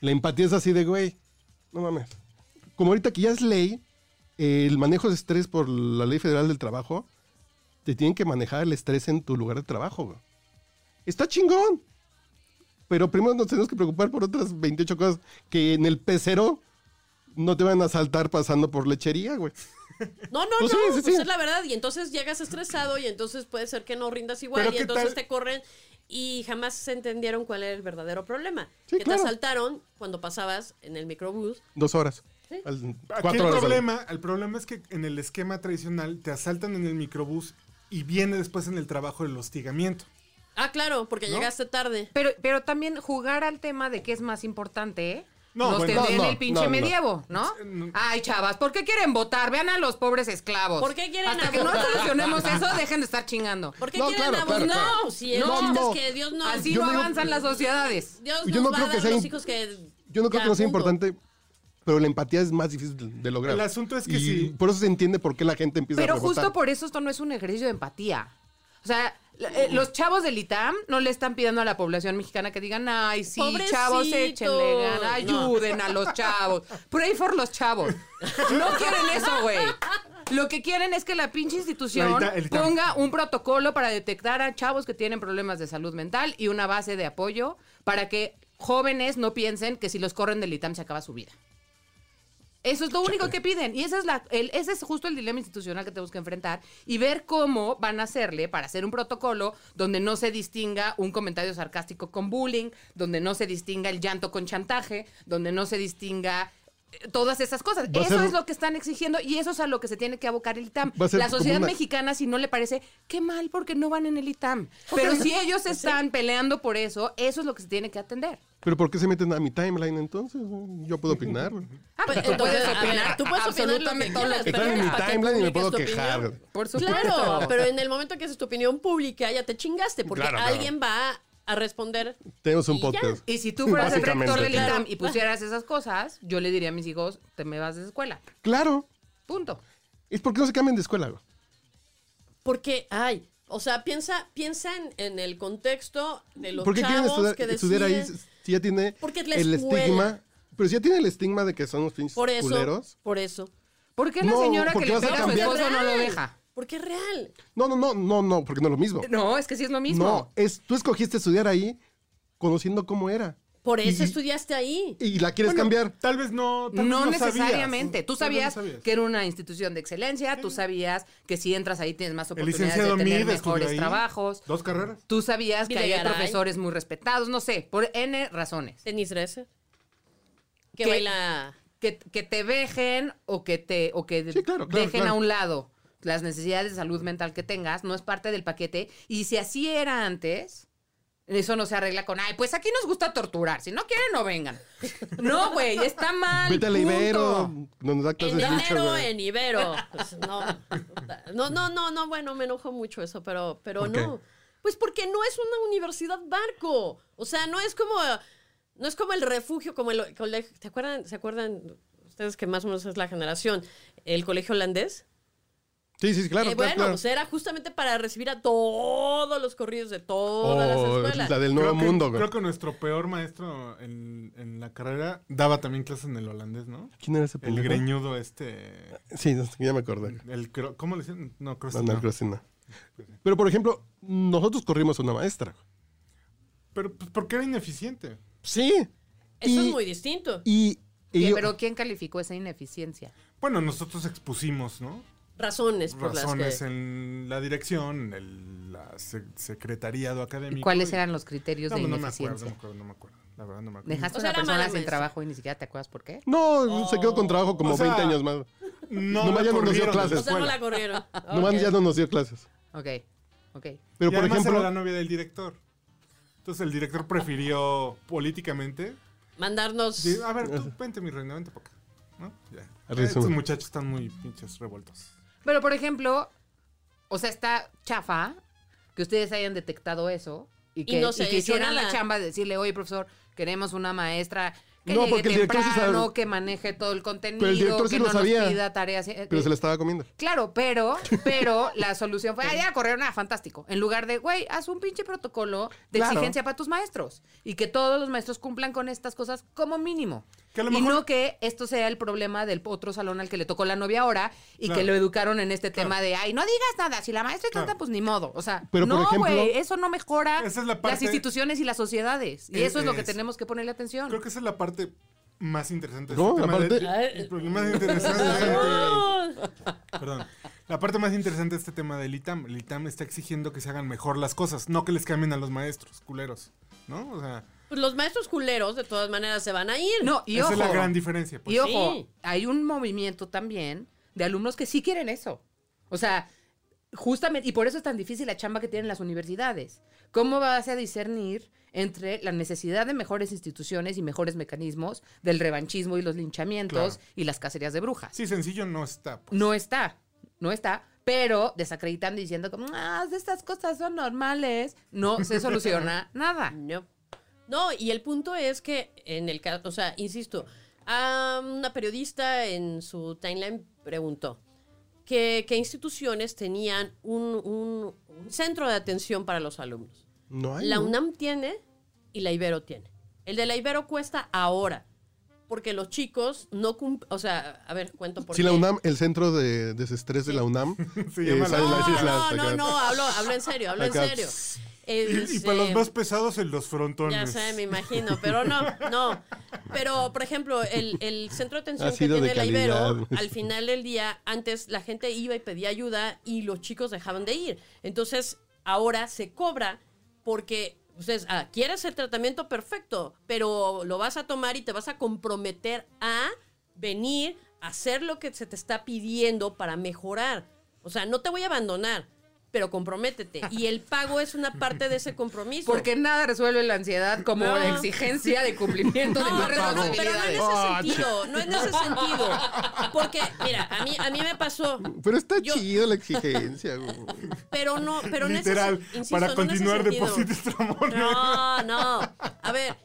Speaker 2: La empatía es así de, güey, no mames. Como ahorita que ya es ley, eh, el manejo de estrés por la ley federal del trabajo, te tienen que manejar el estrés en tu lugar de trabajo. güey. Está chingón. Pero primero nos tenemos que preocupar por otras 28 cosas que en el pecero no te van a saltar pasando por lechería, güey.
Speaker 4: No, no,
Speaker 2: Pues
Speaker 4: no,
Speaker 2: sí, sí,
Speaker 4: pues
Speaker 2: sí.
Speaker 4: es la verdad. Y entonces llegas estresado y entonces puede ser que no rindas igual
Speaker 1: Pero
Speaker 4: y
Speaker 1: ¿qué
Speaker 4: entonces
Speaker 1: tal?
Speaker 4: te corren y jamás se entendieron cuál era el verdadero problema.
Speaker 2: Sí,
Speaker 4: que
Speaker 2: claro.
Speaker 4: te asaltaron cuando pasabas en el microbús.
Speaker 2: Dos horas.
Speaker 4: Sí.
Speaker 2: Al-
Speaker 1: Aquí el
Speaker 2: cuatro horas.
Speaker 1: problema, el problema es que en el esquema tradicional te asaltan en el microbús y viene después en el trabajo el hostigamiento.
Speaker 4: Ah, claro, porque
Speaker 1: ¿No?
Speaker 4: llegaste tarde.
Speaker 3: Pero, pero también jugar al tema de qué es más importante, ¿eh?
Speaker 1: No,
Speaker 3: los
Speaker 1: bueno,
Speaker 3: tendré
Speaker 2: no,
Speaker 3: en
Speaker 2: no,
Speaker 3: el pinche
Speaker 2: no, no.
Speaker 3: medievo, ¿no? Ay, chavas, ¿por qué quieren votar? Vean a los pobres esclavos.
Speaker 4: ¿Por qué quieren
Speaker 3: Hasta
Speaker 4: a
Speaker 3: que no
Speaker 4: votar?
Speaker 3: solucionemos eso, dejen de estar chingando.
Speaker 4: ¿Por qué
Speaker 2: No,
Speaker 4: quieren
Speaker 2: claro,
Speaker 4: abusar?
Speaker 2: claro, claro.
Speaker 4: No, si el
Speaker 3: No,
Speaker 4: chiste
Speaker 2: no.
Speaker 4: es que Dios no,
Speaker 3: Así
Speaker 2: Yo
Speaker 3: no
Speaker 2: no digo-
Speaker 3: avanzan las sociedades.
Speaker 4: Dios
Speaker 2: Yo
Speaker 4: nos
Speaker 2: no
Speaker 4: va
Speaker 2: creo
Speaker 4: a
Speaker 2: que
Speaker 4: dar
Speaker 2: sea
Speaker 4: los
Speaker 2: im-
Speaker 4: hijos que.
Speaker 2: Yo no creo
Speaker 4: ya,
Speaker 2: que no sea
Speaker 4: punto.
Speaker 2: importante, pero la empatía es más difícil de- de lograr.
Speaker 1: El asunto es que
Speaker 2: Y
Speaker 1: sí.
Speaker 2: Por eso se entiende por qué la gente empieza a
Speaker 3: Pero
Speaker 2: rebotar.
Speaker 3: justo por eso esto no es un ejercicio de empatía. O sea, la- eh, los chavos del ITAM no le están pidiendo a la población mexicana que digan, ay, sí, chavos,
Speaker 4: Pobrecitos.
Speaker 3: échenle ganas,
Speaker 4: No.
Speaker 3: ayuden a los chavos. Pray for los chavos. No quieren eso, güey. Lo que quieren es que la pinche institución
Speaker 1: La Ita- el ITAM.
Speaker 3: ponga un protocolo para detectar a chavos que tienen problemas de salud mental y una base de apoyo para que jóvenes no piensen que si los corren del ITAM se acaba su vida. Eso es lo único que piden. Y esa es la, el- ese es justo el dilema institucional que tenemos que enfrentar y ver cómo van a hacerle para hacer un protocolo donde no se distinga un comentario sarcástico con bullying, donde no se distinga el llanto con chantaje, donde no se distinga eh, todas esas cosas.
Speaker 2: Va a
Speaker 3: Eso
Speaker 2: ser-
Speaker 3: es lo que están exigiendo y eso es a lo que se tiene que abocar el ITAM.
Speaker 2: Va a ser
Speaker 3: La sociedad
Speaker 2: como una-
Speaker 3: mexicana, si no le parece, qué mal porque no van en el ITAM. Pero si ellos están peleando por eso, eso es lo que se tiene que atender.
Speaker 2: Pero ¿por qué se meten a mi timeline entonces? Yo puedo opinar. güey.
Speaker 3: Ah,
Speaker 4: Pues,
Speaker 3: pero tú puedes
Speaker 4: entonces, a ver,
Speaker 3: opinar,
Speaker 4: tú puedes opinar lo que
Speaker 3: absolutamente
Speaker 4: quieras,
Speaker 3: todo lo que
Speaker 4: pero
Speaker 2: Están en mi
Speaker 4: ¿para qué
Speaker 2: timeline y me puedo
Speaker 4: publicas tu
Speaker 2: quejar.
Speaker 4: opinión?
Speaker 3: Por supuesto.
Speaker 4: Claro, pero en el momento que es tu opinión pública ya te chingaste porque
Speaker 2: Claro, claro.
Speaker 4: alguien va a responder.
Speaker 2: Tenemos un
Speaker 4: Y ya.
Speaker 2: podcast.
Speaker 3: Y si tú fueras el
Speaker 2: Básicamente.
Speaker 3: rector del
Speaker 4: Claro.
Speaker 3: ITAM y pusieras esas cosas, yo le diría a mis hijos, te me vas de esa escuela.
Speaker 2: Claro.
Speaker 3: Punto.
Speaker 2: Es porque no se cambian de escuela. güey.
Speaker 4: Porque, ay, o sea, piensa, piensa en, en el contexto de los
Speaker 2: ¿Por qué quieren
Speaker 4: chavos
Speaker 2: estudiar,
Speaker 4: que
Speaker 2: estudiar ahí
Speaker 4: deciden-
Speaker 2: si ya tiene
Speaker 4: Porque la
Speaker 2: el
Speaker 4: escuela.
Speaker 2: estigma? Pero si ya tiene el estigma de que son los pinches
Speaker 4: Por eso,
Speaker 2: culeros.
Speaker 4: por eso.
Speaker 3: ¿Por qué la
Speaker 2: No,
Speaker 3: señora que
Speaker 2: porque
Speaker 3: le
Speaker 2: vas a
Speaker 3: pega a su
Speaker 2: cambiar-
Speaker 3: esposo no lo
Speaker 4: Real,
Speaker 3: deja?
Speaker 4: Porque es real.
Speaker 2: No, no, no, no, no,
Speaker 4: Eh,
Speaker 2: porque no es lo mismo.
Speaker 3: No, es que sí es lo mismo.
Speaker 2: No, es, tú escogiste estudiar ahí conociendo cómo era.
Speaker 4: Por eso
Speaker 2: Y-
Speaker 4: estudiaste ahí.
Speaker 2: Y la quieres
Speaker 1: Bueno,
Speaker 2: cambiar.
Speaker 1: Tal vez no. tal vez
Speaker 3: No
Speaker 1: sabías.
Speaker 3: necesariamente. Tú
Speaker 1: Tal vez no
Speaker 3: sabías, que era una institución de excelencia, tú sabías que si entras ahí tienes más
Speaker 1: El
Speaker 3: oportunidades de
Speaker 1: licenciado
Speaker 3: tener
Speaker 1: Mid
Speaker 2: pues,
Speaker 1: estudió
Speaker 3: mejores
Speaker 1: ahí.
Speaker 3: trabajos.
Speaker 1: Dos carreras.
Speaker 3: Tú sabías que había
Speaker 4: Videgaray.
Speaker 3: profesores muy respetados, no sé, por N razones.
Speaker 4: Tenis 13. Que
Speaker 3: ¿Qué?
Speaker 4: baila.
Speaker 3: Que, que te dejen o que te o que
Speaker 2: Sí, claro, claro,
Speaker 3: dejen
Speaker 2: claro.
Speaker 3: a un lado las necesidades de salud mental que tengas, no es parte del paquete. Y si así era antes, eso no se arregla con, ay, pues aquí nos gusta torturar. Si no quieren, no vengan. [LAUGHS] No, güey, está mal.
Speaker 2: Vete al
Speaker 3: punto.
Speaker 2: Ibero. Donde da clases
Speaker 4: En
Speaker 2: de lucha,
Speaker 4: Ibero,
Speaker 2: güey.
Speaker 4: en Ibero. Pues, no. no, no, no, no, bueno, me enojó mucho eso, pero, pero
Speaker 1: ¿Por
Speaker 4: no.
Speaker 1: qué?
Speaker 4: Pues porque no es una universidad barco. O sea, no es como, no es como el refugio, como el colegio. ¿Te acuerdan, ¿Se acuerdan ustedes que más o menos es la generación? El colegio holandés.
Speaker 2: Sí, sí, sí, claro.
Speaker 4: Eh,
Speaker 2: claro,
Speaker 4: bueno,
Speaker 2: claro.
Speaker 4: pues era justamente para recibir a todos los corridos de todas las
Speaker 2: Oh,
Speaker 4: escuelas.
Speaker 2: la del nuevo
Speaker 1: creo que,
Speaker 2: mundo, güey.
Speaker 1: Creo que nuestro peor maestro en, en la carrera daba también clases en el holandés, ¿no?
Speaker 2: ¿Quién era ese
Speaker 1: El
Speaker 2: pendejo?
Speaker 1: greñudo este.
Speaker 2: Sí, no sé, ya me acordé.
Speaker 1: El, cro- ¿Cómo le dicen? No, creo
Speaker 2: No, no, creo que sí, no. Pero, por ejemplo, nosotros corrimos a una maestra.
Speaker 1: Pero pues, porque era ineficiente.
Speaker 2: Sí.
Speaker 4: Eso
Speaker 2: Y-
Speaker 4: es muy distinto.
Speaker 2: Y, y
Speaker 3: ¿Qué-
Speaker 2: yo-
Speaker 3: Pero ¿quién calificó esa ineficiencia?
Speaker 1: Bueno, nosotros expusimos, ¿no?
Speaker 4: Razones por las
Speaker 1: Razones
Speaker 4: que...
Speaker 1: en la dirección, el la se- secretariado académico.
Speaker 3: ¿Y cuáles
Speaker 1: y-
Speaker 3: eran los criterios
Speaker 1: No, pues
Speaker 3: de
Speaker 1: no me acuerdo,
Speaker 3: ineficiencia?
Speaker 1: no me acuerdo, no me acuerdo. La verdad no me acuerdo.
Speaker 3: Dejaste
Speaker 4: O sea,
Speaker 3: a una
Speaker 4: era mala
Speaker 3: persona sin
Speaker 4: maestra.
Speaker 3: trabajo y ni siquiera te acuerdas por qué.
Speaker 2: No, se quedó con trabajo como
Speaker 1: Oh. O sea,
Speaker 2: 20 años más.
Speaker 1: No,
Speaker 2: Nomás
Speaker 1: me
Speaker 2: ya no nos dio
Speaker 1: corrieron de la
Speaker 2: clases. pues.
Speaker 4: O sea, no
Speaker 1: escuela.
Speaker 4: la corrieron.
Speaker 2: [LAUGHS] Nomás ya no nos dio clases.
Speaker 3: Ok, ok.
Speaker 2: Pero,
Speaker 1: Y
Speaker 2: por
Speaker 1: además
Speaker 2: ejemplo,
Speaker 1: era la novia del director. Entonces el director prefirió políticamente.
Speaker 4: Mandarnos...
Speaker 1: de, a ver, tú vente, mi reina, vente para acá. ¿No? Ya.
Speaker 2: Resumen.
Speaker 1: Estos muchachos están muy pinches revueltos.
Speaker 3: Pero, por ejemplo, o sea, está chafa que ustedes hayan detectado eso y que,
Speaker 4: no se
Speaker 3: y que
Speaker 4: hizo
Speaker 3: hicieran
Speaker 4: nada.
Speaker 3: la chamba de decirle, oye, profesor, queremos una maestra que
Speaker 2: No,
Speaker 3: llegue
Speaker 2: porque el director sí sabe-
Speaker 3: temprano, que maneje todo el contenido,
Speaker 2: director sí
Speaker 3: que
Speaker 2: lo
Speaker 3: no
Speaker 2: sabía.
Speaker 3: nos pida tareas. eh,
Speaker 2: pero
Speaker 3: eh,
Speaker 2: se la estaba comiendo.
Speaker 3: Claro,
Speaker 1: [LAUGHS]
Speaker 3: pero, pero la solución fue, ah, ya corrieron, ah, fantástico. En lugar de, güey, haz un pinche protocolo de
Speaker 2: Claro.
Speaker 3: exigencia para tus maestros y que todos los maestros cumplan con estas cosas como mínimo.
Speaker 1: Que a lo
Speaker 3: y
Speaker 1: mejor-
Speaker 3: no que esto sea el problema del otro salón al que le tocó la novia ahora y
Speaker 1: Claro.
Speaker 3: que lo educaron en este tema de, ay, no digas nada, si la maestra es
Speaker 1: Claro.
Speaker 3: tonta, pues ni modo. O sea,
Speaker 2: Pero, por
Speaker 3: no,
Speaker 2: ejemplo-
Speaker 3: güey, eso no mejora
Speaker 1: Esa es la parte-
Speaker 3: las instituciones y las sociedades. Y
Speaker 1: Es-
Speaker 3: eso es lo que
Speaker 1: es-
Speaker 3: tenemos que ponerle atención.
Speaker 1: Creo que esa es la parte más interesante. de
Speaker 2: No,
Speaker 1: este
Speaker 2: la
Speaker 1: tema de-
Speaker 2: parte-
Speaker 1: el problema más interesante.
Speaker 3: [LAUGHS]
Speaker 4: ¡Oh!
Speaker 1: Perdón. La parte más interesante de este tema del ITAM. El ITAM está exigiendo que se hagan mejor las cosas, no que les cambien a los maestros, culeros. ¿No? O sea,
Speaker 4: Pues los maestros culeros, de todas maneras, se van a ir.
Speaker 3: No, y
Speaker 1: esa es la
Speaker 3: ojo.
Speaker 1: gran diferencia. pues.
Speaker 3: y ojo,
Speaker 4: sí.
Speaker 3: hay un movimiento también de alumnos que sí quieren eso. O sea, justamente, y por eso es tan difícil la chamba que tienen las universidades. ¿Cómo vas a discernir entre la necesidad de mejores instituciones y mejores mecanismos del revanchismo y los linchamientos
Speaker 1: Claro.
Speaker 3: y las cacerías de brujas?
Speaker 1: Sí, sencillo no está. pues.
Speaker 3: No está, no está. Pero desacreditando y diciendo como, ah, estas cosas son normales, no
Speaker 4: [LAUGHS]
Speaker 3: se soluciona nada.
Speaker 4: No. No, y el punto es que en el caso, o sea, insisto, a una periodista en su timeline preguntó que, qué instituciones tenían un, un- un centro de atención para los alumnos.
Speaker 2: No hay.
Speaker 4: La
Speaker 2: ¿no?
Speaker 4: UNAM tiene y la Ibero tiene. El de la Ibero cuesta ahora, porque los chicos no cumplen, o sea, a ver, cuento por
Speaker 2: Sí,
Speaker 4: qué.
Speaker 2: la UNAM, el centro de desestrés de la UNAM.
Speaker 1: [LAUGHS]
Speaker 2: eh,
Speaker 1: Se llama la-
Speaker 2: sale en las
Speaker 4: No,
Speaker 2: islas,
Speaker 4: no, no,
Speaker 2: acá.
Speaker 4: no, hablo, hablo en serio, hablo en
Speaker 2: Acá.
Speaker 4: serio.
Speaker 1: Y, y para los
Speaker 4: Este,
Speaker 1: más pesados en los frontones.
Speaker 4: Ya sé, me imagino, pero no, no. Pero, por ejemplo, el, el centro de atención
Speaker 2: Ha
Speaker 4: que
Speaker 2: sido
Speaker 4: tiene
Speaker 2: de
Speaker 4: la Ibero,
Speaker 2: calidad.
Speaker 4: al final del día, antes la gente iba y pedía ayuda y los chicos dejaban de ir. Entonces, ahora se cobra porque ustedes, ah, quieres el tratamiento perfecto, pero lo vas a tomar y te vas a comprometer a venir, a hacer lo que se te está pidiendo para mejorar. O sea, no te voy a abandonar, pero comprométete. Y el pago es una parte de ese compromiso.
Speaker 3: Porque nada resuelve la ansiedad como
Speaker 4: No.
Speaker 3: la exigencia de
Speaker 4: [LAUGHS]
Speaker 3: cumplimiento de más
Speaker 4: No, no, pero no en
Speaker 3: responsabilidades.
Speaker 4: ese sentido, no en ese sentido. Porque, mira, a mí, a mí me pasó,
Speaker 2: Pero está
Speaker 4: Yo-
Speaker 2: chido la exigencia.
Speaker 4: [LAUGHS]
Speaker 2: güey.
Speaker 4: pero no, pero en ese
Speaker 1: Literal,
Speaker 4: sen- insisto,
Speaker 1: para
Speaker 4: no en ese
Speaker 1: continuar
Speaker 4: sentido.
Speaker 1: deposites tramones.
Speaker 4: No, no. A ver.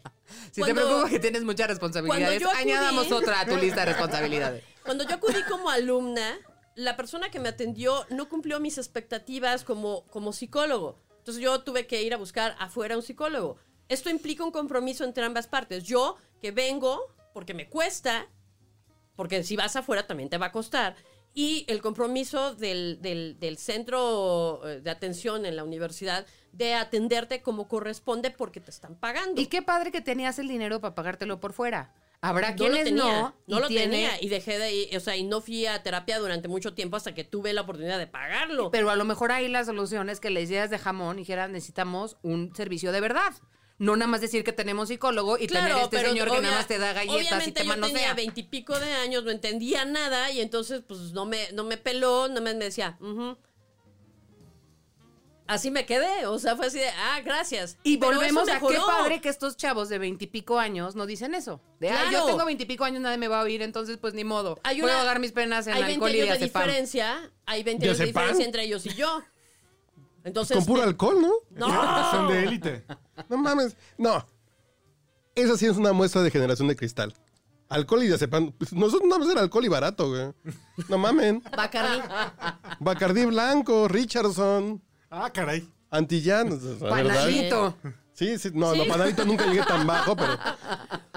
Speaker 3: Si te
Speaker 4: cuando-
Speaker 3: preocupa que tienes muchas responsabilidades,
Speaker 4: yo acudí-
Speaker 3: añadamos otra a tu lista de responsabilidades.
Speaker 4: Cuando yo acudí como alumna, la persona que me atendió no cumplió mis expectativas como, como psicólogo. Entonces yo tuve que ir a buscar afuera un psicólogo. Esto implica un compromiso entre ambas partes. Yo, que vengo porque me cuesta, porque si vas afuera también te va a costar. y el compromiso del, del- del centro eh, de atención en la universidad de atenderte como corresponde porque te están pagando.
Speaker 3: [LAUGHS] Y qué padre que tenías el dinero para pagártelo por fuera. Habrá
Speaker 4: No lo
Speaker 3: quienes
Speaker 4: tenía,
Speaker 3: no.
Speaker 4: no
Speaker 3: y
Speaker 4: lo
Speaker 3: tiene-
Speaker 4: tenía y dejé de ir, o sea, y no fui a terapia durante mucho tiempo hasta que tuve la oportunidad de pagarlo.
Speaker 3: Pero a lo mejor ahí la solución es que les llegas de jamón y dijeras, necesitamos un servicio de verdad. No nada más decir que tenemos psicólogo y tener este señor que
Speaker 4: obvia-
Speaker 3: nada más te da galletas y
Speaker 4: obviamente
Speaker 3: te
Speaker 4: yo tenía
Speaker 3: manosea.
Speaker 4: veintipico de años, no entendía nada y entonces pues no me, no me peló, no me, me decía, "Ujú". así me quedé, o sea, fue así de, ah, gracias.
Speaker 3: Y
Speaker 4: Pero eso
Speaker 3: volvemos a qué
Speaker 4: mejoró.
Speaker 3: padre que estos chavos de veintipico años no dicen eso. De, "Ay, yo
Speaker 4: Claro.
Speaker 3: tengo veintipico años, nadie me va a oír, entonces pues ni modo.
Speaker 4: Hay
Speaker 3: Puedo
Speaker 4: una-
Speaker 3: ahogar mis penas en
Speaker 4: hay 20
Speaker 3: alcohol y
Speaker 4: años de
Speaker 3: diazepam".
Speaker 4: diferencia, hay 20
Speaker 2: ¿De
Speaker 4: años de
Speaker 2: Azepam?
Speaker 4: diferencia entre ellos y yo. Entonces,
Speaker 2: Con puro alcohol, ¿no? [LAUGHS]
Speaker 4: no.
Speaker 1: Son de élite.
Speaker 2: No mames. No. Esa sí es una muestra de generación de cristal. Alcohol y diazepam. Pues Nosotros nada más era alcohol y barato, güey. No mamen.
Speaker 4: Bacardí.
Speaker 2: Bacardí Blanco, Richardson,
Speaker 1: Ah, caray.
Speaker 2: Antillán. o sea, la verdad.
Speaker 3: Panadito.
Speaker 2: Sí, sí. No, no, Panadito nunca llegué tan bajo, pero...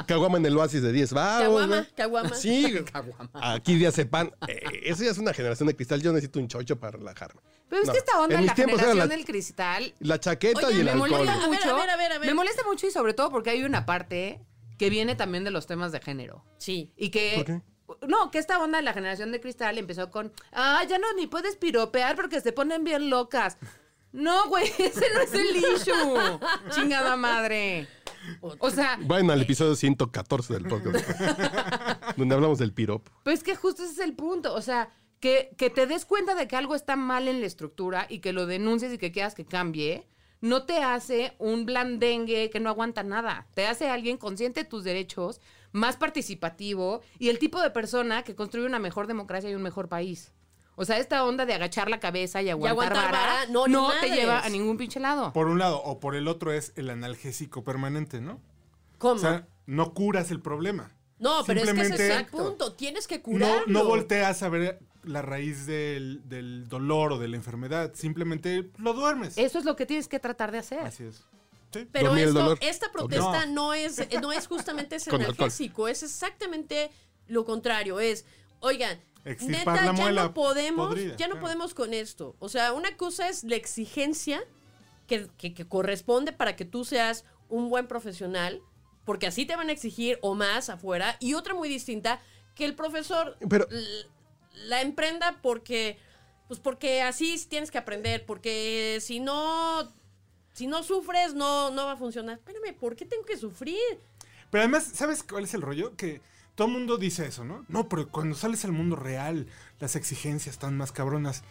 Speaker 2: Caguama en el oasis de 10 vagos,
Speaker 4: Caguama,
Speaker 2: güey.
Speaker 4: caguama.
Speaker 2: Sí.
Speaker 3: [LAUGHS]
Speaker 2: Aquí diazepam. Eh, eso ya es una generación de cristal. Yo necesito un chocho para relajarme.
Speaker 3: Pero es
Speaker 2: No.
Speaker 3: que esta onda
Speaker 2: En
Speaker 3: de
Speaker 2: mis
Speaker 3: la
Speaker 2: tiempos era
Speaker 3: generación
Speaker 2: la-
Speaker 3: del cristal
Speaker 2: La chaqueta
Speaker 4: Oye,
Speaker 2: y el
Speaker 3: me
Speaker 2: alcohol.
Speaker 3: molesta
Speaker 4: A ver,
Speaker 3: mucho.
Speaker 4: a ver, a ver, a ver.
Speaker 3: Me molesta mucho y sobre todo porque hay una parte que viene también de los temas de género.
Speaker 4: Sí.
Speaker 3: Y que.
Speaker 2: ¿Por qué?
Speaker 3: No, que esta onda de la generación de cristal empezó con. Ah, ya no ni puedes piropear porque se ponen bien locas. No, güey, [LAUGHS] ese no es el issue. Chingada madre. O sea,
Speaker 2: Vayan al episodio 114 del
Speaker 3: [LAUGHS]
Speaker 2: podcast. donde hablamos del piropo.
Speaker 3: Pero es que justo ese es el punto. O sea, que, que te des cuenta de que algo está mal en la estructura y que lo denuncies y que quieras que cambie, no te hace un blandengue que no aguanta nada. Te hace alguien consciente de tus derechos, más participativo y el tipo de persona que construye una mejor democracia y un mejor país. O sea, esta onda de agachar la cabeza y aguantar,
Speaker 4: aguantar
Speaker 3: vara,
Speaker 4: vara, no, ni
Speaker 3: no te
Speaker 4: madres.
Speaker 3: lleva a ningún pinche lado.
Speaker 1: Por un lado, o por el otro es el analgésico permanente, ¿no?
Speaker 4: ¿Cómo?
Speaker 1: O sea, no curas el problema.
Speaker 4: no, pero es que ese es el
Speaker 1: Simplemente
Speaker 4: punto. Tienes que
Speaker 1: No,
Speaker 4: curarlo.
Speaker 1: no volteas a ver la raíz del, del dolor o de la enfermedad. Simplemente lo duermes.
Speaker 3: Eso es lo que tienes que tratar de hacer.
Speaker 1: Así es. Sí.
Speaker 4: Pero
Speaker 2: Dormir el
Speaker 4: esto-
Speaker 2: dolor.
Speaker 4: esta protesta
Speaker 1: No.
Speaker 4: no. es, eh, no
Speaker 2: [LAUGHS]
Speaker 4: es justamente ese
Speaker 2: Con alcohol.
Speaker 4: analgésico, es exactamente lo contrario. Es, oigan,
Speaker 1: Extirpar
Speaker 4: neta,
Speaker 1: la
Speaker 4: ya
Speaker 1: muela
Speaker 4: no podemos,
Speaker 1: podrida,
Speaker 4: ya no
Speaker 1: claro.
Speaker 4: podemos con esto. O sea, una cosa es la exigencia que, que- que corresponde para que tú seas un buen profesional, porque así te van a exigir o más afuera, y otra muy distinta, que el profesor
Speaker 2: Pero-
Speaker 4: l- la emprenda porque. Pues porque así tienes que aprender, porque si no si no sufres, no, no va a funcionar. Espérame, ¿por qué tengo que sufrir?
Speaker 1: Pero además, ¿sabes cuál es el rollo? Que todo el mundo dice eso, ¿no? No, pero cuando sales al mundo real, las exigencias están más cabronas.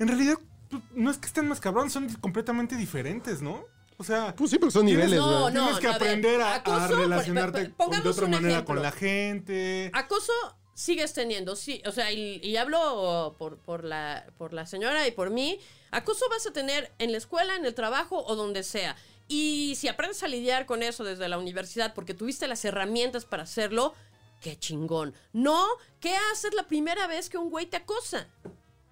Speaker 1: En realidad, pues, no es que estén más cabronas, son completamente diferentes, ¿no? O sea,
Speaker 2: Pues sí, porque son
Speaker 1: Tienes-
Speaker 2: niveles,
Speaker 4: no,
Speaker 2: güey.
Speaker 1: tienes que
Speaker 4: a ver,
Speaker 1: aprender a, a
Speaker 4: acoso,
Speaker 1: relacionarte
Speaker 4: pero- pero-
Speaker 1: con- de
Speaker 4: pongamos
Speaker 1: otra
Speaker 4: un
Speaker 1: manera
Speaker 4: ejemplo.
Speaker 1: con la gente.
Speaker 4: Acoso sigues teniendo, sí, o sea, y, y hablo por, por, la, por la señora y por mí, acoso vas a tener en la escuela, en el trabajo o donde sea. Y si aprendes a lidiar con eso desde la universidad porque tuviste las herramientas para hacerlo, qué chingón. No, ¿qué haces la primera vez que un güey te acosa?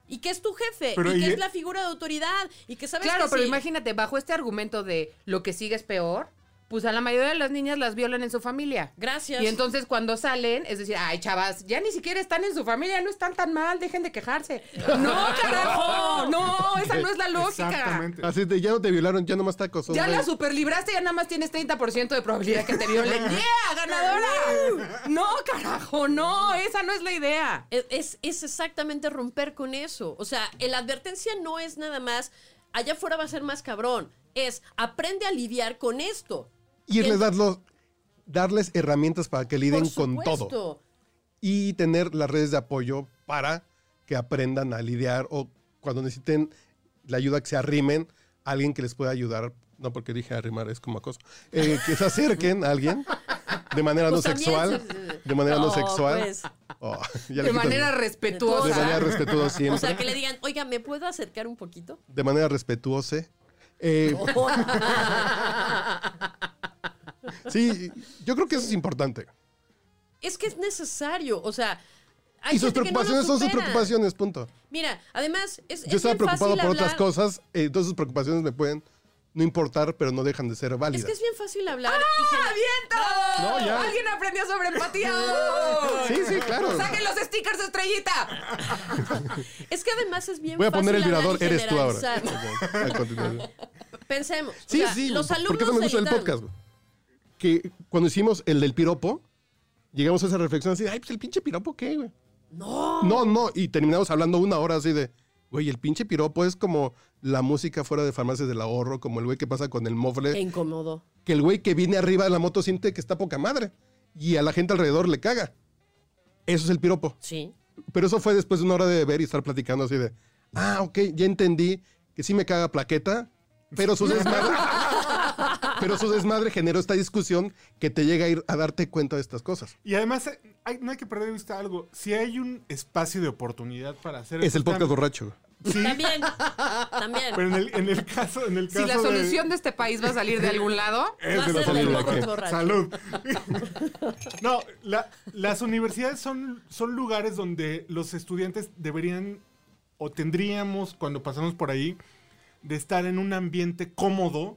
Speaker 4: Y que es tu jefe,
Speaker 1: Pero
Speaker 4: y
Speaker 1: y- e
Speaker 4: que es la figura de autoridad, y que sabes
Speaker 3: Claro,
Speaker 4: que
Speaker 3: pero
Speaker 4: si-
Speaker 3: imagínate, bajo este argumento de lo que sigue es peor, pues a la mayoría de las niñas las violan en su familia.
Speaker 4: Gracias.
Speaker 3: Y entonces cuando salen, es decir, ay, chavas, ya ni siquiera están en su familia, no están tan mal, dejen de quejarse. No, carajo, no, esa no es la lógica.
Speaker 1: Exactamente.
Speaker 2: Así de, ya no te violaron, ya nomás te acosó.
Speaker 3: Ya
Speaker 2: güey.
Speaker 3: la superlibraste, ya nada más tienes 30% de probabilidad que
Speaker 2: [LAUGHS]
Speaker 3: te violen. ¡Yeah, ganadora! No, carajo, no, esa no es la idea.
Speaker 4: Es, e, es- es exactamente romper con eso. O sea, la advertencia no es nada más, allá afuera va a ser más cabrón. Es, aprende a lidiar con esto.
Speaker 2: Y les
Speaker 4: el-
Speaker 2: das los- darles herramientas para que
Speaker 4: Por
Speaker 2: liden con
Speaker 4: supuesto.
Speaker 2: todo. Y tener las redes de apoyo para que aprendan a lidiar o cuando necesiten la ayuda que se arrimen a alguien que les pueda ayudar. No, porque dije arrimar, es como acoso. Eh, que se acerquen a alguien de manera no
Speaker 4: [LAUGHS] Pues también
Speaker 2: sexual.
Speaker 4: se-
Speaker 2: De manera no
Speaker 4: Oh,
Speaker 2: sexual.
Speaker 4: pues.
Speaker 2: Oh, ya le quito
Speaker 3: De
Speaker 2: el-
Speaker 3: manera
Speaker 2: de manera
Speaker 3: respetuosa.
Speaker 2: respetuosa siempre.
Speaker 4: [LAUGHS] O sea, que le digan, oiga, ¿me puedo acercar
Speaker 2: [LAUGHS]
Speaker 4: un poquito?
Speaker 2: De manera respetuosa. Eh, Sí, yo creo que eso es importante.
Speaker 4: Es que es necesario. O sea, hay
Speaker 2: y sus
Speaker 4: gente que no lo
Speaker 2: preocupaciones son sus
Speaker 4: supera.
Speaker 2: preocupaciones, punto.
Speaker 4: Mira, además, es.
Speaker 2: Yo estaba preocupado por otras
Speaker 4: cosas
Speaker 2: cosas, eh, entonces sus preocupaciones me pueden no importar, pero no dejan de ser válidas.
Speaker 4: Es que es bien fácil hablar.
Speaker 2: Ah,
Speaker 4: y generar-
Speaker 3: ¡Ah, ¡Aviento!
Speaker 2: No, ya.
Speaker 3: ¡Alguien aprendió sobre empatía!
Speaker 2: [LAUGHS] Sí, sí, claro.
Speaker 3: ¡Saquen los stickers, estrellita!
Speaker 4: Es que además es bien
Speaker 2: Voy a
Speaker 4: fácil
Speaker 2: poner el
Speaker 4: hablar
Speaker 2: vibrador,
Speaker 4: y
Speaker 2: eres tú ahora.
Speaker 4: generalizar.
Speaker 2: Ok, a
Speaker 4: [LAUGHS]
Speaker 2: continuación.
Speaker 4: Pensemos. o
Speaker 2: Sí,
Speaker 4: sea,
Speaker 2: sí,
Speaker 4: Los alumnos
Speaker 2: porque eso me
Speaker 4: del
Speaker 2: gusta del
Speaker 4: ITAM.
Speaker 2: podcast. güey. Que cuando hicimos el del piropo, llegamos a esa reflexión así, ay, pues el pinche piropo, ¿qué, güey? No. No, no, y terminamos hablando una hora así de, güey, el pinche piropo es como la música fuera de farmacias del ahorro, como el güey que pasa con el mofle,
Speaker 4: Qué incómodo.
Speaker 2: que el güey que viene arriba de la moto siente que está poca madre y a la gente alrededor le caga. Eso es el piropo.
Speaker 4: Sí.
Speaker 2: Pero eso fue después de una hora de ver y estar platicando así de, ah, ok, ya entendí que sí me caga plaqueta, pero su desmadre,
Speaker 4: [LAUGHS]
Speaker 2: pero su desmadre generó esta discusión que te llega a ir a darte cuenta de estas cosas.
Speaker 1: Y además, eh, hay- no hay que perder de vista algo. Si hay un espacio de oportunidad para hacer
Speaker 2: Es el
Speaker 1: estos
Speaker 2: podcast
Speaker 1: cambios-
Speaker 2: borracho.
Speaker 1: Sí,
Speaker 4: También. También.
Speaker 1: pero
Speaker 2: Pues,
Speaker 1: en el, en el caso, en el caso
Speaker 3: Si la solución de este país va a salir de algún lado,
Speaker 1: es
Speaker 4: Va a
Speaker 1: de los
Speaker 4: ser del
Speaker 1: alumnos.
Speaker 2: que-
Speaker 4: podcast borracho.
Speaker 1: Salud.
Speaker 2: [LAUGHS]
Speaker 1: No, la- las universidades son, son lugares donde los estudiantes deberían o tendríamos, cuando pasamos por ahí, de estar en un ambiente cómodo,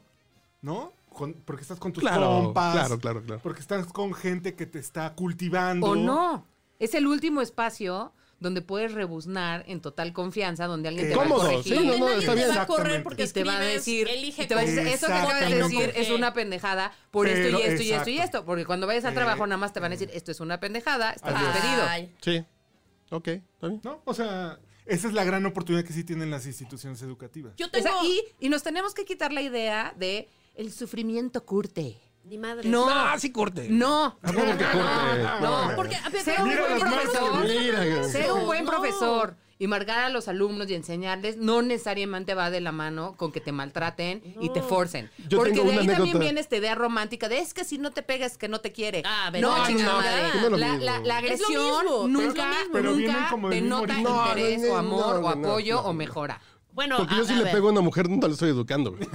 Speaker 1: ¿no? Con- porque estás con tus
Speaker 2: Claro,
Speaker 1: compas.
Speaker 2: claro, claro, claro.
Speaker 1: Porque estás con gente que te está cultivando.
Speaker 3: o no. Es el último espacio donde puedes rebuznar en total confianza, donde alguien te va
Speaker 2: Cómodo,
Speaker 3: a corregir.
Speaker 2: sí, no,
Speaker 4: Donde
Speaker 2: no,
Speaker 4: nadie
Speaker 2: está
Speaker 4: te
Speaker 2: bien.
Speaker 4: va a correr
Speaker 1: Exactamente.
Speaker 4: porque
Speaker 3: y te va a
Speaker 4: escribes,
Speaker 3: decir,
Speaker 4: elige
Speaker 3: y te va a decir,
Speaker 4: cómo.
Speaker 3: eso que acabas de
Speaker 1: Exactamente.
Speaker 3: decir es una pendejada por esto
Speaker 1: Pero,
Speaker 3: y esto y esto y
Speaker 1: exacto.
Speaker 3: esto. Porque cuando vayas al
Speaker 1: Eh,
Speaker 3: trabajo nada más te van a decir, esto es una pendejada, estás
Speaker 1: Adiós.
Speaker 3: despedido.
Speaker 4: Ay,
Speaker 2: Sí. Ok, está bien.
Speaker 1: ¿No? O sea, esa es la gran oportunidad que sí tienen las instituciones educativas.
Speaker 4: Yo
Speaker 3: O sea,
Speaker 4: tengo.
Speaker 3: y, y nos tenemos que quitar la idea de el sufrimiento curte.
Speaker 4: Ni madre.
Speaker 3: No,
Speaker 2: Ah, sí corte.
Speaker 3: no.
Speaker 2: ¿Cómo que corte?
Speaker 3: No,
Speaker 4: Porque.
Speaker 3: Ser un
Speaker 1: Mira
Speaker 3: buen
Speaker 1: las manos que
Speaker 3: profesor,
Speaker 2: Mira, güey.
Speaker 3: ser un buen
Speaker 4: No.
Speaker 3: profesor y marcar a los alumnos y enseñarles no necesariamente va de la mano con que te maltraten y te forcen.
Speaker 2: Yo
Speaker 3: Porque de
Speaker 2: tengo
Speaker 3: ahí
Speaker 2: una
Speaker 3: también
Speaker 2: anécdota.
Speaker 3: viene esta idea romántica de es que si no te pegas que no te quiere.
Speaker 4: Ah,
Speaker 3: no,
Speaker 4: ¿verdad?
Speaker 3: chingada
Speaker 4: No,
Speaker 3: madre.
Speaker 2: no es lo
Speaker 3: la,
Speaker 2: mismo.
Speaker 3: la- la
Speaker 4: Es lo
Speaker 3: agresión
Speaker 4: mismo,
Speaker 3: nunca,
Speaker 4: es lo mismo.
Speaker 1: Pero vienen
Speaker 3: nunca
Speaker 1: como del mismo
Speaker 3: denota
Speaker 1: origen. No,
Speaker 3: interés
Speaker 2: no,
Speaker 3: o
Speaker 2: no,
Speaker 3: amor o
Speaker 2: no,
Speaker 3: apoyo
Speaker 2: no,
Speaker 3: o
Speaker 2: no.
Speaker 3: mejora.
Speaker 4: Bueno,
Speaker 2: Porque
Speaker 4: a-
Speaker 2: yo si
Speaker 4: a
Speaker 2: le
Speaker 4: ver.
Speaker 2: pego a una mujer, no la estoy educando. güey.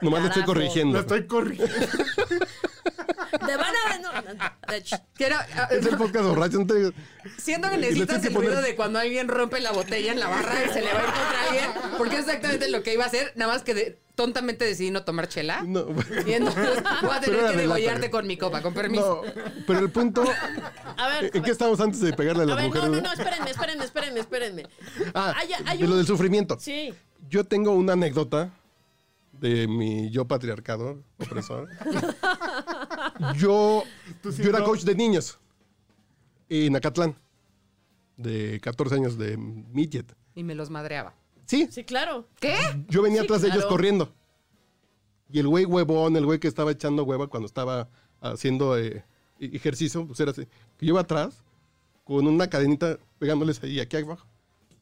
Speaker 2: Nomás la estoy
Speaker 4: Carajo.
Speaker 1: La
Speaker 2: corrigiendo.
Speaker 1: estoy corrigiendo. [LAUGHS]
Speaker 4: Te van a. no, no, no, de hecho,
Speaker 3: Quiero,
Speaker 2: Es el podcast borracho. no te-
Speaker 3: Siento que
Speaker 2: Y le
Speaker 3: necesitas
Speaker 2: tengo que
Speaker 3: el ruido
Speaker 2: poner-
Speaker 3: de cuando alguien rompe la botella en la barra y se le va a ir contra alguien, porque es exactamente lo que iba a hacer, nada más que de- tontamente decidí no tomar chela.
Speaker 2: No.
Speaker 3: Y entonces voy
Speaker 2: Pero era
Speaker 3: a tener que
Speaker 2: de lata,
Speaker 3: degollarte
Speaker 2: güey.
Speaker 3: con mi copa, con permiso.
Speaker 2: No, pero el
Speaker 4: [LAUGHS]
Speaker 2: punto. eh,
Speaker 4: A ver.
Speaker 2: ¿En qué estamos antes de pegarle a
Speaker 4: A
Speaker 2: las
Speaker 4: ver,
Speaker 2: mujeres?
Speaker 4: no, no,
Speaker 2: güey?
Speaker 4: no, espérenme, espérenme, espérenme, espérenme.
Speaker 2: Ah,
Speaker 4: Hay- hay
Speaker 2: de
Speaker 4: un-
Speaker 2: lo del sufrimiento.
Speaker 4: Sí.
Speaker 2: Yo tengo una anécdota de mi yo patriarcado,
Speaker 4: [LAUGHS]
Speaker 2: opresor. yo,
Speaker 1: Tú sí,
Speaker 2: yo era
Speaker 1: ¿no?
Speaker 2: coach de niños en Acatlán, de 14 años de midget.
Speaker 3: Y me los madreaba.
Speaker 2: Sí,
Speaker 4: Sí, claro.
Speaker 3: ¿Qué?
Speaker 2: yo venía
Speaker 4: Sí,
Speaker 2: atrás de ellos
Speaker 4: claro.
Speaker 2: corriendo. Y el güey huevón, el güey que estaba echando hueva cuando estaba haciendo eh, e- ejercicio, pues era así. Que yo iba atrás con una cadenita pegándoles ahí, aquí abajo.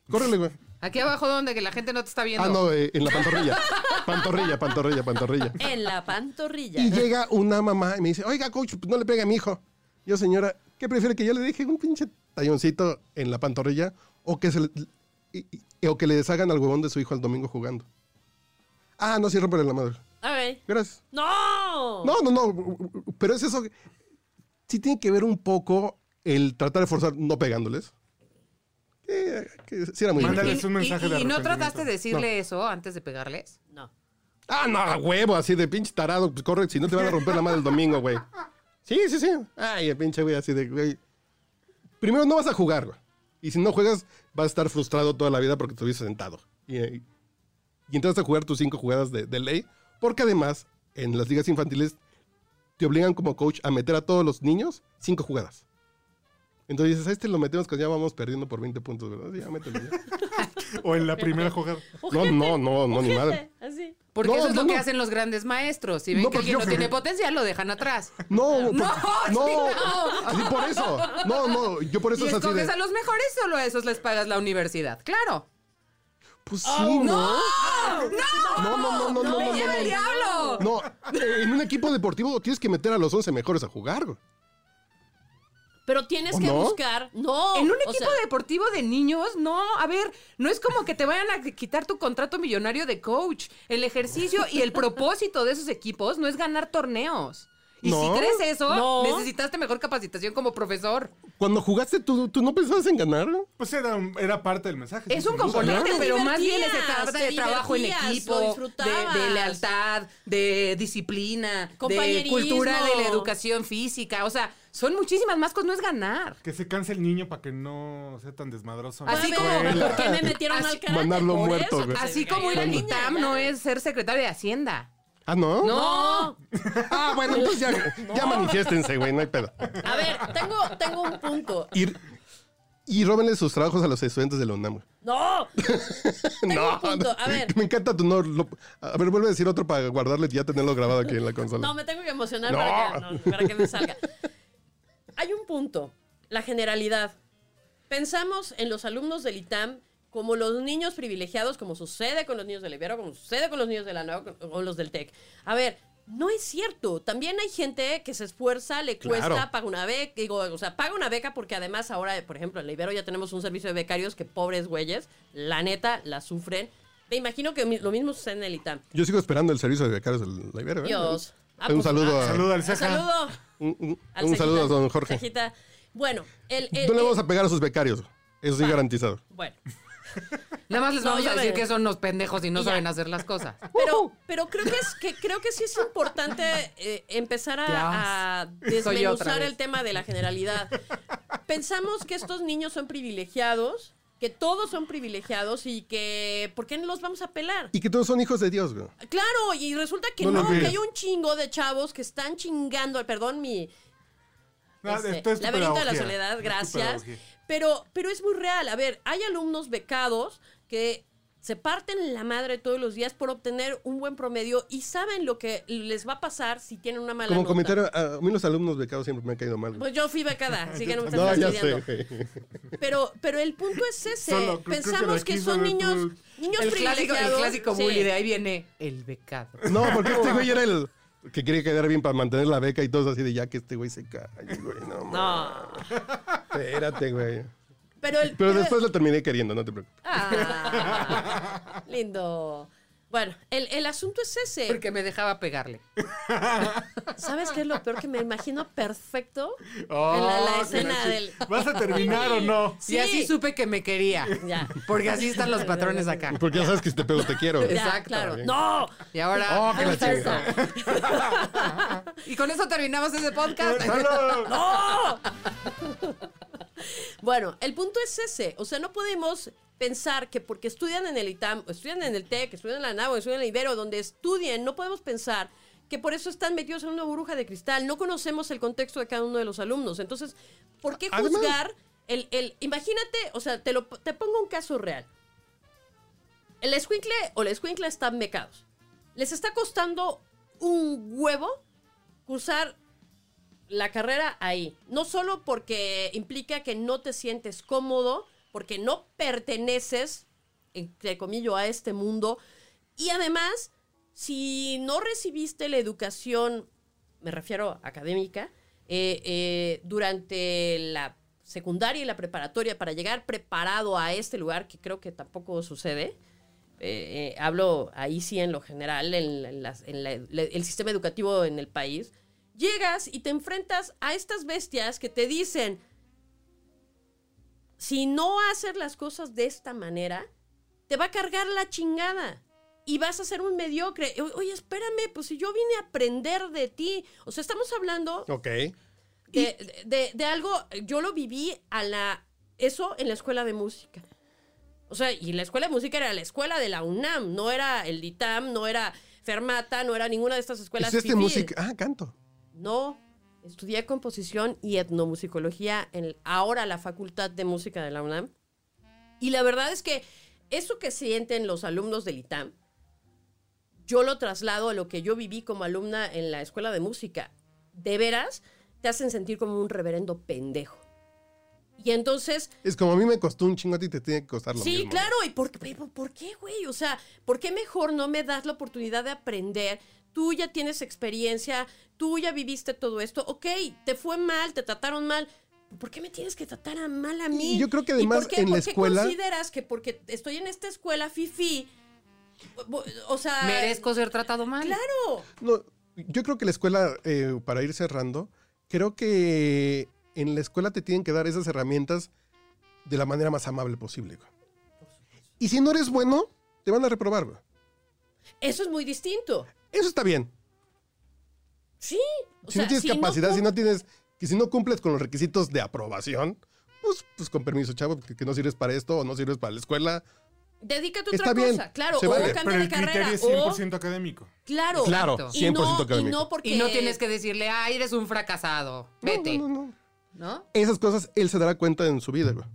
Speaker 2: Córrele, güey.
Speaker 3: Aquí abajo donde que la gente no te está viendo.
Speaker 2: Ah, no, eh, en la
Speaker 4: [LAUGHS]
Speaker 2: pantorrilla. pantorrilla, pantorrilla, pantorrilla.
Speaker 4: En la pantorrilla.
Speaker 2: Y llega una mamá y me dice, oiga, coach, pues no le pega a mi hijo. Yo, señora, ¿qué prefiere que yo le deje un pinche talloncito en la pantorrilla o que, se le, y- y- o que le deshagan al huevón de su hijo el domingo jugando? Ah, no, sí, romperle la madre.
Speaker 4: A ver.
Speaker 2: Gracias.
Speaker 4: ¡No!
Speaker 2: No, no, no, pero es eso. que- Sí tiene que ver un poco el tratar de forzar no pegándoles. Que, que sí era muy
Speaker 1: Mándale-
Speaker 2: difícil.
Speaker 1: Es un mensaje
Speaker 3: y,
Speaker 1: de
Speaker 3: y no trataste
Speaker 1: arrepentimiento.
Speaker 3: de decirle eso antes de pegarles?
Speaker 4: No.
Speaker 2: Ah, no, a huevo, así de pinche tarado, pues corre, si no te van a romper la madre el domingo, güey. Sí, sí, sí. Ay, el pinche güey, así de, güey. Primero no vas a jugar, güey. Y si no juegas, vas a estar frustrado toda la vida porque estuviste sentado. Y, eh, y entraste a jugar tus cinco jugadas de, de ley, porque además, en las ligas infantiles, te obligan como coach a meter a todos los niños cinco jugadas. Entonces dices, a este lo metemos que ya vamos perdiendo por 20 puntos, ¿verdad? Sí, ya mételo ya.
Speaker 1: O en la primera jugada.
Speaker 2: No, no, no, no, ni madre.
Speaker 4: Así.
Speaker 3: Porque
Speaker 2: No,
Speaker 3: eso es
Speaker 2: no,
Speaker 3: lo que
Speaker 2: no.
Speaker 3: hacen los grandes maestros. Si ven
Speaker 2: No,
Speaker 3: que
Speaker 2: porque
Speaker 3: alguien
Speaker 2: yo-
Speaker 3: no tiene potencial, lo dejan atrás.
Speaker 2: No,
Speaker 3: No,
Speaker 2: por-
Speaker 3: sí,
Speaker 2: no,
Speaker 3: no.
Speaker 2: así por eso. No, no, yo por eso
Speaker 3: Y
Speaker 2: es así
Speaker 3: escoges
Speaker 2: de,
Speaker 3: a los mejores, solo a esos les pagas la universidad. Claro.
Speaker 2: Pues sí, no. No, no, no, no, no, no,
Speaker 3: ¡Me
Speaker 2: no,
Speaker 3: lleva el
Speaker 2: no.
Speaker 3: diablo!
Speaker 2: No, eh, en un equipo deportivo tienes que meter a los 11 mejores a jugar. güey.
Speaker 4: Pero tienes
Speaker 2: ¿O
Speaker 4: que
Speaker 2: no?
Speaker 4: buscar. No.
Speaker 3: En un
Speaker 4: o
Speaker 3: equipo
Speaker 4: sea,
Speaker 3: deportivo de niños, no, a ver, no es como que te vayan a quitar tu contrato millonario de coach. El ejercicio y el propósito de esos equipos no es ganar torneos. Y Y
Speaker 2: No.
Speaker 3: si crees eso,
Speaker 4: No.
Speaker 3: necesitaste mejor capacitación como profesor.
Speaker 2: Cuando jugaste, ¿tú, tú no pensabas en ganar?
Speaker 1: Pues era, un- era parte del mensaje.
Speaker 3: Es
Speaker 1: sin
Speaker 3: un
Speaker 1: duda.
Speaker 3: componente,
Speaker 4: Te
Speaker 3: pero más bien
Speaker 4: divertías,
Speaker 3: se trata
Speaker 4: te
Speaker 3: de trabajo en
Speaker 4: divertías,
Speaker 3: equipo,
Speaker 4: lo disfrutabas.
Speaker 3: de, de lealtad, de disciplina, de
Speaker 4: Compañerismo.
Speaker 3: cultura de la educación física. O sea, son muchísimas más cosas, no es ganar.
Speaker 1: Que se canse el niño para que no sea tan desmadroso. en la
Speaker 3: Así
Speaker 4: Así
Speaker 3: como-
Speaker 1: escuela.
Speaker 4: ¿Por qué me metieron
Speaker 3: Así-
Speaker 4: al karate?
Speaker 2: Mandarlo
Speaker 4: Por
Speaker 2: muerto,
Speaker 4: eso,
Speaker 2: güey.
Speaker 4: que se
Speaker 3: Así
Speaker 4: me
Speaker 3: como ir
Speaker 4: cayó
Speaker 3: al
Speaker 4: la
Speaker 3: ITAM
Speaker 4: niña,
Speaker 3: no
Speaker 4: ¿verdad?
Speaker 3: es ser secretario de Hacienda.
Speaker 2: Ah, ¿no?
Speaker 3: No.
Speaker 2: Ah, bueno, entonces ya, ya manifiéstense, güey, no hay pedo.
Speaker 4: A ver, tengo, tengo un punto.
Speaker 2: Y, y róbenle sus trabajos a los estudiantes de la UNAM. güey.
Speaker 4: ¡No! Tengo un punto. A ver.
Speaker 2: Me encanta tu no. lo- a ver, vuelve a decir otro para guardarlo y ya tenerlo grabado aquí en la consola.
Speaker 4: No, me tengo que emocionar
Speaker 2: No.
Speaker 4: Para, que, no, no, para que me salga. [LAUGHS] Hay un punto, la generalidad. Pensamos en los alumnos del ITAM como los niños privilegiados, como sucede con los niños del Ibero, como sucede con los niños de la NAO o los del TEC. A ver, no es cierto. También hay gente que se esfuerza, le cuesta,
Speaker 2: Claro.
Speaker 4: paga una beca, digo, o sea, paga una beca porque además ahora, por ejemplo, en la Ibero ya tenemos un servicio de becarios que pobres güeyes, la neta, la sufren. Me imagino que mi- lo mismo sucede en el ITAM.
Speaker 2: Yo sigo esperando el servicio de becarios del la Ibero, ¿eh?
Speaker 4: Dios. Ah,
Speaker 2: un
Speaker 4: pues,
Speaker 2: saludo,
Speaker 4: ah,
Speaker 2: a,
Speaker 1: Saluda al
Speaker 4: Un
Speaker 1: ceja.
Speaker 4: saludo.
Speaker 2: un, un-
Speaker 4: al eh,
Speaker 2: un
Speaker 4: Cejita.
Speaker 2: saludo a don Jorge.
Speaker 4: Cejita. Bueno, el. el-
Speaker 2: No le
Speaker 4: el-
Speaker 2: vamos a pegar a sus becarios. Eso sí, garantizado.
Speaker 4: Bueno,
Speaker 2: [LAUGHS]
Speaker 3: Nada más les
Speaker 4: No,
Speaker 3: vamos
Speaker 4: yo
Speaker 3: a decir
Speaker 4: veré.
Speaker 3: que son unos pendejos y no
Speaker 4: Y ya.
Speaker 3: saben hacer las cosas.
Speaker 4: pero, pero creo que es que creo que sí es importante eh, empezar a, a
Speaker 3: Dios. [LAUGHS] Soy yo otra
Speaker 4: desmenuzar
Speaker 3: vez.
Speaker 4: el tema de la generalidad. Pensamos que estos niños son privilegiados, que todos son privilegiados y que ¿por qué no los vamos a pelar?
Speaker 2: Y que todos son hijos de Dios, güey.
Speaker 4: Claro, y resulta que
Speaker 2: No
Speaker 4: no,
Speaker 2: lo
Speaker 4: que
Speaker 2: veo.
Speaker 4: hay un chingo de chavos que están chingando, perdón mi,
Speaker 1: Ah,
Speaker 4: Este,
Speaker 1: esto es tu
Speaker 4: laberinto de la
Speaker 1: pedagogía.
Speaker 4: soledad,
Speaker 1: Es tu
Speaker 4: gracias.
Speaker 1: pedagogía.
Speaker 4: Pero, pero es muy real. A ver, hay alumnos becados que se parten la madre todos los días por obtener un buen promedio y saben lo que les va a pasar si tienen una mala
Speaker 2: Como
Speaker 4: nota.
Speaker 2: comentario, a a mí los alumnos becados siempre me han caído mal. güey.
Speaker 4: Pues yo fui becada,
Speaker 1: [LAUGHS]
Speaker 4: así que no me están
Speaker 2: No, ya sé,
Speaker 4: fastidiando.
Speaker 2: güey.
Speaker 4: Pero, pero el punto es ese.
Speaker 1: Solo creo- creo que
Speaker 4: Pensamos
Speaker 1: la
Speaker 4: que
Speaker 1: quiso
Speaker 4: son
Speaker 1: ver
Speaker 4: niños,
Speaker 1: tú.
Speaker 4: [LAUGHS] niños
Speaker 3: El clásico,
Speaker 4: privilegiados.
Speaker 3: el clásico
Speaker 4: Sí.
Speaker 3: bully, de ahí viene el becado.
Speaker 2: No, porque este güey era el que quería quedar bien para mantener la beca y todo así de ya que este güey se cae, güey. No, mames.
Speaker 4: No.
Speaker 2: espérate, güey.
Speaker 4: Pero, el,
Speaker 2: Pero
Speaker 4: pero-
Speaker 2: después lo terminé queriendo, no te preocupes.
Speaker 4: Ah, lindo. Bueno, el, el asunto es ese.
Speaker 3: Porque me dejaba pegarle.
Speaker 4: ¿Sabes qué es lo peor que me imagino perfecto?
Speaker 1: Oh,
Speaker 4: en la, la
Speaker 1: que
Speaker 4: escena
Speaker 1: chi-
Speaker 4: del.
Speaker 1: ¿Vas a terminar o no?
Speaker 4: Sí.
Speaker 3: Y así supe que me quería.
Speaker 4: Ya.
Speaker 3: Porque así están los patrones acá.
Speaker 2: Porque ya sabes que si te pego, te quiero. güey.
Speaker 4: Ya,
Speaker 3: Exacto.
Speaker 4: claro. ¡No!
Speaker 3: Y ahora.
Speaker 2: Oh, que la chingada.
Speaker 1: [LAUGHS]
Speaker 3: Y con eso terminamos ese podcast. [LAUGHS]
Speaker 1: Solo-
Speaker 4: Bueno, el punto es ese. O sea, no podemos pensar que porque estudian en el ITAM, o estudian en el TEC, estudian en la NAVO, estudian en el Ibero, donde estudien, no podemos pensar que por eso están metidos en una burbuja de cristal. No conocemos el contexto de cada uno de los alumnos. Entonces, ¿por qué
Speaker 2: Además-
Speaker 4: juzgar el, el- Imagínate, o sea, te, lo, te pongo un caso real. El escuincle o la escuincla están becados. Les está costando un huevo cursar la carrera ahí. No solo porque implica que no te sientes cómodo, porque no perteneces, entre comillas, a este mundo. Y además, si no recibiste la educación, me refiero académica, eh, eh, durante la secundaria y la preparatoria para llegar preparado a este lugar, que creo que tampoco sucede, eh, eh, hablo ahí sí en lo general, en, la- en las- en la- la- el sistema educativo en el país, llegas y te enfrentas a estas bestias que te dicen, si no haces las cosas de esta manera, te va a cargar la chingada. Y vas a ser un mediocre. O- Oye, espérame, pues si yo vine a aprender de ti. O sea, estamos hablando
Speaker 2: Ok.
Speaker 4: de, de- de algo, yo lo viví a la, eso en la escuela de música. O sea, y la escuela de música era la escuela de la UNAM, no era el DITAM, no era Fermata, no era ninguna de estas escuelas.
Speaker 2: ¿Es este
Speaker 4: fifí.
Speaker 2: música? Ah, canto.
Speaker 4: No, estudié composición y etnomusicología en el- ahora la Facultad de Música de la UNAM. Y la verdad es que eso que sienten los alumnos del ITAM, yo lo traslado a lo que yo viví como alumna en la escuela de música. De veras, te hacen sentir como un reverendo pendejo. Y entonces,
Speaker 2: Es como a mí me costó un chingo a ti, te tiene que costar lo
Speaker 4: sí,
Speaker 2: mismo.
Speaker 4: claro, ¿y por, qué- pero por qué, güey? O sea, ¿por qué mejor no me das la oportunidad de aprender? Tú ya tienes experiencia, tú ya viviste todo esto, ok, te fue mal, te trataron mal. ¿Por qué me tienes que tratar a mal a mí?
Speaker 2: Y yo creo que
Speaker 4: ¿Y
Speaker 2: además
Speaker 4: por qué-
Speaker 2: en la
Speaker 4: por qué
Speaker 2: escuela-
Speaker 4: consideras que porque estoy en esta escuela, Fifi, o sea...
Speaker 3: Merezco ser tratado mal.
Speaker 4: Claro.
Speaker 2: No, yo creo que la escuela, eh, para ir cerrando, creo que en la escuela te tienen que dar esas herramientas de la manera más amable posible. güey. Y si no eres bueno, te van a reprobar. güey.
Speaker 4: Eso es muy distinto.
Speaker 2: Eso está bien.
Speaker 4: Sí. o
Speaker 2: si
Speaker 4: sea,
Speaker 2: no tienes
Speaker 4: si
Speaker 2: capacidad, si
Speaker 4: cum-
Speaker 2: no tienes, que si no cumples con los requisitos de aprobación, pues, pues con permiso, chavo, que, que no sirves para esto o no sirves para la escuela.
Speaker 4: Dedícate a otra
Speaker 2: Está bien,
Speaker 4: cosa. Claro,
Speaker 2: se
Speaker 4: o
Speaker 2: vale.
Speaker 1: Pero
Speaker 4: cambia de
Speaker 1: el criterio
Speaker 4: carrera. oh.
Speaker 1: es
Speaker 4: O,
Speaker 1: 100% académico.
Speaker 4: claro.
Speaker 2: Claro,
Speaker 4: Y no-
Speaker 2: 100% académico.
Speaker 4: Y no porque...
Speaker 3: Y no tienes que decirle, ay, eres un fracasado. Vete.
Speaker 2: No,
Speaker 3: No,
Speaker 2: no, no, no. Esas cosas él se dará cuenta en su vida, güey.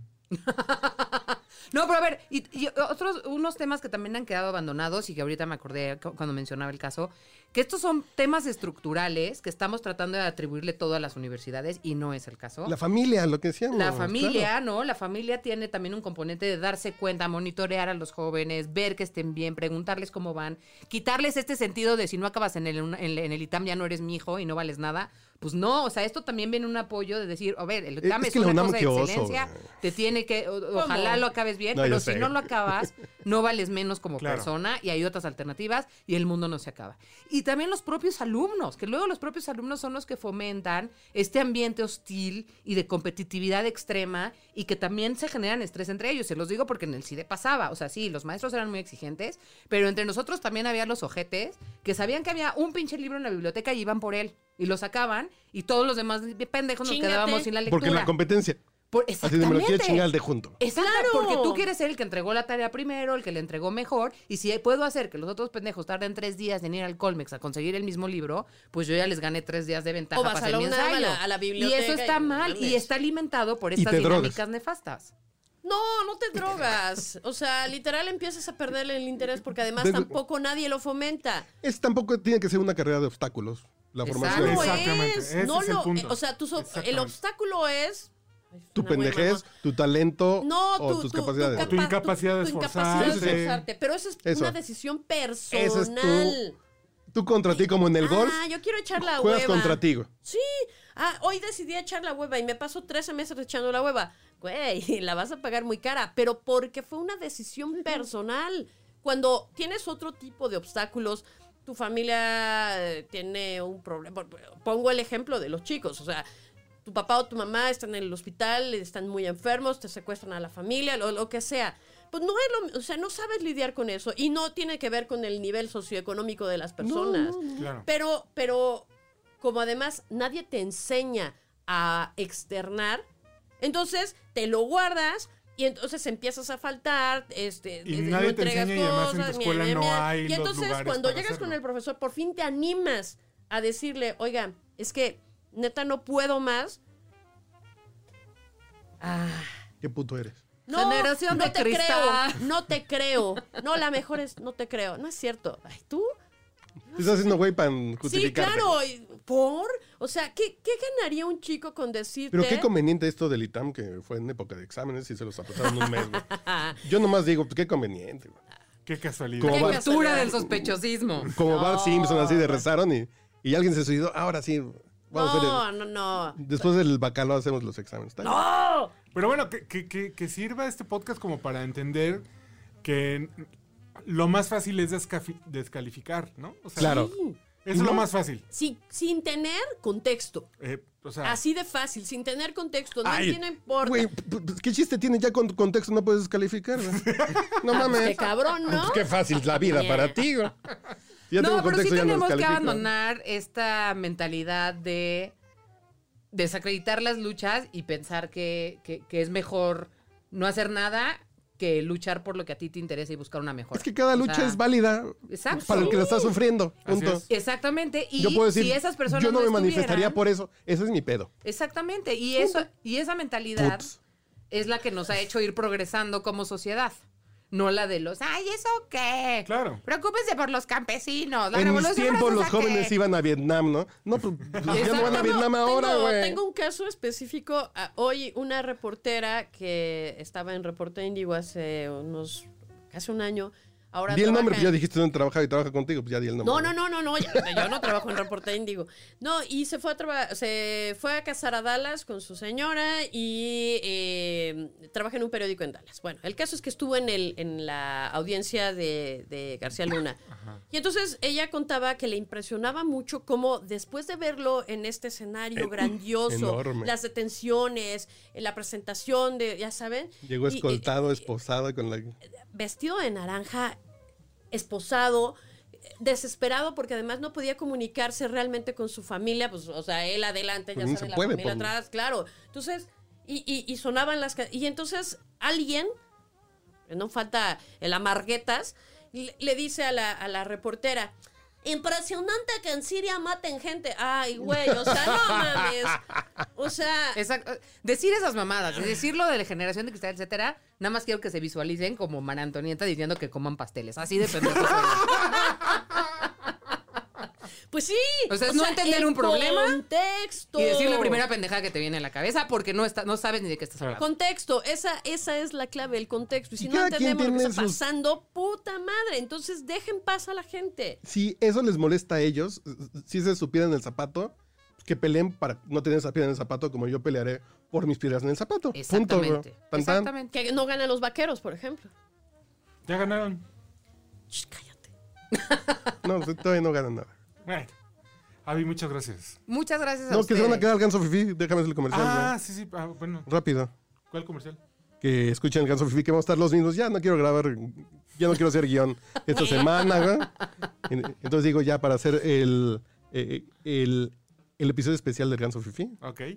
Speaker 3: No, pero a ver, y, y otros, unos temas que también han quedado abandonados y que ahorita me acordé cu- cuando mencionaba el caso, que estos son temas estructurales que estamos tratando de atribuirle todo a las universidades y no es el caso.
Speaker 2: La familia, lo que decíamos.
Speaker 3: La familia,
Speaker 2: claro.
Speaker 3: ¿no? La familia tiene también un componente de darse cuenta, monitorear a los jóvenes, ver que estén bien, preguntarles cómo van, quitarles este sentido de si no acabas en el, en, el- en el ITAM ya no eres mi hijo y no vales nada. Pues no, o sea, esto también viene un apoyo de decir, a ver, el ITAM
Speaker 2: es
Speaker 3: es,
Speaker 2: que la
Speaker 3: una
Speaker 2: UNAM
Speaker 3: cosa de
Speaker 2: qué oso,
Speaker 3: excelencia,
Speaker 2: güey.
Speaker 3: te tiene que, o- ojalá lo acabes bien,
Speaker 2: No, yo
Speaker 3: ¿eh? pero
Speaker 2: sé.
Speaker 3: si no lo acabas, no vales menos como
Speaker 1: Claro.
Speaker 3: persona y hay otras alternativas y el mundo no se acaba. Y también los propios alumnos, que luego los propios alumnos son los que fomentan este ambiente hostil y de competitividad extrema y que también se generan estrés entre ellos. Se los digo porque en el CIDE pasaba. O sea, sí, los maestros eran muy exigentes, pero entre nosotros también había los ojetes que sabían que había un pinche libro en la biblioteca y iban por él. Y lo sacaban y todos los demás pendejos nos
Speaker 4: Chíngate.
Speaker 3: quedábamos sin la lectura.
Speaker 2: Porque la competencia.
Speaker 3: Por-
Speaker 2: Así de me lo quiere
Speaker 3: exactamente.
Speaker 2: chingar el de junto.
Speaker 3: Exacto,
Speaker 4: Claro.
Speaker 3: porque tú quieres ser el que entregó la tarea primero, el que le entregó mejor, y si puedo hacer que los otros pendejos tarden tres días en ir al Colmex a conseguir el mismo libro, pues yo ya les gané tres días de ventaja
Speaker 4: O vas
Speaker 3: para
Speaker 4: a
Speaker 3: hacer
Speaker 4: la
Speaker 3: mi
Speaker 4: UNAM, a
Speaker 3: ensayo.
Speaker 4: la- a la
Speaker 3: y eso
Speaker 4: biblioteca
Speaker 3: está
Speaker 4: y no
Speaker 3: mal
Speaker 4: mames.
Speaker 3: y está alimentado por
Speaker 2: Y
Speaker 3: estas
Speaker 2: te drogas.
Speaker 3: dinámicas nefastas.
Speaker 4: No, no te drogas. O sea, literal empiezas a perder el interés porque además
Speaker 2: Desde-
Speaker 4: tampoco nadie lo fomenta.
Speaker 2: Es tampoco tiene que ser una carrera de obstáculos. La
Speaker 3: Exacto.
Speaker 2: formación.
Speaker 4: No
Speaker 1: Exactamente,
Speaker 4: es.
Speaker 1: ese
Speaker 4: No
Speaker 1: es el
Speaker 4: lo. eh,
Speaker 1: punto.
Speaker 4: O sea, tus ob- el
Speaker 1: Exactamente.
Speaker 4: obstáculo es. Ay,
Speaker 2: Tu
Speaker 4: suena muy
Speaker 2: pendejez,
Speaker 4: mamón.
Speaker 2: tu talento
Speaker 4: No,
Speaker 2: o
Speaker 4: tu,
Speaker 2: tus
Speaker 4: tu- tu
Speaker 2: capacidades.
Speaker 4: capa-
Speaker 1: Tu incapacidad de
Speaker 4: tu incapacidad de
Speaker 1: esforzarte.
Speaker 4: esforzarte. Pero eso es
Speaker 2: Eso.
Speaker 4: una decisión personal.
Speaker 2: Ese es tu Tú contra ti como en el golf,
Speaker 4: Ah, yo quiero echar la
Speaker 2: juegas
Speaker 4: hueva.
Speaker 2: contra ti. güey.
Speaker 4: Sí. Ah, hoy decidí echar la hueva y me paso 13 meses echando la hueva. Güey, [LAUGHS] la vas a pagar muy cara, pero porque fue una decisión personal. Cuando tienes otro tipo de obstáculos, tu familia eh, tiene un problema. Pongo el ejemplo de los chicos, o sea, tu papá o tu mamá están en el hospital, están muy enfermos, te secuestran a la familia, lo, lo que sea. Pues no es lo, o sea, no sabes lidiar con eso y no tiene que ver con el nivel socioeconómico de las personas.
Speaker 1: Claro.
Speaker 4: Pero, pero como además nadie te enseña a externar, entonces te lo guardas y entonces empiezas a faltar, este,
Speaker 1: Y
Speaker 4: eh,
Speaker 1: nadie te enseña y además en tu escuela no hay
Speaker 4: y
Speaker 1: los
Speaker 4: entonces
Speaker 1: lugares
Speaker 4: cuando
Speaker 1: para
Speaker 4: llegas con
Speaker 1: hacerlo.
Speaker 4: el profesor por fin te animas a decirle, oiga, es que neta no puedo más. Ah.
Speaker 2: Qué puto eres.
Speaker 4: No,
Speaker 3: Generación
Speaker 4: no
Speaker 3: de
Speaker 4: te
Speaker 3: cristal".
Speaker 4: creo, no te creo. No, la mejor es no te creo, no es cierto. Ay, tú
Speaker 2: Te estás haciendo güey para
Speaker 4: Sí,
Speaker 2: justificarte.
Speaker 4: claro. y- ¿Por? O sea, ¿qué, qué ganaría un chico con decirte?
Speaker 2: Pero qué conveniente esto del ITAM que fue en época de exámenes y se los apretaron un mes.
Speaker 4: [LAUGHS]
Speaker 2: güey. Yo nomás digo, pues qué conveniente. güey.
Speaker 1: Qué casualidad.
Speaker 2: Como
Speaker 3: La
Speaker 2: Qué Bart-
Speaker 3: cultura del sospechosismo.
Speaker 2: Como Bart Simpson, así de rezaron y, y alguien se suicidó. Ahora sí, vamos a hacer.
Speaker 4: No, no, no.
Speaker 2: el- después del bacalao hacemos los exámenes. ¿está bien?
Speaker 1: Pero bueno, que, que- que- que sirva este podcast como para entender que lo más fácil es descafi- descalificar, ¿no? O sea,
Speaker 2: Claro.
Speaker 1: Es lo más fácil.
Speaker 4: Sí, sin tener contexto.
Speaker 1: Eh, o sea,
Speaker 4: Así de fácil, sin tener contexto. No
Speaker 2: Ah. Ay,
Speaker 4: tiene importa.
Speaker 2: Güey, p- p- ¿qué chiste tiene? Ya con tu contexto no puedes descalificar. güey. No
Speaker 4: Ah, pues,
Speaker 2: mames.
Speaker 4: qué cabrón, ¿no?
Speaker 2: Pues qué fácil la vida para ti, güey. Si ya tengo
Speaker 3: no, pero sí
Speaker 2: contexto, ya no
Speaker 3: tenemos que
Speaker 2: descalifico.
Speaker 3: abandonar esta mentalidad de desacreditar las luchas y pensar que, que- que es mejor no hacer nada que luchar por lo que a ti te interesa y buscar una mejor.
Speaker 2: Es que cada lucha es válida
Speaker 3: exacto.
Speaker 2: para el que la está sufriendo.
Speaker 1: Así
Speaker 2: Punto.
Speaker 1: es.
Speaker 3: Exactamente. Y
Speaker 2: yo puedo decir,
Speaker 3: si esas personas
Speaker 2: yo no, me
Speaker 3: estuvieran-
Speaker 2: manifestaría por eso. Ese es mi pedo.
Speaker 3: Exactamente. Y eso, y esa mentalidad
Speaker 2: Putz.
Speaker 3: es la que nos ha hecho ir progresando como sociedad. No la de los, ay, ¿eso qué?
Speaker 1: Claro.
Speaker 3: Preocúpense por los campesinos. La
Speaker 2: en mis
Speaker 3: revolución
Speaker 2: tiempos los
Speaker 3: francesa, ¿qué?".
Speaker 2: jóvenes iban a Vietnam, ¿no? No, pues pues, ya no van a
Speaker 4: Tengo-
Speaker 2: Vietnam ahora,
Speaker 4: tengo-
Speaker 2: güey.
Speaker 4: Tengo un caso específico. Ah, Hoy una reportera que estaba en Reporte Índigo hace unos, casi un año, Ahora
Speaker 2: Di el nombre,
Speaker 4: trabaja
Speaker 2: pues ya dijiste dónde trabajaba y trabaja contigo, pues ya di el nombre.
Speaker 4: no, no, no, no, no, ya- yo no trabajo en Reporte Índigo. No, y se fue a traba- se fue a casar a Dallas con su señora y eh, trabaja en un periódico en Dallas. Bueno, el caso es que estuvo en, el, en la audiencia de, de García Luna. Y entonces ella contaba que le impresionaba mucho cómo después de verlo en este escenario grandioso,
Speaker 2: Eh, enorme.
Speaker 4: las detenciones, en la presentación de, ya saben.
Speaker 2: Llegó
Speaker 4: y- y-
Speaker 2: escoltado, esposado con la...
Speaker 4: vestido de naranja, esposado, desesperado porque además no podía comunicarse realmente con su familia, pues, o sea, él adelante, ya
Speaker 2: Pues no
Speaker 4: sabe,
Speaker 2: se
Speaker 4: la
Speaker 2: puede,
Speaker 4: familia
Speaker 2: Pablo.
Speaker 4: atrás, claro. Entonces, y, y- y sonaban las... ca- Y entonces alguien, no falta el amarguetas, le, le dice a la, a la reportera... Impresionante que en Siria maten gente. Ay, güey, o sea, no mames. O sea,
Speaker 3: Exacto. Decir esas mamadas, de decirlo de la generación de cristal, etcétera, nada más quiero que se visualicen como María Antonieta diciendo que coman pasteles. Así de pendejo soy yo.
Speaker 4: pues sí.
Speaker 3: O sea, es no entender
Speaker 4: el
Speaker 3: un problema
Speaker 4: Contexto.
Speaker 3: Y decir la primera pendejada que te viene a la cabeza porque no, está, no sabes ni de qué estás hablando.
Speaker 4: Contexto, esa, esa es la clave, el contexto. Ah. Y si
Speaker 2: Y
Speaker 4: no
Speaker 2: cada quien
Speaker 4: entendemos lo que
Speaker 2: tiene
Speaker 4: está
Speaker 2: sus-
Speaker 4: pasando, puta madre. Entonces dejen paz a la gente.
Speaker 2: Si eso les molesta a ellos, si se supieran el zapato, pues que peleen para no tener esa piedra en el zapato como yo pelearé por mis piedras en el zapato. Punto, bro.
Speaker 3: Exactamente.
Speaker 2: Tan, tan.
Speaker 3: Exactamente.
Speaker 4: Que no ganan los vaqueros, por ejemplo.
Speaker 1: Ya ganaron.
Speaker 4: Shh, cállate.
Speaker 2: No, pues, todavía no ganan
Speaker 3: [LAUGHS]
Speaker 2: nada.
Speaker 1: Bueno. Avi, muchas gracias.
Speaker 3: Muchas gracias a
Speaker 2: No, que
Speaker 3: ustedes.
Speaker 2: se van a quedar Ganso Fifi, déjame hacer el comercial.
Speaker 1: Ah, sí, sí. ah, bueno,
Speaker 2: ¿no? Rápido.
Speaker 1: ¿cuál comercial?
Speaker 2: Que escuchen Ganso Fifi, que vamos a estar los mismos. Ya no quiero grabar, ya no quiero hacer guión
Speaker 3: [LAUGHS]
Speaker 2: esta semana, güey. En- Entonces digo, ya para hacer el, eh, el, el episodio especial del Ganso Fifi,
Speaker 1: Ok.
Speaker 2: ahí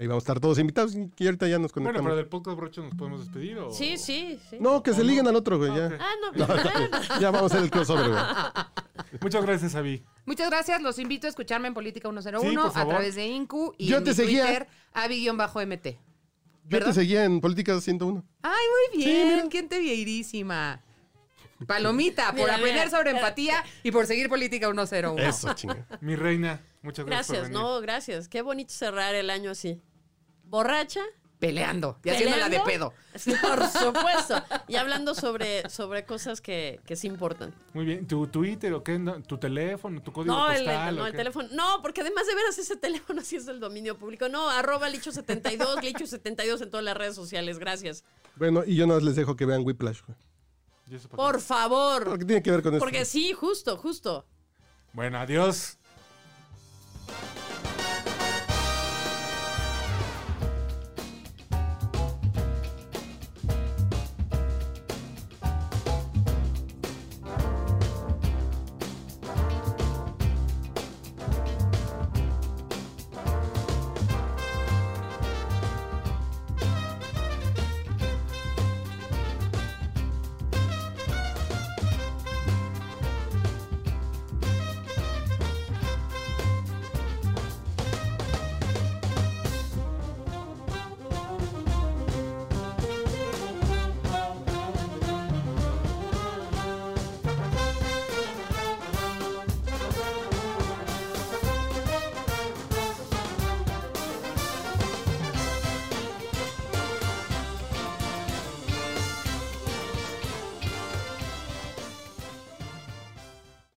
Speaker 2: vamos a estar todos invitados y que ahorita ya nos
Speaker 1: Bueno, pero
Speaker 2: conectamos.
Speaker 1: del podcast brocho nos podemos despedir o.
Speaker 4: Sí, sí, sí.
Speaker 2: No, que se liguen al otro, güey, ya.
Speaker 1: ok.
Speaker 4: Ah, Oh. [LAUGHS] no.
Speaker 2: [LAUGHS] Ya vamos a hacer el crossover, güey.
Speaker 1: Muchas gracias, Avi.
Speaker 3: Muchas gracias. Los invito a escucharme en Política
Speaker 1: Sí,
Speaker 3: 101
Speaker 1: por
Speaker 3: a
Speaker 1: favor.
Speaker 3: través de Incu y
Speaker 2: Yo
Speaker 3: en
Speaker 2: te
Speaker 3: mi
Speaker 2: seguía.
Speaker 3: Twitter,
Speaker 2: Yo
Speaker 3: avi-mt.
Speaker 2: te
Speaker 3: ¿Perdón?
Speaker 2: seguía en Política 101.
Speaker 3: Ay, muy bien. ¿Quién te vieirísima? Palomita, por
Speaker 4: Mira,
Speaker 3: aprender
Speaker 4: mira.
Speaker 3: sobre empatía y por seguir Política 101.
Speaker 2: Eso, chinga.
Speaker 1: Mi reina, muchas gracias. por
Speaker 4: Gracias,
Speaker 1: venir.
Speaker 4: no, gracias. Qué bonito cerrar el año así. Borracha.
Speaker 3: Peleando y haciéndola de
Speaker 4: peleando.
Speaker 3: pedo.
Speaker 4: [LAUGHS] Sí, por supuesto. Y hablando sobre, sobre cosas que, que sí importan.
Speaker 1: Muy bien. ¿Tu Twitter o qué? No, ¿Tu teléfono? ¿Tu código
Speaker 4: No, el,
Speaker 1: postal?
Speaker 4: el- no,
Speaker 1: o
Speaker 4: el
Speaker 1: qué?
Speaker 4: teléfono. No, porque además de veras ese teléfono sí es del dominio público. No, arroba licho72,
Speaker 1: [LAUGHS]
Speaker 4: licho72 en todas las redes sociales. Gracias.
Speaker 2: Bueno, y yo nada más les dejo que vean Whiplash, güey.
Speaker 1: ¿Y eso pues, para qué?
Speaker 4: Por favor.
Speaker 2: Porque tiene que ver con esto.
Speaker 4: Porque sí, justo, justo.
Speaker 1: Bueno, adiós.